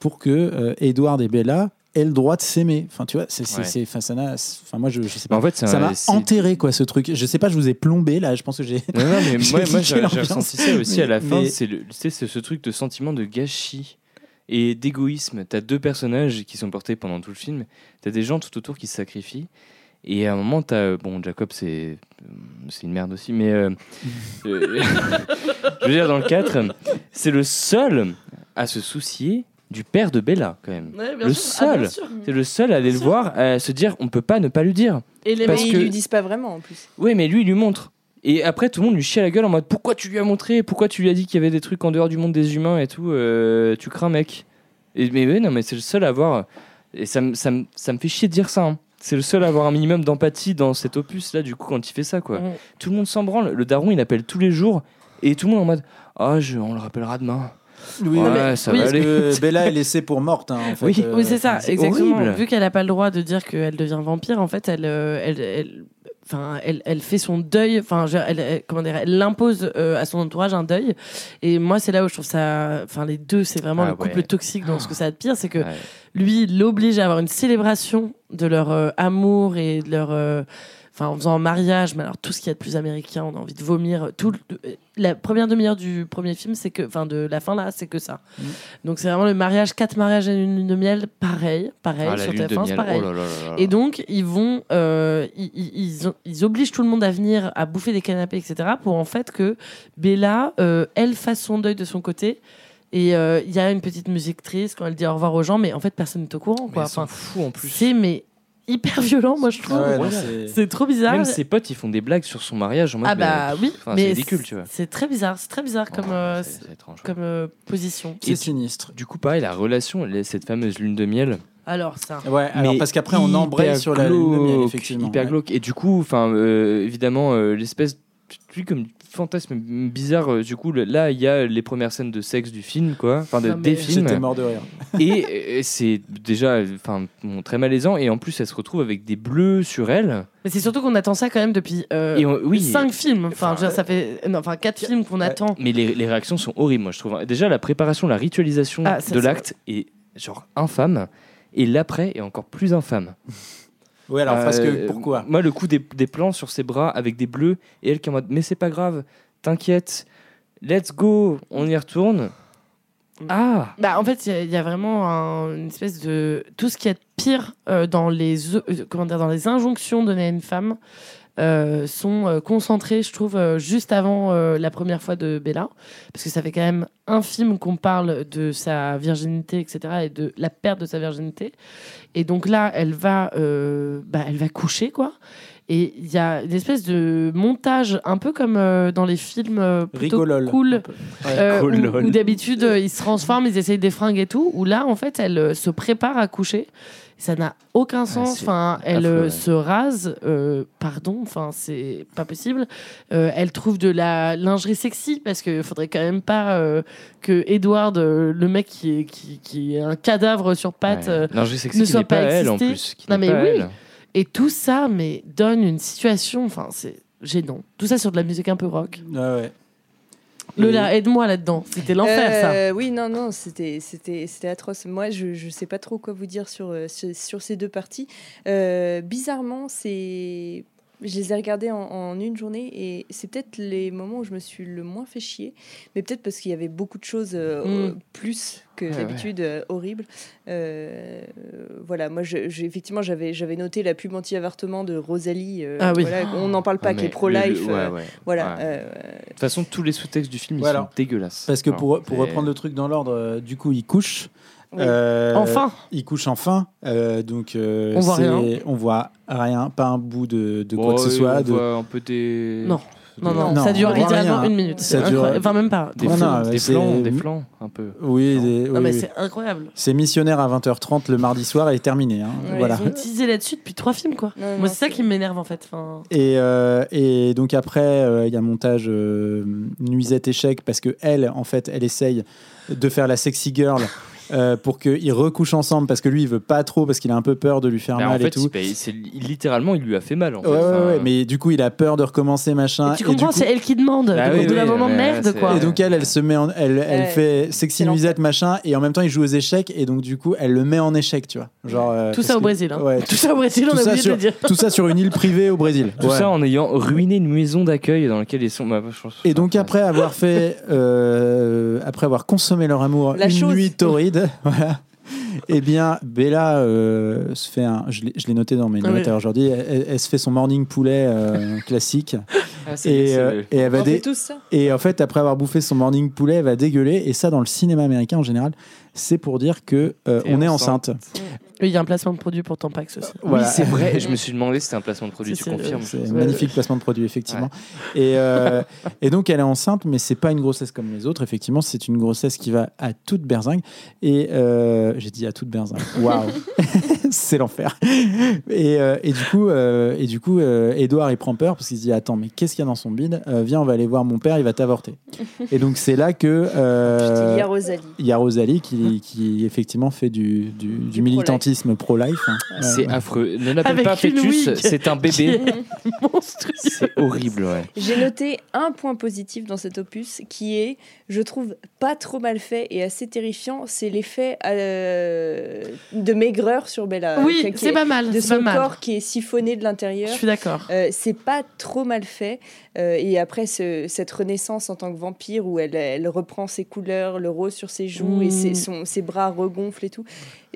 S1: pour que euh, Edward et Bella aient le droit de s'aimer. Enfin, tu vois, c'est, c'est,
S2: Ouais.
S1: c'est- enfin, ça n'a- enfin, moi, je, je sais
S2: Bah,
S1: pas.
S2: en fait, c'est
S1: ça
S2: un-
S1: m'a
S2: c'est-
S1: enterré quoi ce truc. Je sais pas, je vous ai plombé là. Je pense que j'ai.
S2: Non, non, mais
S1: J'ai
S2: moi, moi,
S1: kiffé
S2: j'ai j'ai
S1: l'ambiance.
S2: ressenti ça aussi
S1: Mais-
S2: à la fin.
S1: mais-
S2: C'est le- tu sais, c'est ce truc de sentiment de gâchis et d'égoïsme. T'as deux personnages qui sont portés pendant tout le film. T'as des gens tout autour qui se sacrifient. Et à un moment, t'as. euh, Bon, Jacob, c'est. euh, C'est une merde aussi, mais. euh, euh, je veux dire, dans le 4, c'est le seul à se soucier du père de Bella, quand même.
S3: Ouais, bien
S2: Le
S3: sûr. Ah, bien
S2: seul.
S3: sûr.
S2: C'est le seul à aller le
S3: Sûr.
S2: voir, à se dire on peut pas ne pas lui dire.
S3: Et les
S2: Parce
S4: mais
S2: que-
S4: ils lui disent pas vraiment en plus.
S2: Oui, mais lui, il lui montre. Et après, tout le monde lui chie à la gueule en mode pourquoi tu lui as montré Pourquoi tu lui as dit qu'il y avait des trucs en dehors du monde des humains et tout euh, Tu crains, mec. Et, mais oui, non, mais c'est le seul à avoir. Et ça, me- ça, me- ça me fait chier de dire ça. hein. C'est le seul à avoir un minimum d'empathie dans cet opus-là, du coup, quand il fait ça, quoi.
S3: Mm.
S2: Tout le monde s'en branle. Le daron, il appelle tous les jours. Et tout le monde en mode ah, je- on le rappellera demain.
S1: Oui,
S2: ouais, ça
S3: oui,
S2: va
S1: Parce
S2: aller.
S1: que Bella est laissée pour morte. hein, en fait.
S2: Oui.
S1: Euh,
S3: oui, c'est ça,
S2: c'est
S3: exactement.
S2: horrible.
S3: Vu qu'elle n'a pas le droit de dire qu'elle devient vampire, en fait, elle, euh, elle, elle, enfin, elle, elle fait son deuil. Enfin, je- elle, elle- comment dire, elle impose euh, à son entourage un deuil. Et moi, c'est là où je trouve ça. Enfin, les deux, c'est vraiment
S2: Ah
S3: le couple
S2: ouais. Ah
S3: toxique dans ce que ça a de pire, c'est que Ah,
S2: Ouais.
S3: lui il l'oblige à avoir une célébration de leur euh, amour et de leur euh, enfin en faisant un mariage mais alors tout ce qu'il y a de plus américain on a envie de vomir tout le- euh, la première demi-heure du premier film c'est que enfin de la fin là c'est que ça
S1: Mm.
S3: donc c'est vraiment le mariage quatre mariages et une lune de miel pareil pareil
S2: Ah, la
S3: sur
S2: lune de
S3: TF1 c'est
S2: miel.
S3: pareil
S2: Oh là là là là.
S3: et donc, ils vont, euh, ils, ils- ils- ils obligent tout le monde à venir, à bouffer des canapés, etc., pour en fait que Bella, euh, elle fasse son deuil de son côté. Et euh, il y a une petite musique triste quand elle dit au revoir aux gens, mais en fait, personne n'est au courant,
S2: Mais
S3: quoi.
S2: ils s'en
S3: Enfin,
S2: foutent en plus.
S3: c'est mais hyper violent, moi je
S1: Ah
S3: trouve.
S1: ouais, non,
S2: Incroyable.
S1: c'est-
S3: c'est trop bizarre.
S2: Même ses potes, ils font des blagues sur son mariage en mode
S3: ah bah
S2: mais-
S3: oui,
S2: enfin,
S3: mais
S2: c'est ridicule, tu vois. Oh,
S3: C'est très bizarre, c'est très bizarre comme, euh,
S2: C'est- c'est étrange.
S3: comme euh, position.
S1: c'est sinistre.
S2: Du coup, pareil, la relation, la- cette fameuse lune de miel.
S3: Alors
S2: Ah
S3: ça.
S1: Ouais, alors
S2: mais
S1: parce qu'après on
S2: hyper
S1: embraye sur la lune de miel,
S2: glauque,
S1: effectivement.
S2: Hyper
S1: Ouais.
S2: glauque. Et du coup, enfin, euh, évidemment, euh, l'espèce, tu comme fantasme bizarre. euh, du coup, le- là, il y a les premières scènes de sexe du film, quoi. Enfin, de,
S3: Non, mais-
S2: des
S1: J'étais
S2: films.
S1: mort de rire.
S2: Et euh, c'est déjà, enfin, bon, très malaisant. Et en plus, elle se retrouve avec des bleus sur elle.
S3: Mais c'est surtout qu'on attend ça quand même depuis euh,
S2: et on- oui.
S3: cinq films. Enfin,
S2: Enfin,
S3: je veux dire, ça fait non, enfin quatre films qu'on
S1: Ouais.
S3: attend.
S2: Mais les, les réactions sont horribles, moi je trouve. Déjà, la préparation, la ritualisation
S3: Ah, ça,
S2: de
S3: c'est-
S2: l'acte est genre infâme. Et l'après est encore plus infâme.
S1: Oui, alors parce que
S2: Euh,
S1: pourquoi
S2: Moi, le coup des, des plans sur ses bras avec des bleus et elle qui est en mode Mais c'est pas grave, t'inquiète, let's go, on y retourne. Ah
S3: Bah, en fait, il y a- il y, a vraiment un- une espèce de tout ce qu'il y a de pire euh, dans les euh, comment dire, dans les injonctions données à une femme. euh, sont euh, concentrés, je trouve, euh, juste avant euh, la première fois de Bella, parce que ça fait quand même un film qu'on parle de sa virginité, etc., et de la perte de sa virginité. Et donc là, elle va, euh, bah, elle va coucher, quoi. Et il y a une espèce de montage, un peu comme euh, dans les films euh, plutôt
S1: Rigolol.
S3: cool, euh,
S2: cool,
S3: où-
S2: Oh, lol.
S3: où, d'habitude euh, ils se transforment, ils essayent des fringues et tout, où là en fait elle euh, se prépare à coucher. Ça n'a aucun sens.
S2: Ah, c'est
S3: enfin, elle
S2: affreux,
S3: euh,
S2: ouais.
S3: se rase. euh, pardon. Enfin, c'est pas possible. Euh, elle trouve de la lingerie sexy parce que faudrait quand même pas euh, que Edward, euh, le mec qui est, qui, qui est un cadavre sur pattes, euh,
S2: non, je sais que
S3: ne
S2: c'est qui
S3: soit
S2: n'est pas,
S3: pas
S2: elle en
S3: existé.
S2: plus. qui
S3: Non,
S2: n'est
S3: mais
S2: pas
S3: oui.
S2: elle.
S3: et tout ça, mais donne une situation. Enfin, c'est gênant. Tout ça sur de la musique un peu rock.
S1: Ah ouais.
S3: Lola, aide-moi là-dedans. C'était l'enfer,
S4: Euh, Oui, non, non, c'était, c'était, c'était atroce. Moi, je, je sais pas trop quoi vous dire sur, euh, sur, sur ces deux parties. Euh, bizarrement, c'est. Je les ai regardées en, en une journée et c'est peut-être les moments où je me suis le moins fait chier, mais peut-être parce qu'il y avait beaucoup de choses euh,
S3: Mm.
S4: euh, plus que
S2: Hmm. ouais.
S4: d'habitude euh, horribles. Euh, voilà, moi, je, je- effectivement, j'avais, j'avais noté la pub anti-avortement de Rosalie. euh,
S3: Ah oui.
S4: voilà, on n'en parle pas,
S2: Ah,
S4: qui
S2: mais
S4: est pro-life.
S2: le- le- ouais,
S4: euh,
S2: ouais.
S4: Voilà.
S2: Ouais.
S4: euh,
S2: De toute façon, tous les sous-textes du film ils
S1: Voilà.
S2: sont dégueulasses.
S1: Parce
S3: Ah,
S1: que pour,
S2: Enfin,
S1: pour
S2: c'est-
S1: reprendre le truc dans l'ordre, euh, du coup, il couche.
S4: Oui.
S1: Euh,
S3: ça. Enfin.
S1: Il couche enfin. euh, donc, euh,
S3: On voit
S1: c'est-
S3: rien.
S1: on voit rien, pas un bout de, de quoi
S2: Oh,
S1: que ce
S2: et
S1: soit.
S2: on
S1: de-
S2: voit un peu des.
S3: Non. Non, non,
S1: Non,
S3: ça dure
S1: on voit
S3: littéralement
S1: rien.
S3: une minute.
S1: Ça
S3: C'est
S1: dure-
S3: incroyable. Enfin, même pas.
S2: Des,
S1: Non,
S2: flans,
S1: non,
S2: des
S1: c'est-
S2: fllancs, des flans, un peu.
S1: Oui, des-
S3: Non, Ah,
S1: oui,
S3: mais
S1: oui.
S3: c'est incroyable.
S1: C'est missionnaire à 20h30 le mardi soir et terminé. hein.
S4: Ouais,
S1: voilà.
S3: Ils ont teasé là-dessus depuis trois films, quoi.
S4: non, non,
S3: Moi, c'est ça qui m'énerve, en fait. Enfin,
S1: Et, euh, et donc après, euh, il y a montage euh, nuisette échec parce que elle, en fait, elle essaye de faire la sexy girl euh, pour qu'ils recouchent ensemble parce que lui, il veut pas trop parce qu'il a un peu peur de lui faire
S2: Bah, en
S1: mal et
S2: fait,
S1: tout.
S2: c'est- bah, c'est- littéralement, il lui a fait mal. En fait.
S1: Ouais, ouais,
S2: Enfin,
S1: ouais, mais du coup, il a peur de recommencer machin.
S3: Et tu
S1: Ah, et du
S3: comprends,
S1: coup-
S3: c'est elle qui demande.
S2: Bah
S3: donc,
S2: oui,
S3: au bout d'un
S2: oui,
S3: moment,
S2: mais
S3: merde,
S2: c'est-
S3: quoi.
S1: Et donc elle, elle se met, en- elle, elle
S4: Ouais.
S1: fait sexy
S4: C'est l'enfer.
S1: nuisette machin, et en même temps il joue aux échecs, et donc du coup elle le met en échec, tu vois. Genre euh,
S3: Tout
S1: parce
S3: ça au
S1: que-
S3: Brésil. hein.
S1: Ouais,
S3: Tout ça au Brésil, on
S1: tout
S3: a
S1: ça
S3: oublié de
S1: sur-
S3: le dire.
S1: tout ça sur une île privée au Brésil.
S2: Tout
S1: Ouais.
S2: ça en ayant ruiné une maison d'accueil dans laquelle ils sont. bah, je pense-
S1: Et donc après avoir fait, euh, après avoir consommé leur amour
S4: La
S1: une
S4: chose.
S1: nuit torride, voilà. Eh bien, Bella euh, se fait un. Je l'ai- je l'ai noté dans mes
S3: Ah
S1: notes
S3: oui.
S1: aujourd'hui. Elle, elle- elle se fait son morning poulet euh, classique.
S2: Ah, c'est-
S1: Et,
S2: c'est
S1: euh,
S2: le-
S1: et elle va
S4: On fait
S1: dé-
S4: tous ça.
S1: et en fait, après avoir bouffé son morning poulet, elle va dégueuler. Et ça, dans le cinéma américain en général, c'est pour dire que euh,
S2: T'es
S1: on est enceinte.
S3: Oui, Il y a un placement de produit pour Tampax aussi.
S1: Voilà.
S2: Oui, c'est vrai. Je me suis demandé si c'était un placement de produit.
S3: C'est-
S2: Tu
S3: c'est-
S2: confirmes
S1: C'est
S2: je
S1: un
S2: pense.
S1: magnifique placement de produit, effectivement. Et, euh, et donc, elle est enceinte, mais c'est pas une grossesse comme les autres. Effectivement, c'est une grossesse qui va à toute berzingue. Et euh, j'ai dit à toute berzingue. Waouh C'est l'enfer. Et, euh, et du coup, euh, et du coup euh, Edouard, il prend peur parce qu'il se dit Attends, mais qu'est-ce qu'il y a dans son bide Euh, Viens, on va aller voir mon père, il va t'avorter. Et donc, c'est là que. euh,
S4: Putain, il y a Rosalie.
S1: il y a Rosalie qui, qui effectivement fait du, du, du
S4: pro-life.
S1: militantisme pro-life. hein.
S2: C'est
S1: Ouais.
S2: affreux. Ne l'appelle
S3: Avec
S2: pas
S3: une
S2: fœtus,
S3: wig.
S2: c'est un bébé.
S3: Monstrueux.
S2: C'est horrible, ouais.
S4: J'ai noté un point positif dans cet opus qui est, je trouve, pas trop mal fait et assez terrifiant, c'est l'effet euh, de maigreur sur Bella.
S3: Oui,
S4: Qui- qui
S3: c'est
S4: est-
S3: pas mal.
S4: Ah, De
S3: C'est pas
S4: son
S3: mal.
S4: corps qui est siphonné de
S3: Je
S4: l'intérieur.
S3: suis d'accord.
S4: Euh, c'est pas trop mal fait. Euh, et après ce- cette renaissance en tant que vampire où elle, elle reprend ses couleurs, le rose sur ses joues et
S3: Mm.
S4: ses, son- ses bras regonflent et tout.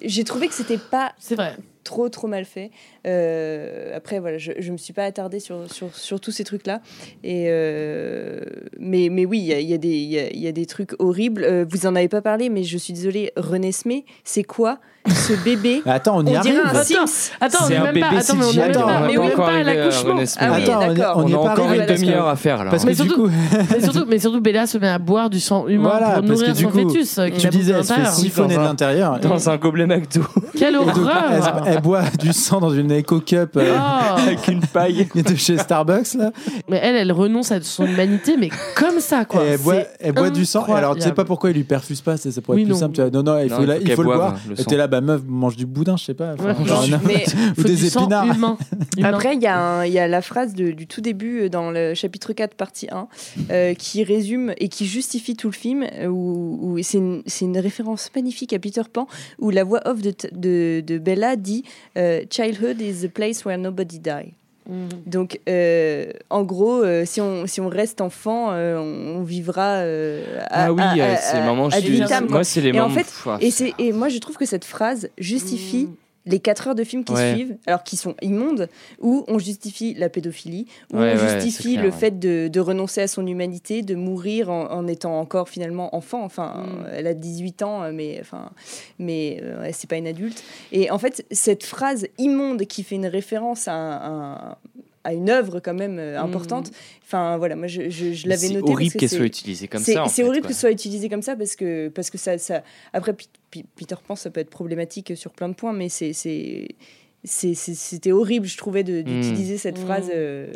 S4: J'ai trouvé que c'était pas
S3: C'est vrai.
S4: trop trop mal fait. Euh, après voilà, je, je me suis pas attardée sur, sur, sur tous ces trucs là. Et euh, mais mais oui, il y a, il y a des il y a- il y a des trucs horribles. Euh, vous en avez pas parlé, mais je suis désolée. Renesmee, c'est quoi ce bébé
S1: Attends, on y
S4: On
S1: arrive.
S4: dirait un
S3: Attends,
S4: Sims.
S3: Attends, on
S2: C'est
S3: est
S2: un
S3: même pas.
S2: bébé
S3: Attends, mais on est
S2: CGI,
S3: même
S1: attends,
S3: pas.
S1: on
S3: Mais
S1: est
S3: on est même
S2: encore
S3: pas à
S2: arrivé à
S3: l'accouchement.
S2: Renaissance.
S4: Ah oui,
S1: Attends, on est-
S4: d'accord.
S1: on y
S2: On
S1: est
S2: a
S1: pas
S2: encore
S1: arrivé
S2: une
S1: parce que-
S2: demi-heure à faire là. hein.
S1: Parce que
S3: Mais
S1: du
S3: surtout-
S1: coup,
S3: Mais surtout, mais surtout, Bella se met à boire du sang humain
S1: Voilà,
S3: pour
S1: parce
S3: nourrir
S1: que du
S3: son
S1: coup,
S3: fœtus. euh, qu'il
S1: tu
S3: a bouffé
S1: disais,
S3: à
S1: elle se fait
S3: l'intérieur.
S1: siphonner de
S2: Dans un-
S1: l'intérieur. Et-
S2: Dans un gobelet McDo
S3: Quelle
S1: et donc, elle,
S3: horreur
S1: elle boit du sang dans une éco-cup euh,
S3: Oh.
S2: avec une paille.
S1: de chez Starbucks. Là,
S3: Mais elle, elle renonce à son humanité, mais comme ça,
S1: et
S3: quoi.
S1: elle boit,
S3: C'est
S1: elle boit du sang. Et alors, tu sais pas
S3: incroyable.
S1: pourquoi il lui perfuse pas. c'est- Ça pourrait
S3: Oui,
S1: être plus
S3: non.
S1: simple. tu vois. Non, non, il
S2: Non,
S1: faut,
S2: il
S1: la-
S2: faut
S1: il
S2: qu'elle
S1: faut le
S2: boive, hein,
S1: boire.
S2: le
S1: Et
S2: sang.
S1: T'es là, bah meuf, mange du boudin, je sais pas. enfin,
S3: Ouais.
S1: genre,
S3: Genre,
S1: non.
S4: Mais
S1: ou
S3: Faut
S1: des
S3: du sang
S1: épinards.
S3: humain. Humain.
S4: Après, il y, a un- il y a la phrase de- du tout début euh, dans le chapitre 4, partie 1, euh, qui résume et qui justifie tout le film, euh, où, où- et c'est une, c'est une référence magnifique à Peter Pan, où la voix off de, t- de- de Bella dit euh, Childhood is the place where nobody die
S3: Mm. ».
S4: Donc, euh, en gros, euh, si, on, si on reste enfant, euh, on, on vivra euh, à,
S2: Ah oui,
S4: à-
S2: euh,
S4: à-
S2: c'est
S4: à-
S2: maman.
S4: à
S2: je suis-
S4: vitam, quoi.
S2: Moi, c'est les
S4: Et en
S2: mamans-
S4: fait,
S2: Pfff.
S3: Mm. Mmh.
S4: Et, c'est- et moi, je trouve que cette phrase justifie les 4 heures de films qui
S2: Ouais.
S4: suivent, alors qui sont immondes, où on justifie la pédophilie, où
S2: Ouais,
S4: on
S2: ouais,
S4: justifie
S2: c'est clair,
S4: le
S2: ouais.
S4: fait de, de renoncer à son humanité, de mourir en, en étant encore finalement enfant. Enfin,
S3: Mm.
S4: elle a 18 ans, mais, enfin, mais euh, c'est pas une adulte. Et en fait, cette phrase immonde qui fait une référence à, un- à- à une œuvre quand même euh,
S3: Mm.
S4: importante, enfin voilà, moi je, je- je
S2: Mais
S4: l'avais
S2: C'est
S4: noté.
S2: horrible
S4: parce que
S2: qu'elle
S4: c'est-
S2: soit utilisée comme
S4: c'est
S2: ça. en
S4: c'est
S2: fait,
S4: horrible
S2: quoi.
S4: que ce soit utilisé comme ça parce que, parce que ça, ça. Après, Pi- Pi- Peter Pan, ça peut être problématique sur plein de points, mais c'est. c'est- c'est- c'est- C'était horrible, je trouvais, de- d'utiliser cette
S3: Mm.
S4: phrase. euh,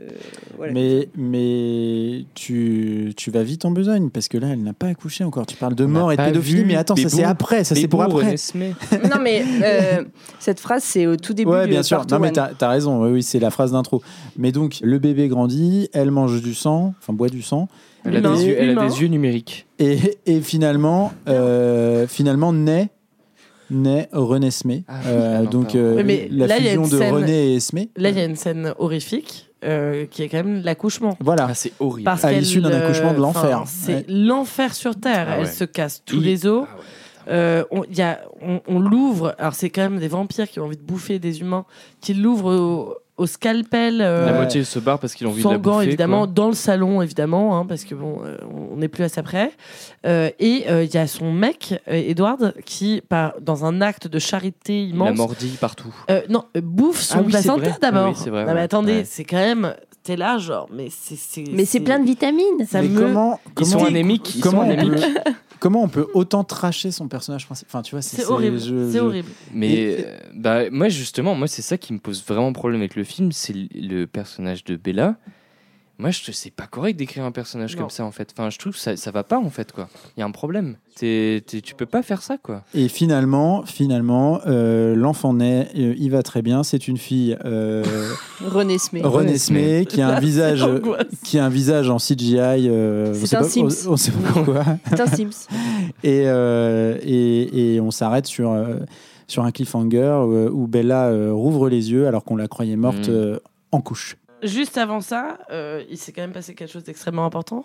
S4: voilà.
S1: Mais, mais tu, tu vas vite en besogne parce que là, elle n'a pas accouché encore. Tu parles de
S2: On
S1: mort
S2: n'a
S1: et de
S2: pas
S1: pédophilie,
S2: vu
S1: mais attends, ça
S2: Bébou.
S1: c'est après, ça c'est pour
S2: Bébou,
S1: après.
S2: René Smé.
S4: non, mais euh, cette phrase, c'est au tout début.
S1: Ouais,
S4: du
S3: euh,
S1: bien sûr.
S4: Part
S1: Non, mais
S4: One.
S1: t'as as raison. Oui, oui, c'est la phrase d'intro. Mais donc, le bébé grandit, elle mange du sang, enfin boit du sang,
S2: Elle a
S3: Humain.
S2: des yeux- elle a
S3: Humain.
S2: des yeux numériques.
S1: et, et finalement, euh, finalement naît, naît René Smé.
S2: Ah oui,
S1: Euh,
S2: ah non,
S1: donc,
S2: pardon.
S1: euh,
S3: Oui, mais
S1: la
S3: là, il y a
S1: fusion
S3: une
S1: de
S3: scène-
S1: René et Smé.
S3: Là, il y a une scène horrifique euh, qui est quand même l'accouchement.
S1: Voilà.
S2: Ah, c'est horrible.
S3: Parce
S1: À
S3: qu'elle,
S1: l'issue d'un
S3: euh,
S1: accouchement de l'enfer.
S3: enfin, C'est
S1: Ouais.
S3: l'enfer sur Terre.
S2: Ah
S3: Elle
S2: ouais.
S3: se casse tous
S2: Il-
S3: les os.
S2: Ah ouais.
S3: Euh, on, il y a- on, on l'ouvre. Alors, c'est quand même des vampires qui ont envie de bouffer des humains, qui l'ouvrent au, au scalpel. euh,
S2: La moitié se barre parce qu'ils ont envie de
S3: sans
S2: la
S3: gants,
S2: bouffer.
S3: évidemment,
S2: quoi.
S3: dans le salon, évidemment, hein, parce que bon, euh, on n'est plus à ça près. Euh, et euh, il y a son mec, euh, Edward, qui, par, dans un acte de charité
S2: Il la
S3: immense,
S2: mordit partout.
S3: euh, non, euh, bouffe son
S2: Ah oui, c'est
S3: placenta
S2: vrai.
S3: d'abord.
S2: Ah oui, c'est vrai,
S3: non, mais
S2: ouais.
S3: attendez,
S2: Ouais.
S3: c'est quand même, t'es là, genre, mais c'est. c'est
S4: Mais c'est plein de vitamines.
S3: Ça
S1: Mais
S3: me-
S1: comment,
S2: Ils
S1: comment-
S2: sont anémiques. Ils
S1: comment
S2: sont
S1: on peut,
S2: anémiques.
S1: comment on peut autant tracher son personnage principal Enfin, tu vois,
S3: C'est horrible,
S1: je-
S3: c'est
S1: je-
S3: horrible.
S2: Mais euh, bah, moi, justement, moi, c'est ça qui me pose vraiment problème avec le film. C'est l- le personnage de Bella. Moi, je c'est pas correct d'écrire un personnage
S3: Non.
S2: comme ça, en fait. Enfin, je trouve que ça, ça va pas, en fait, quoi. Il y a un problème. T'es- t'es- tu peux pas faire ça, quoi.
S1: Et finalement, finalement, euh, l'enfant naît, euh, il va très bien. C'est une fille euh,
S4: René Smé.
S1: René Smé qui a un visage,
S3: l'angoisse.
S1: qui a un visage en CGI. euh, on
S4: C'est
S1: sait
S4: un
S1: pas- on-
S4: Sims.
S1: On, sait pas pourquoi.
S4: C'est un Sims.
S1: Et, euh, et, et on s'arrête sur euh, sur un cliffhanger euh, où Bella euh, rouvre les yeux alors qu'on la croyait morte
S2: Mm.
S1: euh, en couche.
S3: Juste avant ça, euh, il s'est quand même passé quelque chose d'extrêmement important.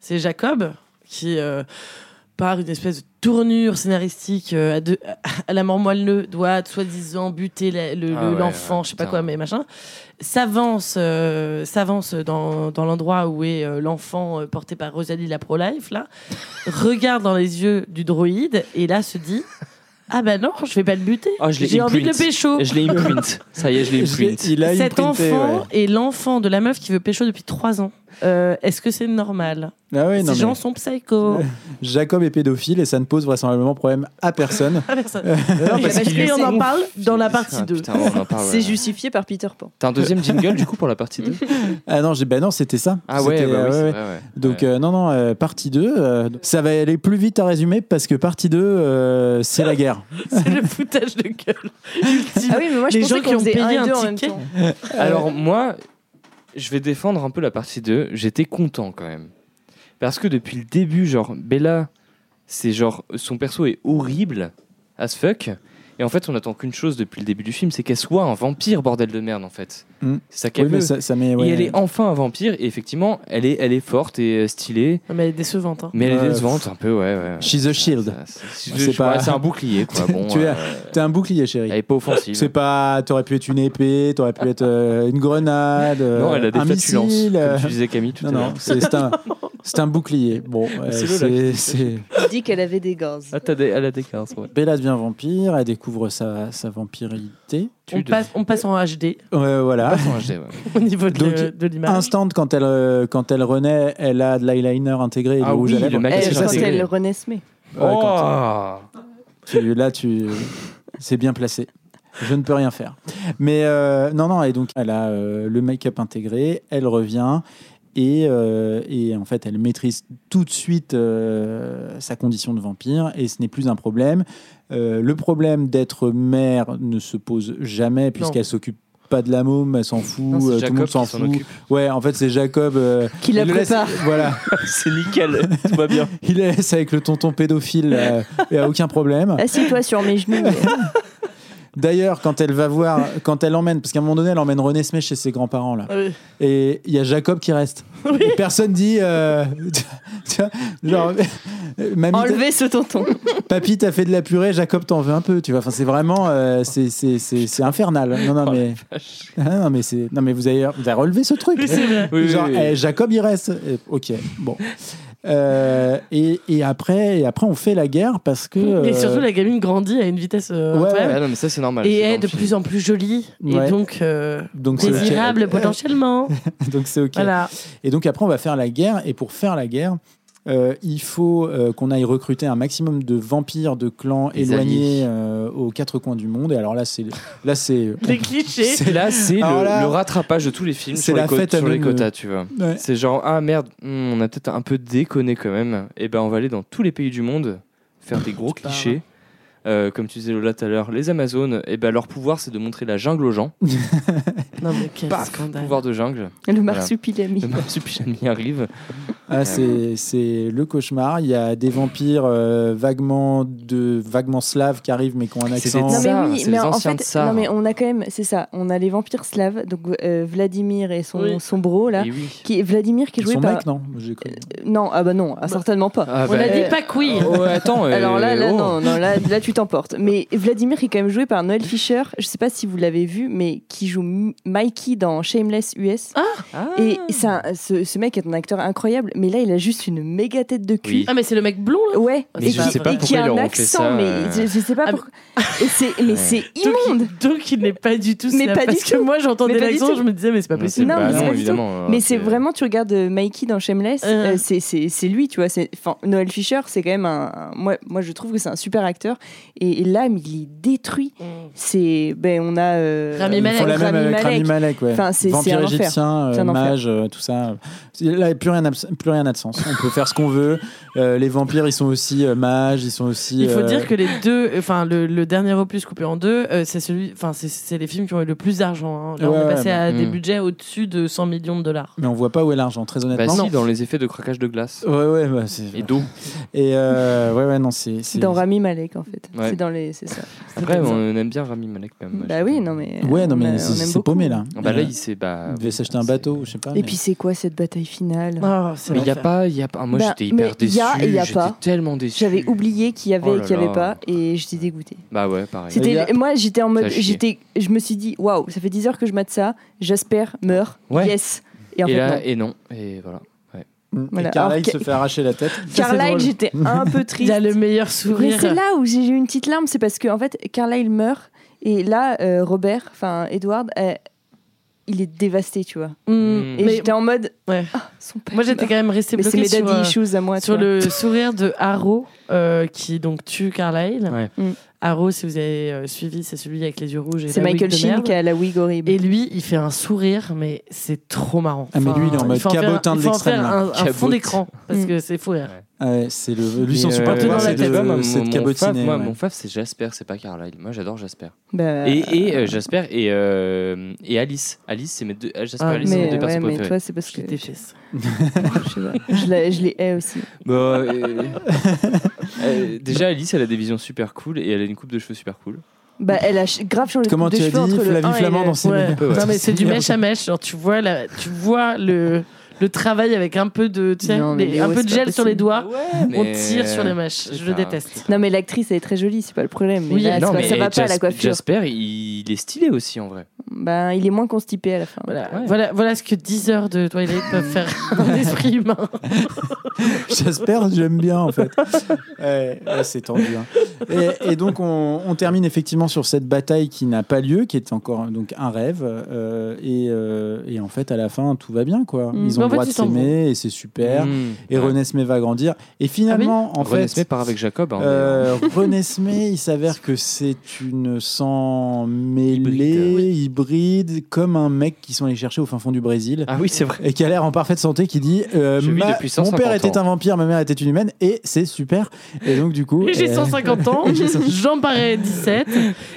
S3: C'est Jacob qui, euh, par une espèce de tournure scénaristique euh, à, deux- à la mort moelleux, doit soi-disant buter la- le- le-
S2: Ah ouais,
S3: l'enfant,
S2: ouais,
S3: je sais pas
S2: putain.
S3: quoi, mais machin, s'avance euh, s'avance dans, dans l'endroit où est euh, l'enfant euh, porté par Rosalie la pro-life, là, regarde dans les yeux du droïde et là se dit Ah bah non, je vais pas le buter,
S2: Ah, je l'ai
S3: j'ai envie de le
S2: imprint.
S3: pécho.
S2: Je l'ai imprint. ça y est, je l'ai imprint.
S1: Il a
S3: Cet
S1: imprinté,
S3: enfant
S1: ouais.
S3: est l'enfant de la meuf qui veut pécho depuis 3 ans. Euh, Est-ce que c'est normal
S1: Ah ouais,
S3: Ces
S1: non, mais
S3: gens sont psychos.
S1: Jacob est pédophile et ça ne pose vraisemblablement problème à personne.
S3: Ah, personne.
S2: Non,
S3: parce qu'il
S2: est
S3: on en
S2: ouf.
S3: parle dans la partie
S2: Ah,
S3: 2.
S2: putain, on en parle, ouais.
S4: C'est justifié par Peter Pan.
S2: T'as un deuxième jingle, du coup, pour la partie 2
S1: Ah non, j'ai bah non, c'était ça.
S2: Ah ouais,
S1: C'était-
S2: bah
S1: ah
S2: oui,
S1: ouais,
S2: c'est
S1: ouais.
S2: vrai, ouais.
S1: Donc
S2: Ouais.
S1: euh, non, non, euh, partie 2, euh, ça va aller plus vite à résumer parce que partie 2, euh, c'est la guerre.
S3: C'est le foutage de gueule.
S4: Ah oui, mais moi je
S3: Les
S4: pensais
S3: gens qui
S4: qu'on
S3: ont
S4: faisait
S3: payé
S4: et
S3: un
S4: deux en même
S3: ticket.
S4: temps.
S1: euh,
S2: Alors moi, je vais défendre un peu la partie 2. J'étais content quand même. Parce que depuis le début, genre, Bella, c'est genre, son perso est horrible as fuck. Et en fait, on attend qu'une chose depuis le début du film, c'est qu'elle soit un vampire, bordel de merde, en fait.
S1: Mm.
S2: C'est ça qu'elle
S1: Oui, mais
S2: veut.
S1: ça, ça met, ouais.
S2: Et elle est enfin un vampire, et effectivement, elle est, elle est forte et euh, stylée,
S3: Mais elle est décevante. hein.
S2: mais elle
S1: Ouais.
S2: est décevante un peu, ouais. ouais.
S1: She's a shield.
S2: Ça, ça, C'est
S1: C'est
S2: je-
S1: pas-
S2: ouais, c'est un bouclier, quoi. Bon,
S1: Tu es-
S2: euh,
S1: T'es un bouclier,
S2: elle
S1: chérie.
S2: Ah, est pas offensive.
S1: C'est pas, t'aurais pu être une épée, t'aurais pu être euh, une grenade, euh,
S2: Non, elle a des
S1: un
S2: flatulences,
S1: missile. euh,
S2: comme tu disais Camille tout
S1: Non,
S2: à l'heure.
S1: non, c'est c'est un, c'est un bouclier. Bon, euh,
S2: C'est Lola qui
S1: c'est-
S2: dit ça,
S1: c'est-
S4: Il dit qu'elle avait des gaz.
S2: Ah, t'as des, elle a des cartes, ouais.
S1: Bella devient vampire, elle découvre sa, sa vampirité.
S3: On passe, on passe en HD
S1: Euh, voilà.
S2: Pas sans HD, ouais.
S3: au niveau de
S1: Donc,
S3: le- de l'image.
S1: Instant, quand elle, euh, quand elle renaît, elle a de l'eyeliner intégré et du
S2: Ah
S1: rouge
S2: oui,
S1: à lèvres.
S2: le maquillage
S1: C'est
S4: Elle,
S1: ça,
S4: quand
S1: c'est-
S2: intégré.
S4: elle René Smé.
S1: Ouais, quand-
S2: Oh
S1: Tu- là, tu, c'est bien placé. Je ne peux rien faire. Mais euh, non, non, et donc elle a euh, le make-up intégré, elle revient et, euh, et en fait elle maîtrise tout de suite euh, sa condition de vampire et ce n'est plus un problème. Euh, le problème d'être mère ne se pose jamais puisqu'elle s'occupe pas de la môme, elle s'en fout,
S2: Non, c'est
S1: euh, tout
S2: Jacob
S1: le monde s'en
S2: qui s'en
S1: fout.
S2: occupe.
S1: Ouais, en fait c'est Jacob euh,
S4: Qui la
S1: il le laisse-
S4: prépare.
S1: Voilà,
S2: C'est nickel, tout va bien.
S1: il la
S4: Ah,
S1: laisse avec le tonton pédophile euh, et a aucun problème.
S4: Assieds-toi sur mes genoux.
S1: D'ailleurs, quand elle va voir, quand elle emmène, parce qu'à un moment donné, elle emmène René Smith chez ses grands-parents là,
S3: Ah oui.
S1: et il y a Jacob qui reste. Et personne dit, euh, tu vois, genre, mamie, t'as-
S4: Enlevez ce tonton.
S1: papy, t'as fait de la purée, Jacob t'en veux un peu, tu vois. Enfin, c'est vraiment, euh, c'est- c'est c'est- c'est infernal. Non,
S3: Oh,
S1: non, mais, Ah, non, mais c'est, non, mais vous avez, vous avez relevé ce truc.
S2: Oui,
S1: Genre,
S2: oui, oui.
S1: eh, Jacob, il reste. Eh, ok, bon. Euh, et, et après, et après, on fait la guerre parce que.
S3: Mais
S1: euh,
S3: surtout, la gamine grandit à une vitesse euh,
S1: Ouais,
S3: incroyable.
S2: Ah non, mais ça, c'est normal.
S3: Et
S2: c'est dans
S3: est
S2: le
S3: de
S2: film.
S3: plus en plus jolie.
S1: Ouais.
S3: Et donc, euh,
S1: donc c'est ok.
S3: désirable potentiellement.
S1: Donc c'est ok.
S3: Voilà.
S1: Et donc après, on va faire la guerre. Et pour faire la guerre, euh, il faut euh, qu'on aille recruter un maximum de vampires de clans
S2: Des
S1: éloignés
S2: alliés.
S1: euh, aux quatre coins du monde. Et alors là, c'est là c'est
S3: Les clichés.
S1: C'est-
S2: Là, c'est
S1: Alors
S2: le,
S1: là,
S2: le rattrapage de tous les films
S1: c'est
S2: sur,
S1: la
S2: les, co-
S1: fête à
S2: sur les
S1: même,
S2: quotas, tu vois.
S1: Ouais.
S2: C'est genre, ah merde, hmm, on a peut-être un peu déconné quand même. Et ben, on va aller dans tous les pays du monde faire des gros
S3: pars.
S2: clichés. Euh, comme tu disais Lola tout à l'heure, les Amazones, et ben leur pouvoir c'est de montrer la jungle aux gens.
S3: Non, mais quel
S2: Paf,
S3: scandale.
S2: pouvoir de jungle.
S4: Le
S2: Voilà.
S4: marsupilami.
S2: Le marsupilami arrive.
S1: Ah, c'est c'est le cauchemar. Il y a des vampires euh, vaguement de vaguement slaves qui arrivent mais qui ont un
S2: C'est
S1: accent.
S2: des-
S4: Non mais
S2: Tsar,
S4: oui,
S2: c'est
S4: mais
S2: les
S4: en
S2: anciens
S4: fait,
S2: tsars.
S4: non mais on a quand même, c'est ça, on a les vampires slaves, donc euh, Vladimir et son,
S3: Oui.
S4: son bro là,
S2: Et oui.
S4: qui Vladimir qui
S1: Ils
S4: jouait
S1: sont
S4: par,
S1: mecs, non J'ai cru.
S4: euh, non ah bah non, ah, certainement pas.
S2: Ah
S3: On
S2: bah,
S3: a dit
S4: euh,
S3: pas que oui.
S2: oh, attends, euh,
S4: Alors là, là
S2: oh.
S4: non, non, là, là tu t'emportes. Mais Vladimir qui est quand même joué par Noël Fisher, je sais pas si vous l'avez vu, mais qui joue M- Mikey dans Shameless US.
S2: Ah.
S4: Et c'est un- ce, ce mec est un acteur incroyable, mais là il a juste une méga tête de cul.
S2: Oui.
S3: Ah, mais c'est le mec blond, là
S4: Ouais,
S3: Mais
S4: et
S3: je
S4: qui,
S3: sais pas
S4: et qui
S2: pourquoi
S4: a
S2: ils
S4: un
S2: leur ont fait
S4: accent,
S2: ça,
S4: mais
S2: euh.
S4: je, je sais pas
S3: Ah,
S4: pourquoi. Et c'est- mais
S2: Ouais.
S4: c'est
S3: Donc, il-
S4: immonde.
S3: Donc il n'est pas du tout
S4: Mais
S3: cela.
S4: pas du
S3: Parce que
S4: tout.
S3: moi j'entendais
S4: Mais pas du
S3: l'accent,
S4: tout.
S3: je me disais mais c'est pas
S2: Non,
S3: possible.
S4: Non, mais
S2: bah
S4: c'est pas
S2: non,
S4: du
S2: évidemment.
S4: Mais
S2: hein,
S4: c'est vraiment, tu regardes euh, Mikey dans Shameless,
S3: Euh.
S4: euh, c'est- c'est c'est lui, tu vois. c'est- Enfin, Noël Fisher, c'est quand même un. un- Moi, moi, je trouve que c'est un super acteur. Et, et là, mais il est détruit. C'est. Ben, on a. euh,
S3: Rami
S1: Ils
S3: Malek.
S1: font la même
S4: Rami
S1: avec Rami
S4: Malek.
S1: Malek, ouais.
S4: Enfin, c'est- c'est
S1: Vampire
S4: un enfer.
S1: égyptien, euh,
S4: C'est un enfer.
S1: mage, euh, tout ça. Là, plus rien n'a plus rien n'a de sens. On peut faire ce qu'on veut. Euh, les vampires, ils sont aussi euh, mages, ils sont aussi.
S3: Il faut
S1: euh,
S3: dire que les deux, enfin le, le dernier opus coupé en deux, euh, c'est celui, enfin c'est- c'est les films qui ont eu le plus d'argent. hein. Là,
S1: Ouais,
S3: on
S1: ouais,
S3: est passé à
S2: bah,
S3: des
S2: hmm.
S3: budgets au-dessus de 100 millions de dollars.
S1: Mais on voit pas où est l'argent, très
S2: Bah
S1: honnêtement.
S2: si, dans les effets de craquage de glace.
S1: Ouais, ouais, bah, c'est.
S2: Et d'eau.
S1: Et euh, ouais, ouais, non, c'est.
S4: C'est dans Rami Malek, en fait.
S2: Ouais.
S4: C'est dans les. C'est ça.
S2: Après, on aime bien Rami Malek quand même. moi,
S4: Bah
S2: je
S4: oui,
S2: trouve.
S4: non, mais.
S1: Ouais, non,
S4: on a-
S1: mais
S4: on
S1: c'est
S4: aime
S1: c'est
S4: beaucoup.
S1: paumé là.
S2: Ah Bah là, il s'est. Bah,
S1: Il devait s'acheter un
S2: c'est-
S1: bateau, je sais pas.
S4: Et
S1: mais-
S4: puis, c'est quoi cette bataille finale
S3: Oh, c'est
S2: Mais il n'y a
S3: l'enfer.
S2: pas, il y a pas. Moi,
S4: Bah,
S2: j'étais hyper
S4: mais
S2: déçu.
S4: y a et y a
S2: j'étais
S4: pas.
S2: tellement déçu.
S4: J'avais oublié qu'il y avait
S2: Oh
S4: et
S2: là
S4: qu'il n'y avait
S2: là.
S4: pas, et j'étais dégoûtée.
S2: Bah ouais, pareil.
S1: Il y a-
S4: C'était, moi j'étais en mode,
S2: Ça a chié.
S4: j'étais, je me suis dit, waouh, ça fait 10 heures que je mate ça, Jasper meurt,
S2: Ouais.
S4: yes. Et en
S2: et
S4: fait,
S2: là,
S4: non.
S2: et non, et voilà.
S1: Mm. Et
S4: Voilà.
S1: Carlyle
S4: Alors,
S1: se fait arracher la tête.
S3: Ça, c'est
S4: Carlyle,
S3: drôle.
S4: j'étais un peu
S3: Il
S4: triste.
S3: y a le meilleur
S4: Mais
S3: sourire.
S4: c'est là où j'ai eu une petite larme, c'est parce que en fait, Carlyle meurt, et là, euh, Robert, enfin, Edward, euh, il est dévasté, tu vois.
S3: Hmm,
S4: Et
S3: mais
S4: j'étais en mode,
S3: Ouais.
S4: ah, son père.
S3: moi j'étais
S4: meurt.
S3: quand même resté
S4: Mais c'est
S3: bloqué
S4: mes
S3: sur,
S4: daddy
S3: euh,
S4: issues à moi. tu
S3: sur
S4: vois.
S3: le sourire de Haro euh, qui donc tue Carlyle.
S2: Ouais.
S4: Mm.
S3: Haro, si vous avez euh, suivi, c'est celui avec les yeux rouges et
S4: C'est
S3: la wig
S4: Michael
S3: de
S4: Sheen
S3: merde.
S4: qui a la wig horrible.
S3: Et lui, il fait un sourire, mais c'est trop marrant.
S1: Ah, mais lui, il est en mode
S3: faut faire-
S1: cabotin de
S3: il faut en
S1: l'extrême,
S3: faire
S1: là.
S3: un, un fond
S2: Cabot.
S3: d'écran, parce
S4: Mm.
S3: que c'est fou rire.
S1: Ouais, c'est le. Lui,
S2: Mais,
S1: son
S2: euh,
S1: super
S3: Partout dans
S1: pouvoir,
S3: la
S1: c'est
S2: je sais pas, moi,
S1: de,
S2: mon-
S1: c'est de
S2: mon
S1: cabotiner.
S2: fave, Moi,
S1: ouais.
S2: mon faf, c'est Jasper, c'est pas Carlyle. Moi, j'adore Jasper.
S4: Bah,
S2: Et, et euh, Jasper et, euh, et Alice. Alice, c'est mes deux. Jasper
S3: Ah,
S2: et Alice, c'est mes
S4: mais,
S2: deux
S4: ouais,
S2: personnes
S4: mais
S2: préférées.
S4: toi, c'est parce
S3: Je
S4: que
S3: déteste.
S4: je, sais pas. je, la- je les hais aussi.
S2: Bah, euh,
S1: Eh,
S2: euh, déjà, Alice, elle a des visions super cool et elle a une coupe de cheveux super cool.
S4: Bah, elle a ch- grave changé de
S1: Comment
S4: coupe
S1: tu
S4: de
S1: as
S4: cheveux
S1: dit
S4: entre le 1
S1: Flavie
S4: et le-
S1: Flamand dans ses
S3: Ouais.
S1: meilleurs.
S3: Non, mais c'est du mèche à mèche. Genre, tu vois, la, tu vois le, le travail avec un peu de, tu sais,
S4: Non, mais
S3: les-
S4: Léo,
S3: un peu
S4: c'est
S3: de
S4: pas
S3: gel sur
S4: possible.
S3: les doigts. On
S2: mais-
S3: tire sur les mèches.
S2: C'est
S3: Je le
S2: pas-
S3: déteste.
S4: Non, mais l'actrice, elle est très jolie, c'est pas le problème. Mais
S3: Oui,
S4: là,
S3: elle-
S4: c'est
S3: non,
S4: pas-
S3: mais
S4: ça va pas,
S2: Jas-
S4: la coiffure.
S2: Jasper, il, il est stylé aussi en vrai.
S4: Bah, il est moins constipé à la fin.
S3: Voilà,
S2: Ouais.
S3: voilà, voilà ce que 10 heures de Twilight peuvent faire un esprit humain.
S1: J'espère, j'aime bien en fait. Ouais, ouais, c'est tendu. hein. Et, et donc on, on termine effectivement sur cette bataille qui n'a pas lieu, qui est encore donc un rêve. euh, et, euh, et en fait à la fin tout va bien quoi. Ils
S4: Mm.
S3: Mais
S1: ont
S3: en
S1: le
S3: fait,
S1: droit
S3: ils
S1: de
S3: s'en
S1: s'aimer et c'est super.
S2: Mmh.
S1: Et
S2: Ouais.
S1: René Smé va grandir. Et finalement en
S2: René
S1: fait.
S2: Smith part avec Jacob. hein, d'ailleurs.
S1: Euh, René Smé, il s'avère que c'est une sang mêlée, hybride, hybride, comme un mec qui sont allés chercher au fin fond du Brésil.
S2: Ah oui, c'est vrai.
S1: Et qui a l'air en parfaite santé, qui dit euh,
S2: Je vis
S1: ma-
S2: depuis
S1: Mon
S2: 150
S1: père était
S2: ans.
S1: un vampire, ma mère était une humaine, et c'est super. Et donc, du coup.
S3: Et J'ai
S1: euh,
S3: 150 ans,
S1: J'ai cent-
S3: j'en parais 17,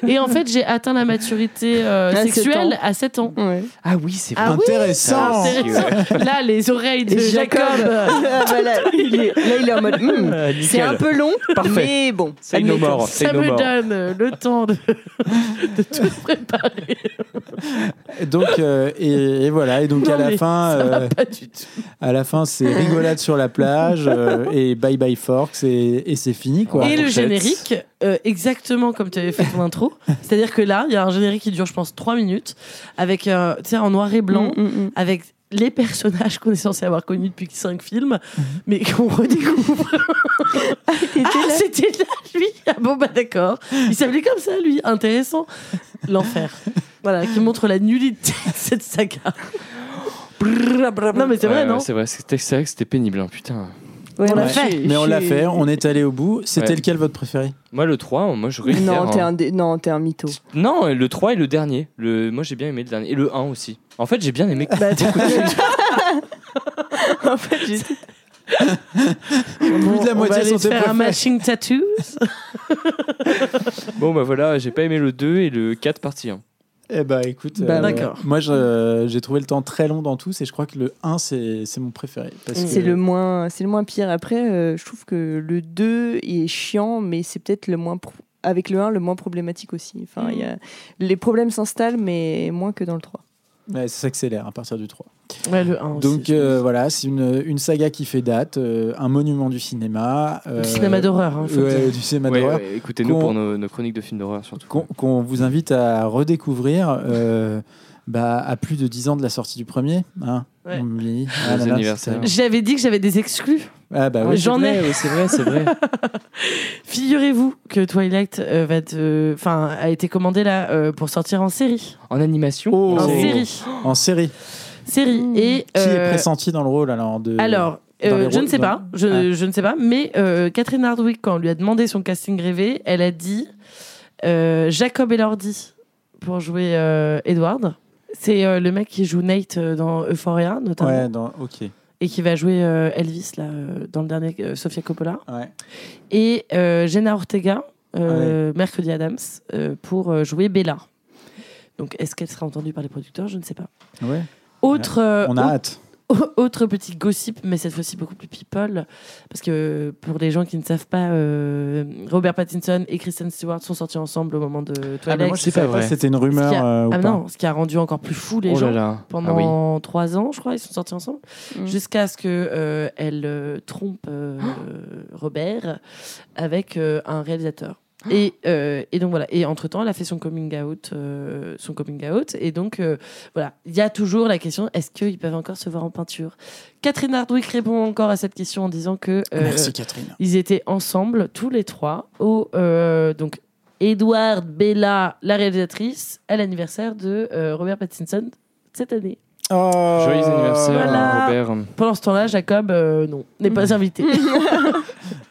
S3: et en fait j'ai atteint la maturité euh,
S4: À sept
S3: sexuelle
S4: ans.
S3: à 7 ans.
S4: Ouais.
S2: Ah oui, c'est vrai.
S3: Ah oui,
S1: Intéressant.
S2: Oh,
S3: c'est intéressant. Là, les oreilles de
S4: Et Jacob.
S3: Jacob.
S4: Ah, bah là, il est, là, il est en mode. hmm,
S2: Ah,
S4: c'est
S2: nickel.
S4: un peu long,
S2: Parfait.
S4: mais bon.
S2: C'est nos
S4: admettons.
S2: morts. Oh, C'est
S3: Ça
S2: nos
S3: me
S2: morts.
S3: donne euh, le temps de, de tout préparer.
S1: Donc, euh, et, et voilà. Et donc,
S3: Non,
S1: à la
S3: mais
S1: fin.
S3: Ça va
S1: euh,
S3: pas du tout.
S1: À la fin, c'est rigolade sur la plage euh, et bye bye Forks et, et c'est fini quoi.
S3: Et le
S2: fourchette.
S3: générique, euh, exactement comme tu avais fait ton intro. C'est-à-dire que là, il y a un générique qui dure, je pense, 3 minutes, avec, euh, tu sais, en noir et blanc,
S4: Mm, mm, mm.
S3: avec les personnages qu'on est censé avoir connus depuis 5 films,
S4: Mm-hmm.
S3: mais qu'on redécouvre.
S4: T'étais
S3: Ah,
S4: là.
S3: c'était là, lui Ah bon, bah d'accord. Il s'appelait comme ça, lui. Intéressant. L'enfer. Voilà, qui montre la nullité de cette saga. non, mais c'est vrai,
S2: Ouais,
S3: non
S2: ouais, C'est vrai, c'était c'est vrai que c'était pénible, hein, putain.
S4: Ouais,
S3: On l'a
S4: moi,
S3: fait.
S4: je suis-
S1: Mais on
S4: je
S1: l'a
S4: suis-
S1: fait, on est allé au bout. C'était
S2: Ouais.
S1: lequel votre préféré
S2: Moi, le 3, moi, je réitère.
S4: Non, t'es
S2: hein.
S4: un, dé- non, t'es un mytho.
S2: Non, le 3 et le dernier. Le... Moi, j'ai bien aimé le dernier. Et le 1 aussi. En fait, j'ai bien aimé.
S4: Bah,
S2: beaucoup de films.
S4: en fait, j'ai-
S1: Plus de la
S3: On va
S1: moitié
S3: aller
S1: sont
S3: se
S1: tes
S3: faire
S1: préférés.
S3: un matching tattoo.
S2: bon, bah voilà, j'ai pas aimé le 2 et le hein. 4 partie 1.
S1: Eh bah écoute,
S4: Bah,
S3: d'accord.
S1: moi je- j'ai trouvé le temps très long dans tous et je crois que le 1 c'est c'est mon préféré. parce
S3: Mm.
S1: que-
S4: C'est le moins, c'est le moins pire. Après, euh, je trouve que le 2 est chiant, mais c'est peut-être le moins pro- avec le 1 le moins problématique aussi. Enfin, il y a- les problèmes s'installent, mais moins que dans le 3.
S1: Ouais, ça s'accélère à partir du 3.
S3: Ouais, le 1 aussi.
S1: Donc euh, voilà, c'est une, une saga qui fait date, euh, un monument du cinéma. euh,
S3: Du cinéma d'horreur, hein, faut le
S1: ouais,
S3: dire.
S1: du cinéma
S2: Ouais,
S1: d'horreur.
S2: ouais, écoutez-nous
S1: Qu'on-
S2: pour nos, nos chroniques de films d'horreur, surtout.
S1: qu'on qu'on vous invite à redécouvrir euh, bah, à plus de 10 ans de la sortie du premier. Hein
S3: Ouais.
S1: On oublie.
S2: Joyeux
S1: là là,
S2: anniversaire.
S1: c'est-
S3: J'avais dit que j'avais des exclus.
S1: Ah bah oui.
S3: J'en ai.
S2: C'est vrai, c'est vrai.
S3: Figurez-vous que Twilight euh, va être, euh, 'fin, a été commandé là euh, pour sortir en série.
S2: En animation
S1: Oh.
S3: En
S1: Oh.
S3: série.
S1: En série.
S3: Série. Et,
S1: Qui est
S3: euh,
S1: pressenti dans le rôle alors de...
S3: Alors, euh,
S1: Dans les
S3: je
S1: rôles,
S3: ne sais
S1: dans-
S3: pas, je,
S1: Ah.
S3: je ne sais pas, mais euh, Catherine Hardwick, quand on lui a demandé son casting rêvé, elle a dit euh, Jacob Elordi pour jouer euh, Edward. C'est euh, le mec qui joue Nate euh, dans Euphoria, notamment,
S1: Ouais, dans... ok.
S3: et qui va jouer euh, Elvis là, euh, dans le dernier euh, Sofia Coppola.
S1: Ouais.
S3: Et euh, Jenna Ortega,
S1: Ah
S3: euh, Mercredi Adams, euh, pour euh, jouer Bella. Donc, est-ce qu'elle sera entendue par les producteurs Je ne sais pas.
S1: Ouais.
S3: Autre, euh,
S1: On a hâte.
S3: autre petit gossip, mais cette fois-ci beaucoup plus people, parce que pour les gens qui ne savent pas, euh, Robert Pattinson et Kristen Stewart sont sortis ensemble au moment de Twilight.
S1: Ah bah moi je
S2: c'est pas
S1: savais pas
S2: vrai.
S1: si c'était une rumeur
S3: Est-ce qu'il y
S1: euh, ou
S3: Ah
S1: pas.
S3: non, ce qui a rendu encore plus fou les
S2: Oh là
S3: gens.
S2: là. Ah oui.
S3: Pendant trois ans, je crois, ils sont sortis ensemble,
S4: Mm.
S3: jusqu'à ce que euh, elle euh, trompe euh, Robert avec euh, un réalisateur. Et, euh, et donc voilà. Et entre temps, elle a fait son coming out, euh, son coming out. Et donc euh, voilà, il y a toujours la question est-ce qu'ils peuvent encore se voir en peinture Catherine Hardwick répond encore à cette question en disant que euh,
S1: Merci Catherine.
S3: ils étaient ensemble tous les trois au euh, donc Edward Bella, la réalisatrice, à l'anniversaire de euh, Robert Pattinson cette année.
S1: Oh,
S2: Joyeux anniversaire,
S3: Voilà.
S2: Robert.
S3: Pendant ce temps-là, Jacob, euh, non, n'est pas invité.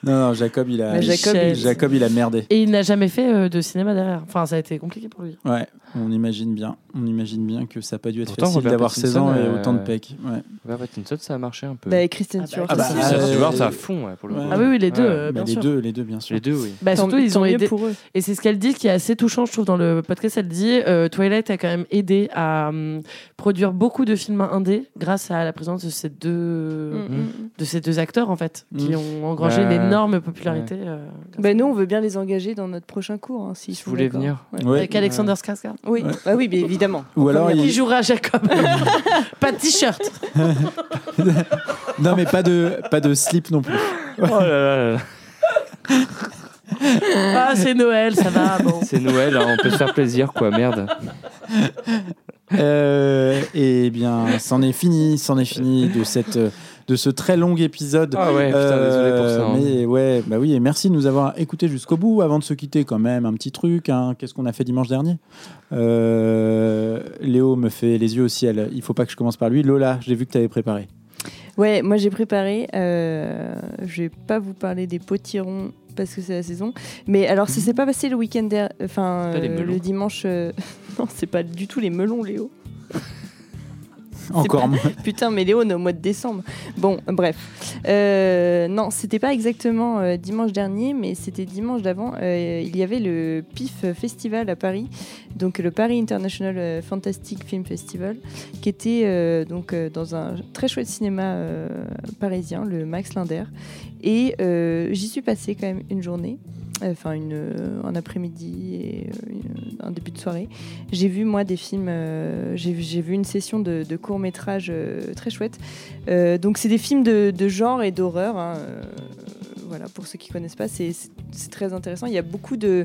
S1: Non, non, Jacob il a,
S4: Mais Jacob,
S3: Michel.
S4: il-
S1: Jacob, il a merdé.
S3: Et il n'a jamais fait euh, de cinéma derrière. Enfin, ça a été compliqué pour lui.
S1: Ouais, on imagine bien. On imagine bien que ça n'a pas dû être
S2: Pourtant,
S1: facile
S2: Robert
S1: d'avoir 16 ans
S2: Pattinson,
S1: et autant de
S2: euh,
S1: pecs. Ouais.
S2: Robert Pattinson, ça a marché un peu.
S4: Bah, et
S3: Ah
S4: Kristen
S3: bah,
S4: Stewart.
S1: Mm. Ah bah,
S4: aussi.
S1: euh,
S2: Kristen Stewart,
S1: euh,
S2: ça à fond, ouais, pour le
S1: ouais.
S2: coup.
S3: Ah oui, oui, les deux,
S2: Ouais.
S3: euh,
S1: Bah,
S3: bien
S1: les
S3: sûr.
S1: deux, les deux bien sûr.
S2: Les deux, oui.
S3: Bah,
S4: Tant-
S3: surtout, ils
S4: tant
S3: ont
S4: mieux
S3: aidé.
S4: pour eux.
S3: Et c'est ce qu'elle dit qui est assez touchant, je trouve, dans le podcast. Elle dit euh, Twilight a quand même aidé à hum, produire beaucoup de films indés grâce à la présence de ces deux,
S4: Mm, mm.
S3: de ces deux acteurs, en fait, qui
S1: Mm.
S3: ont engrangé
S2: Ouais.
S3: une énorme popularité. euh, grâce
S4: Bah, nous, on veut bien les engager dans notre prochain cours. hein, s'ils
S2: Si
S4: sont
S2: vous voulez
S4: d'accord.
S2: venir.
S1: Ouais.
S3: Avec Alexander Skarsgård.
S4: Oui, bah oui, mais évidemment.
S1: Ou alors
S3: Qui
S1: il...
S3: jouera Jacob Pas de t-shirt.
S1: non mais pas de pas de slip non plus.
S2: Oh là là là là.
S3: Ah, c'est Noël, ça va. Bon.
S2: C'est Noël, hein, on peut se faire plaisir, quoi, merde.
S1: Euh, eh bien, c'en est fini, c'en est fini de cette de ce très long épisode. Euh,
S2: Ah ouais, putain, désolé pour ça. hein.
S1: Mais ouais, bah oui, et merci de nous avoir écoutés jusqu'au bout. Avant de se quitter, quand même, un petit truc. hein. Qu'est-ce qu'on a fait dimanche dernier Euh, Léo me fait les yeux au ciel. Il faut pas que je commence par lui. Lola, j'ai vu que tu avais préparé.
S4: Ouais, moi j'ai préparé. euh, je vais pas vous parler des potirons parce que c'est la saison. Mais alors, ça s'est pas passé le week-end, der- enfin
S2: Mhm. Pas les
S4: euh,
S2: melons.
S4: le dimanche. euh, Non, c'est pas du tout les melons, Léo.
S1: Encore
S4: pas-
S1: moins.
S4: Putain, mais Léo, on est au mois de décembre. Bon, bref. Euh, non, c'était pas exactement euh, dimanche dernier, mais c'était dimanche d'avant. Euh, il y avait le PIF Festival à Paris, donc le Paris International euh, Fantastic Film Festival, qui était euh, donc euh, dans un très chouette cinéma euh, parisien, le Max Linder. Et euh, j'y suis passée quand même une journée. Enfin, une, euh, un après-midi et euh, une- un début de soirée. J'ai vu, moi, des films. euh, j'ai j'ai vu une session de, de court-métrage très chouette. Euh, donc, c'est des films de, de genre et d'horreur. hein, euh, voilà, pour ceux qui connaissent pas, c'est c'est- c'est très intéressant. Il y a beaucoup de,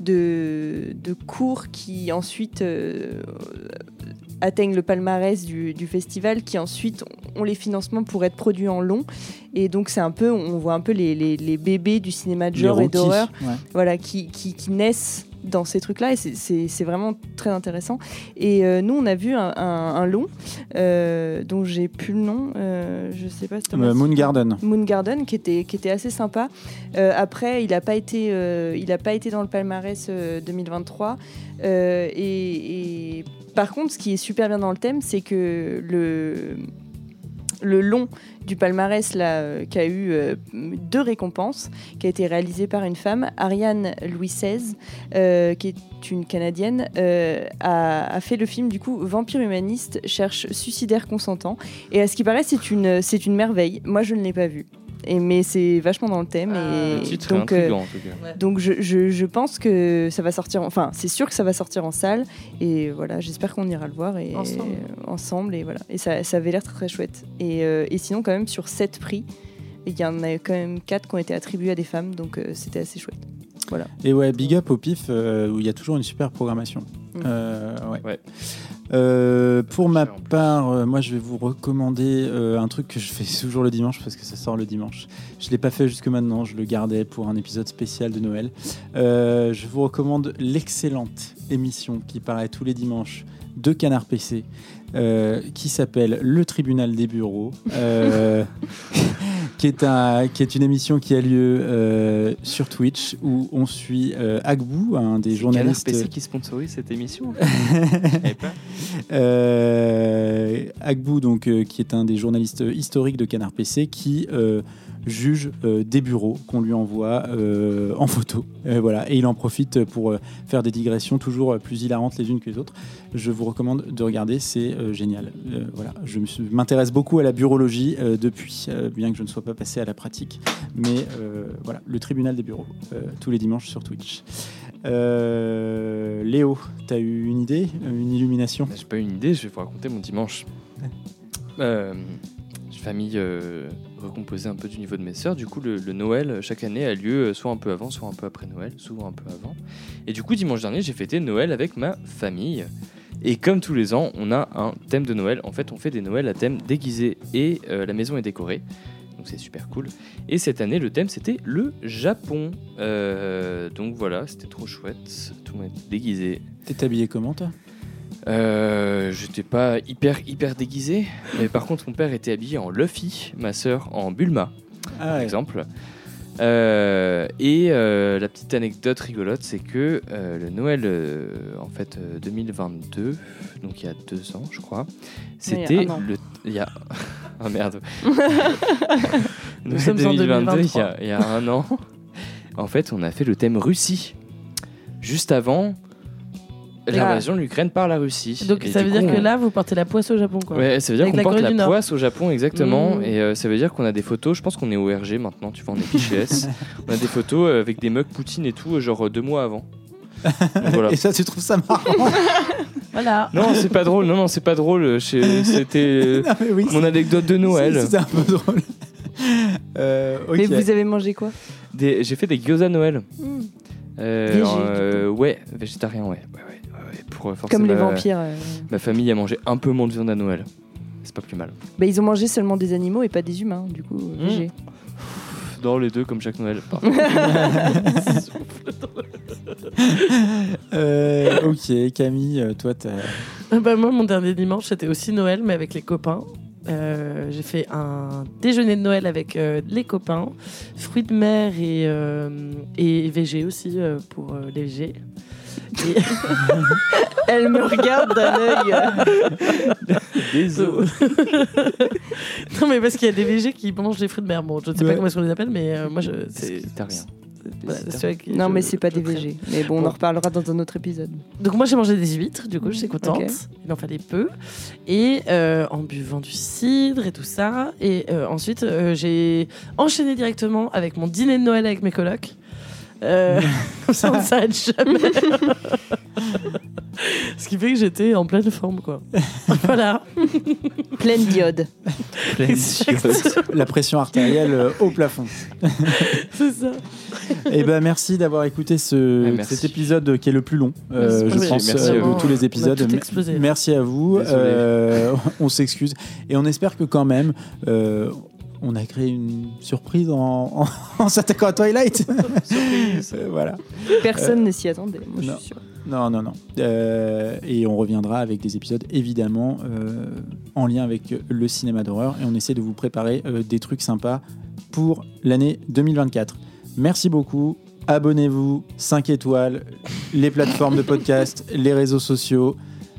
S4: de, de cours qui ensuite euh, atteignent le palmarès du, du festival, qui ensuite ont les financements pour être produits en long. Et donc, c'est un peu, on voit un peu les, les- les bébés du cinéma de
S1: Les
S4: genre et
S1: rookies,
S4: d'horreur
S1: ouais.
S4: voilà, qui, qui, qui naissent dans ces trucs-là et c'est- c'est c'est vraiment très intéressant. Et euh, nous, on a vu un, un- un long euh, dont j'ai plus le nom, euh, je sais pas si Thomas-
S1: Euh, Moon Garden.
S4: Moon Garden qui était, qui était assez sympa. Euh, après, il n'a pas, été, euh, il a pas été dans le palmarès euh, 2023. Euh, et, et par contre, ce qui est super bien dans le thème, c'est que le, le long du palmarès là, euh, qui a eu euh, deux récompenses, qui a été réalisé par une femme, Ariane Louis XVI, euh, qui est une Canadienne, euh, a, a fait le film du coup Vampire humaniste cherche suicidaire consentant. Et à ce qui paraît, c'est une, c'est une merveille. Moi, je ne l'ai pas vue. Et, mais c'est vachement dans le thème.
S3: Ah.
S4: et
S2: Le titre
S4: donc,
S2: est
S4: euh,
S2: intriguant, en tout cas.
S4: donc je, je- je pense que ça va sortir. Enfin, c'est sûr que ça va sortir en salle. Et voilà, j'espère qu'on ira le voir et
S3: Ensemble.
S4: euh, ensemble, et voilà. Et ça, ça avait l'air très, très chouette. Et, euh, et sinon, quand même, sur 7 prix, il y en a quand même 4 qui ont été attribués à des femmes. Donc euh, c'était assez chouette.
S1: Et ouais, Big Up au pif, euh, où il y a toujours une super programmation.
S4: Mm.
S1: Euh, ouais.
S2: Ouais.
S1: Euh, pour ma
S2: Cher en plus.
S1: part, euh, moi je vais vous recommander euh, un truc que je fais toujours le dimanche parce que ça sort le dimanche. Je ne l'ai pas fait jusque maintenant, je le gardais pour un épisode spécial de Noël. Euh, je vous recommande l'excellente émission qui paraît tous les dimanches de Canard PC euh, qui s'appelle Le Tribunal des Bureaux. euh, qui est, un, qui est une émission qui a lieu euh, sur Twitch où on suit euh, Agbou, un des journalistes.
S2: Canard PC qui sponsorise cette émission. Et pas.
S1: Euh, Agbou, donc, euh, qui est un des journalistes historiques de Canard PC, qui euh, juge euh, des bureaux qu'on lui envoie euh, en photo. Euh, voilà. Et il en profite pour euh, faire des digressions toujours euh, plus hilarantes les unes que les autres. Je vous recommande de regarder, c'est euh, génial. Euh, voilà. Je me suis- m'intéresse beaucoup à la bureaulogie euh, depuis, euh, bien que je ne sois pas passé à la pratique. Mais euh, voilà, le tribunal des bureaux, euh, tous les dimanches sur Twitch. Euh, Léo, t'as eu une idée, euh, une illumination
S2: Bah, J'ai pas une idée, je vais vous raconter mon dimanche. Euh, famille euh, recomposée un peu du niveau de mes sœurs. Du coup, le, le Noël, euh, chaque année, a lieu euh, soit un peu avant, soit un peu après Noël, souvent un peu avant. Et du coup, dimanche dernier, j'ai fêté Noël avec ma famille. Et comme tous les ans, on a un thème de Noël. En fait, on fait des Noëls à thème déguisé et euh, la maison est décorée. Donc c'est super cool. Et cette année, le thème, c'était le Japon. Euh, donc voilà, c'était trop chouette. Tout le monde était déguisé.
S1: T'es habillé comment toi
S2: Euh, j'étais pas hyper hyper déguisé, mais par contre mon père était habillé en Luffy, ma sœur en Bulma
S1: Ah
S2: par exemple. Euh, et euh, la petite anecdote rigolote, c'est que euh, le Noël, euh, en fait, euh, 2022, donc il y a deux ans, je crois,
S4: Non, il y a
S2: c'était
S4: un an.
S2: le. Il y a. Ah merde. Nous
S3: sommes en 2023.
S2: il y a- il y, a un an. En fait, on a fait le thème Russie. Juste avant l'invasion de l'Ukraine par la Russie.
S3: Ah. Donc
S2: Et
S3: ça
S2: du
S3: veut
S2: coup,
S3: dire que
S2: on-
S3: là, vous portez la poisse au Japon, quoi.
S2: Ouais, ça veut dire
S3: Avec
S2: qu'on
S3: la
S2: porte
S3: Corée
S2: la
S3: du Nord.
S2: poisse au Japon, exactement.
S3: Mm.
S2: Et euh, ça veut dire qu'on a des photos. Je pense qu'on est au RG maintenant, tu vois, on est PCS. on a des photos euh, avec des mugs Poutine et tout, euh, genre euh, deux mois avant. Donc, voilà.
S1: Et ça, tu trouves ça marrant
S3: Voilà.
S2: Non, c'est pas drôle. Non, non, c'est pas drôle. euh, c'est- C'était euh,
S1: Non, mais oui,
S2: mon anecdote de Noël.
S1: C'est c'est un peu drôle. Euh, ok.
S4: Mais vous avez mangé quoi
S2: Des- J'ai fait des gyoza Noël.
S11: Hmm.
S2: Euh,
S4: Végé,
S2: euh, ouais, végétarien, ouais. ouais, ouais, ouais, ouais, pour euh, forcer
S4: Comme les
S2: ma-
S4: vampires. euh.
S2: Ma famille a mangé un peu moins de viande à Noël. C'est pas plus mal.
S4: Bah, ils ont mangé seulement des animaux et pas des humains, du coup. euh,
S2: Mm.
S4: végé.
S2: Dans les deux, comme chaque Noël.
S1: Euh, ok, Camille, euh, toi, t'as.
S3: Ah bah, moi, mon dernier dimanche, c'était aussi Noël, mais avec les copains. Euh, j'ai fait un déjeuner de Noël avec euh, les copains, fruits de mer et, euh, et VG aussi euh, pour euh, les VG.
S11: Et- Elle me regarde d'un œil. euh,
S2: Désolé.
S11: non, mais parce qu'il y a des végés qui mangent des fruits de mer. Bon, je ne sais
S1: Ouais.
S11: pas comment est-ce qu'on les appelle, mais euh, moi, je.
S2: C'est t'as rien.
S11: voilà, c'est vrai que
S4: Non,
S11: je-
S4: mais c'est pas
S11: je
S4: des
S11: traîne.
S4: VG. Mais bon, on
S11: Bon.
S4: en reparlera dans un autre épisode.
S11: Donc moi j'ai mangé des huîtres, du coup j'étais contente,
S4: Ok.
S11: il en fallait peu, et euh, en buvant du cidre et tout ça, et euh, ensuite euh, j'ai enchaîné directement avec mon dîner de Noël avec mes colocs. Euh, comme ça on ne s'arrête jamais. Ce qui fait que j'étais en pleine forme quoi. voilà.
S4: Pleine diode.
S1: La pression artérielle euh, au plafond.
S11: C'est ça.
S1: Eh ben, merci d'avoir écouté ce,
S2: Ah, merci.
S1: cet épisode qui est le plus long, euh,
S11: Merci.
S1: je
S11: Oui,
S1: pense,
S2: merci
S1: euh,
S2: à vous.
S1: de tous les
S11: On
S1: épisodes.
S11: a tout explosé.
S1: Merci à vous.
S2: Désolé.
S1: Euh, on s'excuse et on espère que quand même. euh, on a créé une surprise en, en- en s'attaquant à Twilight. Euh, voilà.
S4: Personne ne s'y attendait. Moi, je
S1: non.
S4: suis sûre.
S1: Non, non, non. Euh, et on reviendra avec des épisodes évidemment euh, en lien avec le cinéma d'horreur. Et on essaie de vous préparer euh, des trucs sympas pour l'année 2024. Merci beaucoup. Abonnez-vous, 5 étoiles, les plateformes de podcast, les réseaux sociaux.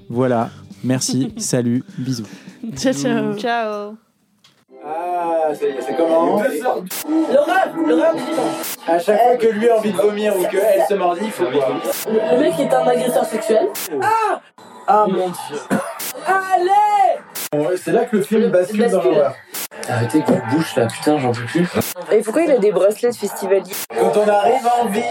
S1: Voilà. Merci, salut, bisous.
S11: Ciao ciao.
S4: Ciao.
S1: Ah, c'est comment
S3: Le rêve, le rêve du dimanche.
S1: À chaque fois que lui a envie de vomir ou qu'elle se mordit, il faut
S3: Le, le mec est un agresseur sexuel. Ah Ah mon dieu. Allez
S1: C'est là que le film
S3: bascule dans Bascule. l'horreur.
S9: Arrêtez votre bouche là, putain, j'en peux plus.
S3: Et pourquoi il a des bracelets de festivalier
S1: Quand on arrive en ville,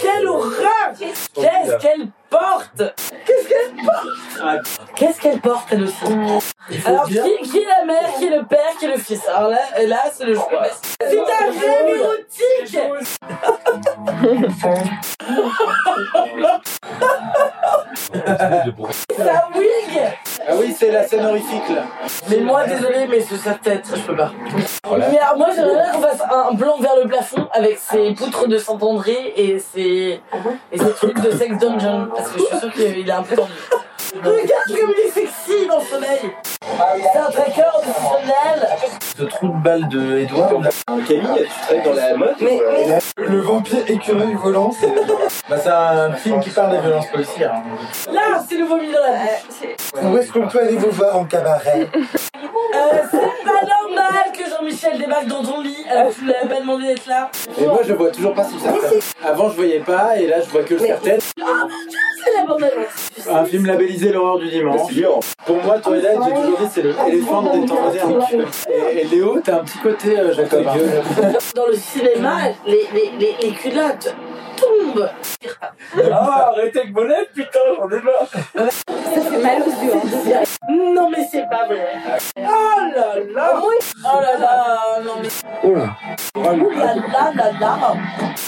S3: Quelle horreur Qu'est-ce qu'elle porte Qu'est-ce qu'elle porte Qu'est-ce qu'elle porte elle aussi Alors qui, qui est la mère, qui est le père, qui est le fils Alors là, euh, là c'est le choix. C'est un rêve érotique Sa wig
S1: Ah oui, c'est la scène horrifique là.
S3: Mais moi, désolé, mais c'est sa tête, je peux pas.
S9: Oh
S3: Mais alors, moi, j'aimerais bien qu'on fasse un blanc vers le plafond avec ses poutres de Saint-André et ses, et ses trucs de sex dungeon. Parce que je suis sûre qu'il est un peu tendu. Regarde comme il est sexy dans le soleil C'est un tracker obsessionnel
S9: Ce trou de balle de Edouard. Camille, tu travailles dans la mode
S3: Mais, mais
S9: Le vampire écureuil volant, c'est. bah, c'est un film qui parle des violences policières.
S3: là, c'est le vomi dans la bouche
S9: Où est-ce qu'on peut aller vous voir en cabaret
S3: Euh, C'est pas normal que Jean-Michel débarque dans ton lit alors que tu lui avais pas demandé d'être là
S9: Et moi, je vois toujours pas sous certaine. Avant, je voyais pas, et là, je vois que le certaine.
S3: C'est la bande
S1: Un film labellisé l'horreur du dimanche. Pour moi, Twilight, j'ai toujours dit Ah, c'est le éléphant des temps modernes. Et, et Léo, t'as un petit côté euh, Jacob.
S3: Dans le cinéma, les, les, les, les culottes tombent
S9: Ah, arrêtez avec mon lèvre, putain, j'en ai marre.
S3: Non mais c'est pas vrai. Oh là là. Oh là là. Non mais.
S9: Oh là.
S3: Oh là là là là.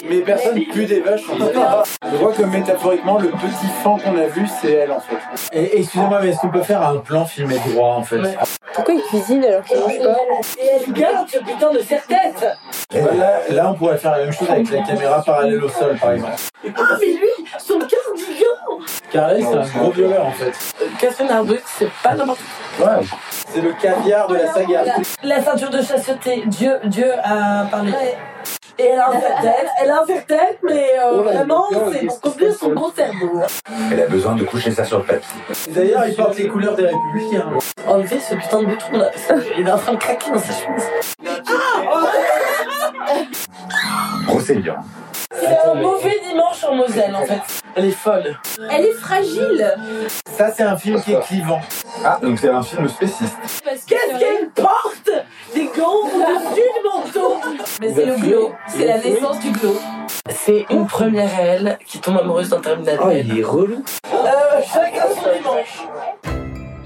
S1: Mais personne pue des vaches. on est d'accord. Je crois que métaphoriquement, le petit fan qu'on a vu, c'est elle en fait.
S9: Et excusez-moi, mais est-ce qu'on peut faire un plan filmé droit en fait
S4: Pourquoi il cuisine alors qu'il mange pas
S3: Et elle garde ce putain de serre-tête.
S9: là, là, on pourrait faire la même chose avec la caméra parallèle au sol par exemple.
S3: Ah mais lui, son cardigan.
S9: Car là, c'est un gros violeur en fait.
S3: Catherine Hardwick, c'est pas n'importe
S9: Ouais.
S1: C'est le caviar de la saga.
S3: La, la ceinture de chasteté, Dieu, Dieu a parlé. Et elle a un serre-tête, elle a un serre-tête, mais euh, vraiment, c'est pour combler son gros cerveau.
S9: Elle a besoin de coucher ça sur le papier.
S1: D'ailleurs, il porte les couleurs des républicains.
S3: Enlever ce putain de bouton là, parce que il est en train de craquer dans sa chemise.
S9: Procédure.
S3: C'est un mauvais dimanche en Moselle en fait. Elle est folle. Elle est fragile.
S1: Ça, c'est un film qui est clivant.
S9: Ah, donc c'est un film spéciste.
S3: Qu'est-ce qu'elle porte Des gants au-dessus du manteau Mais c'est le glow, c'est la naissance du glow. C'est une première à elle qui tombe amoureuse d'un terminal.
S9: Oh, il est relou.
S3: Euh, chacun son dimanche.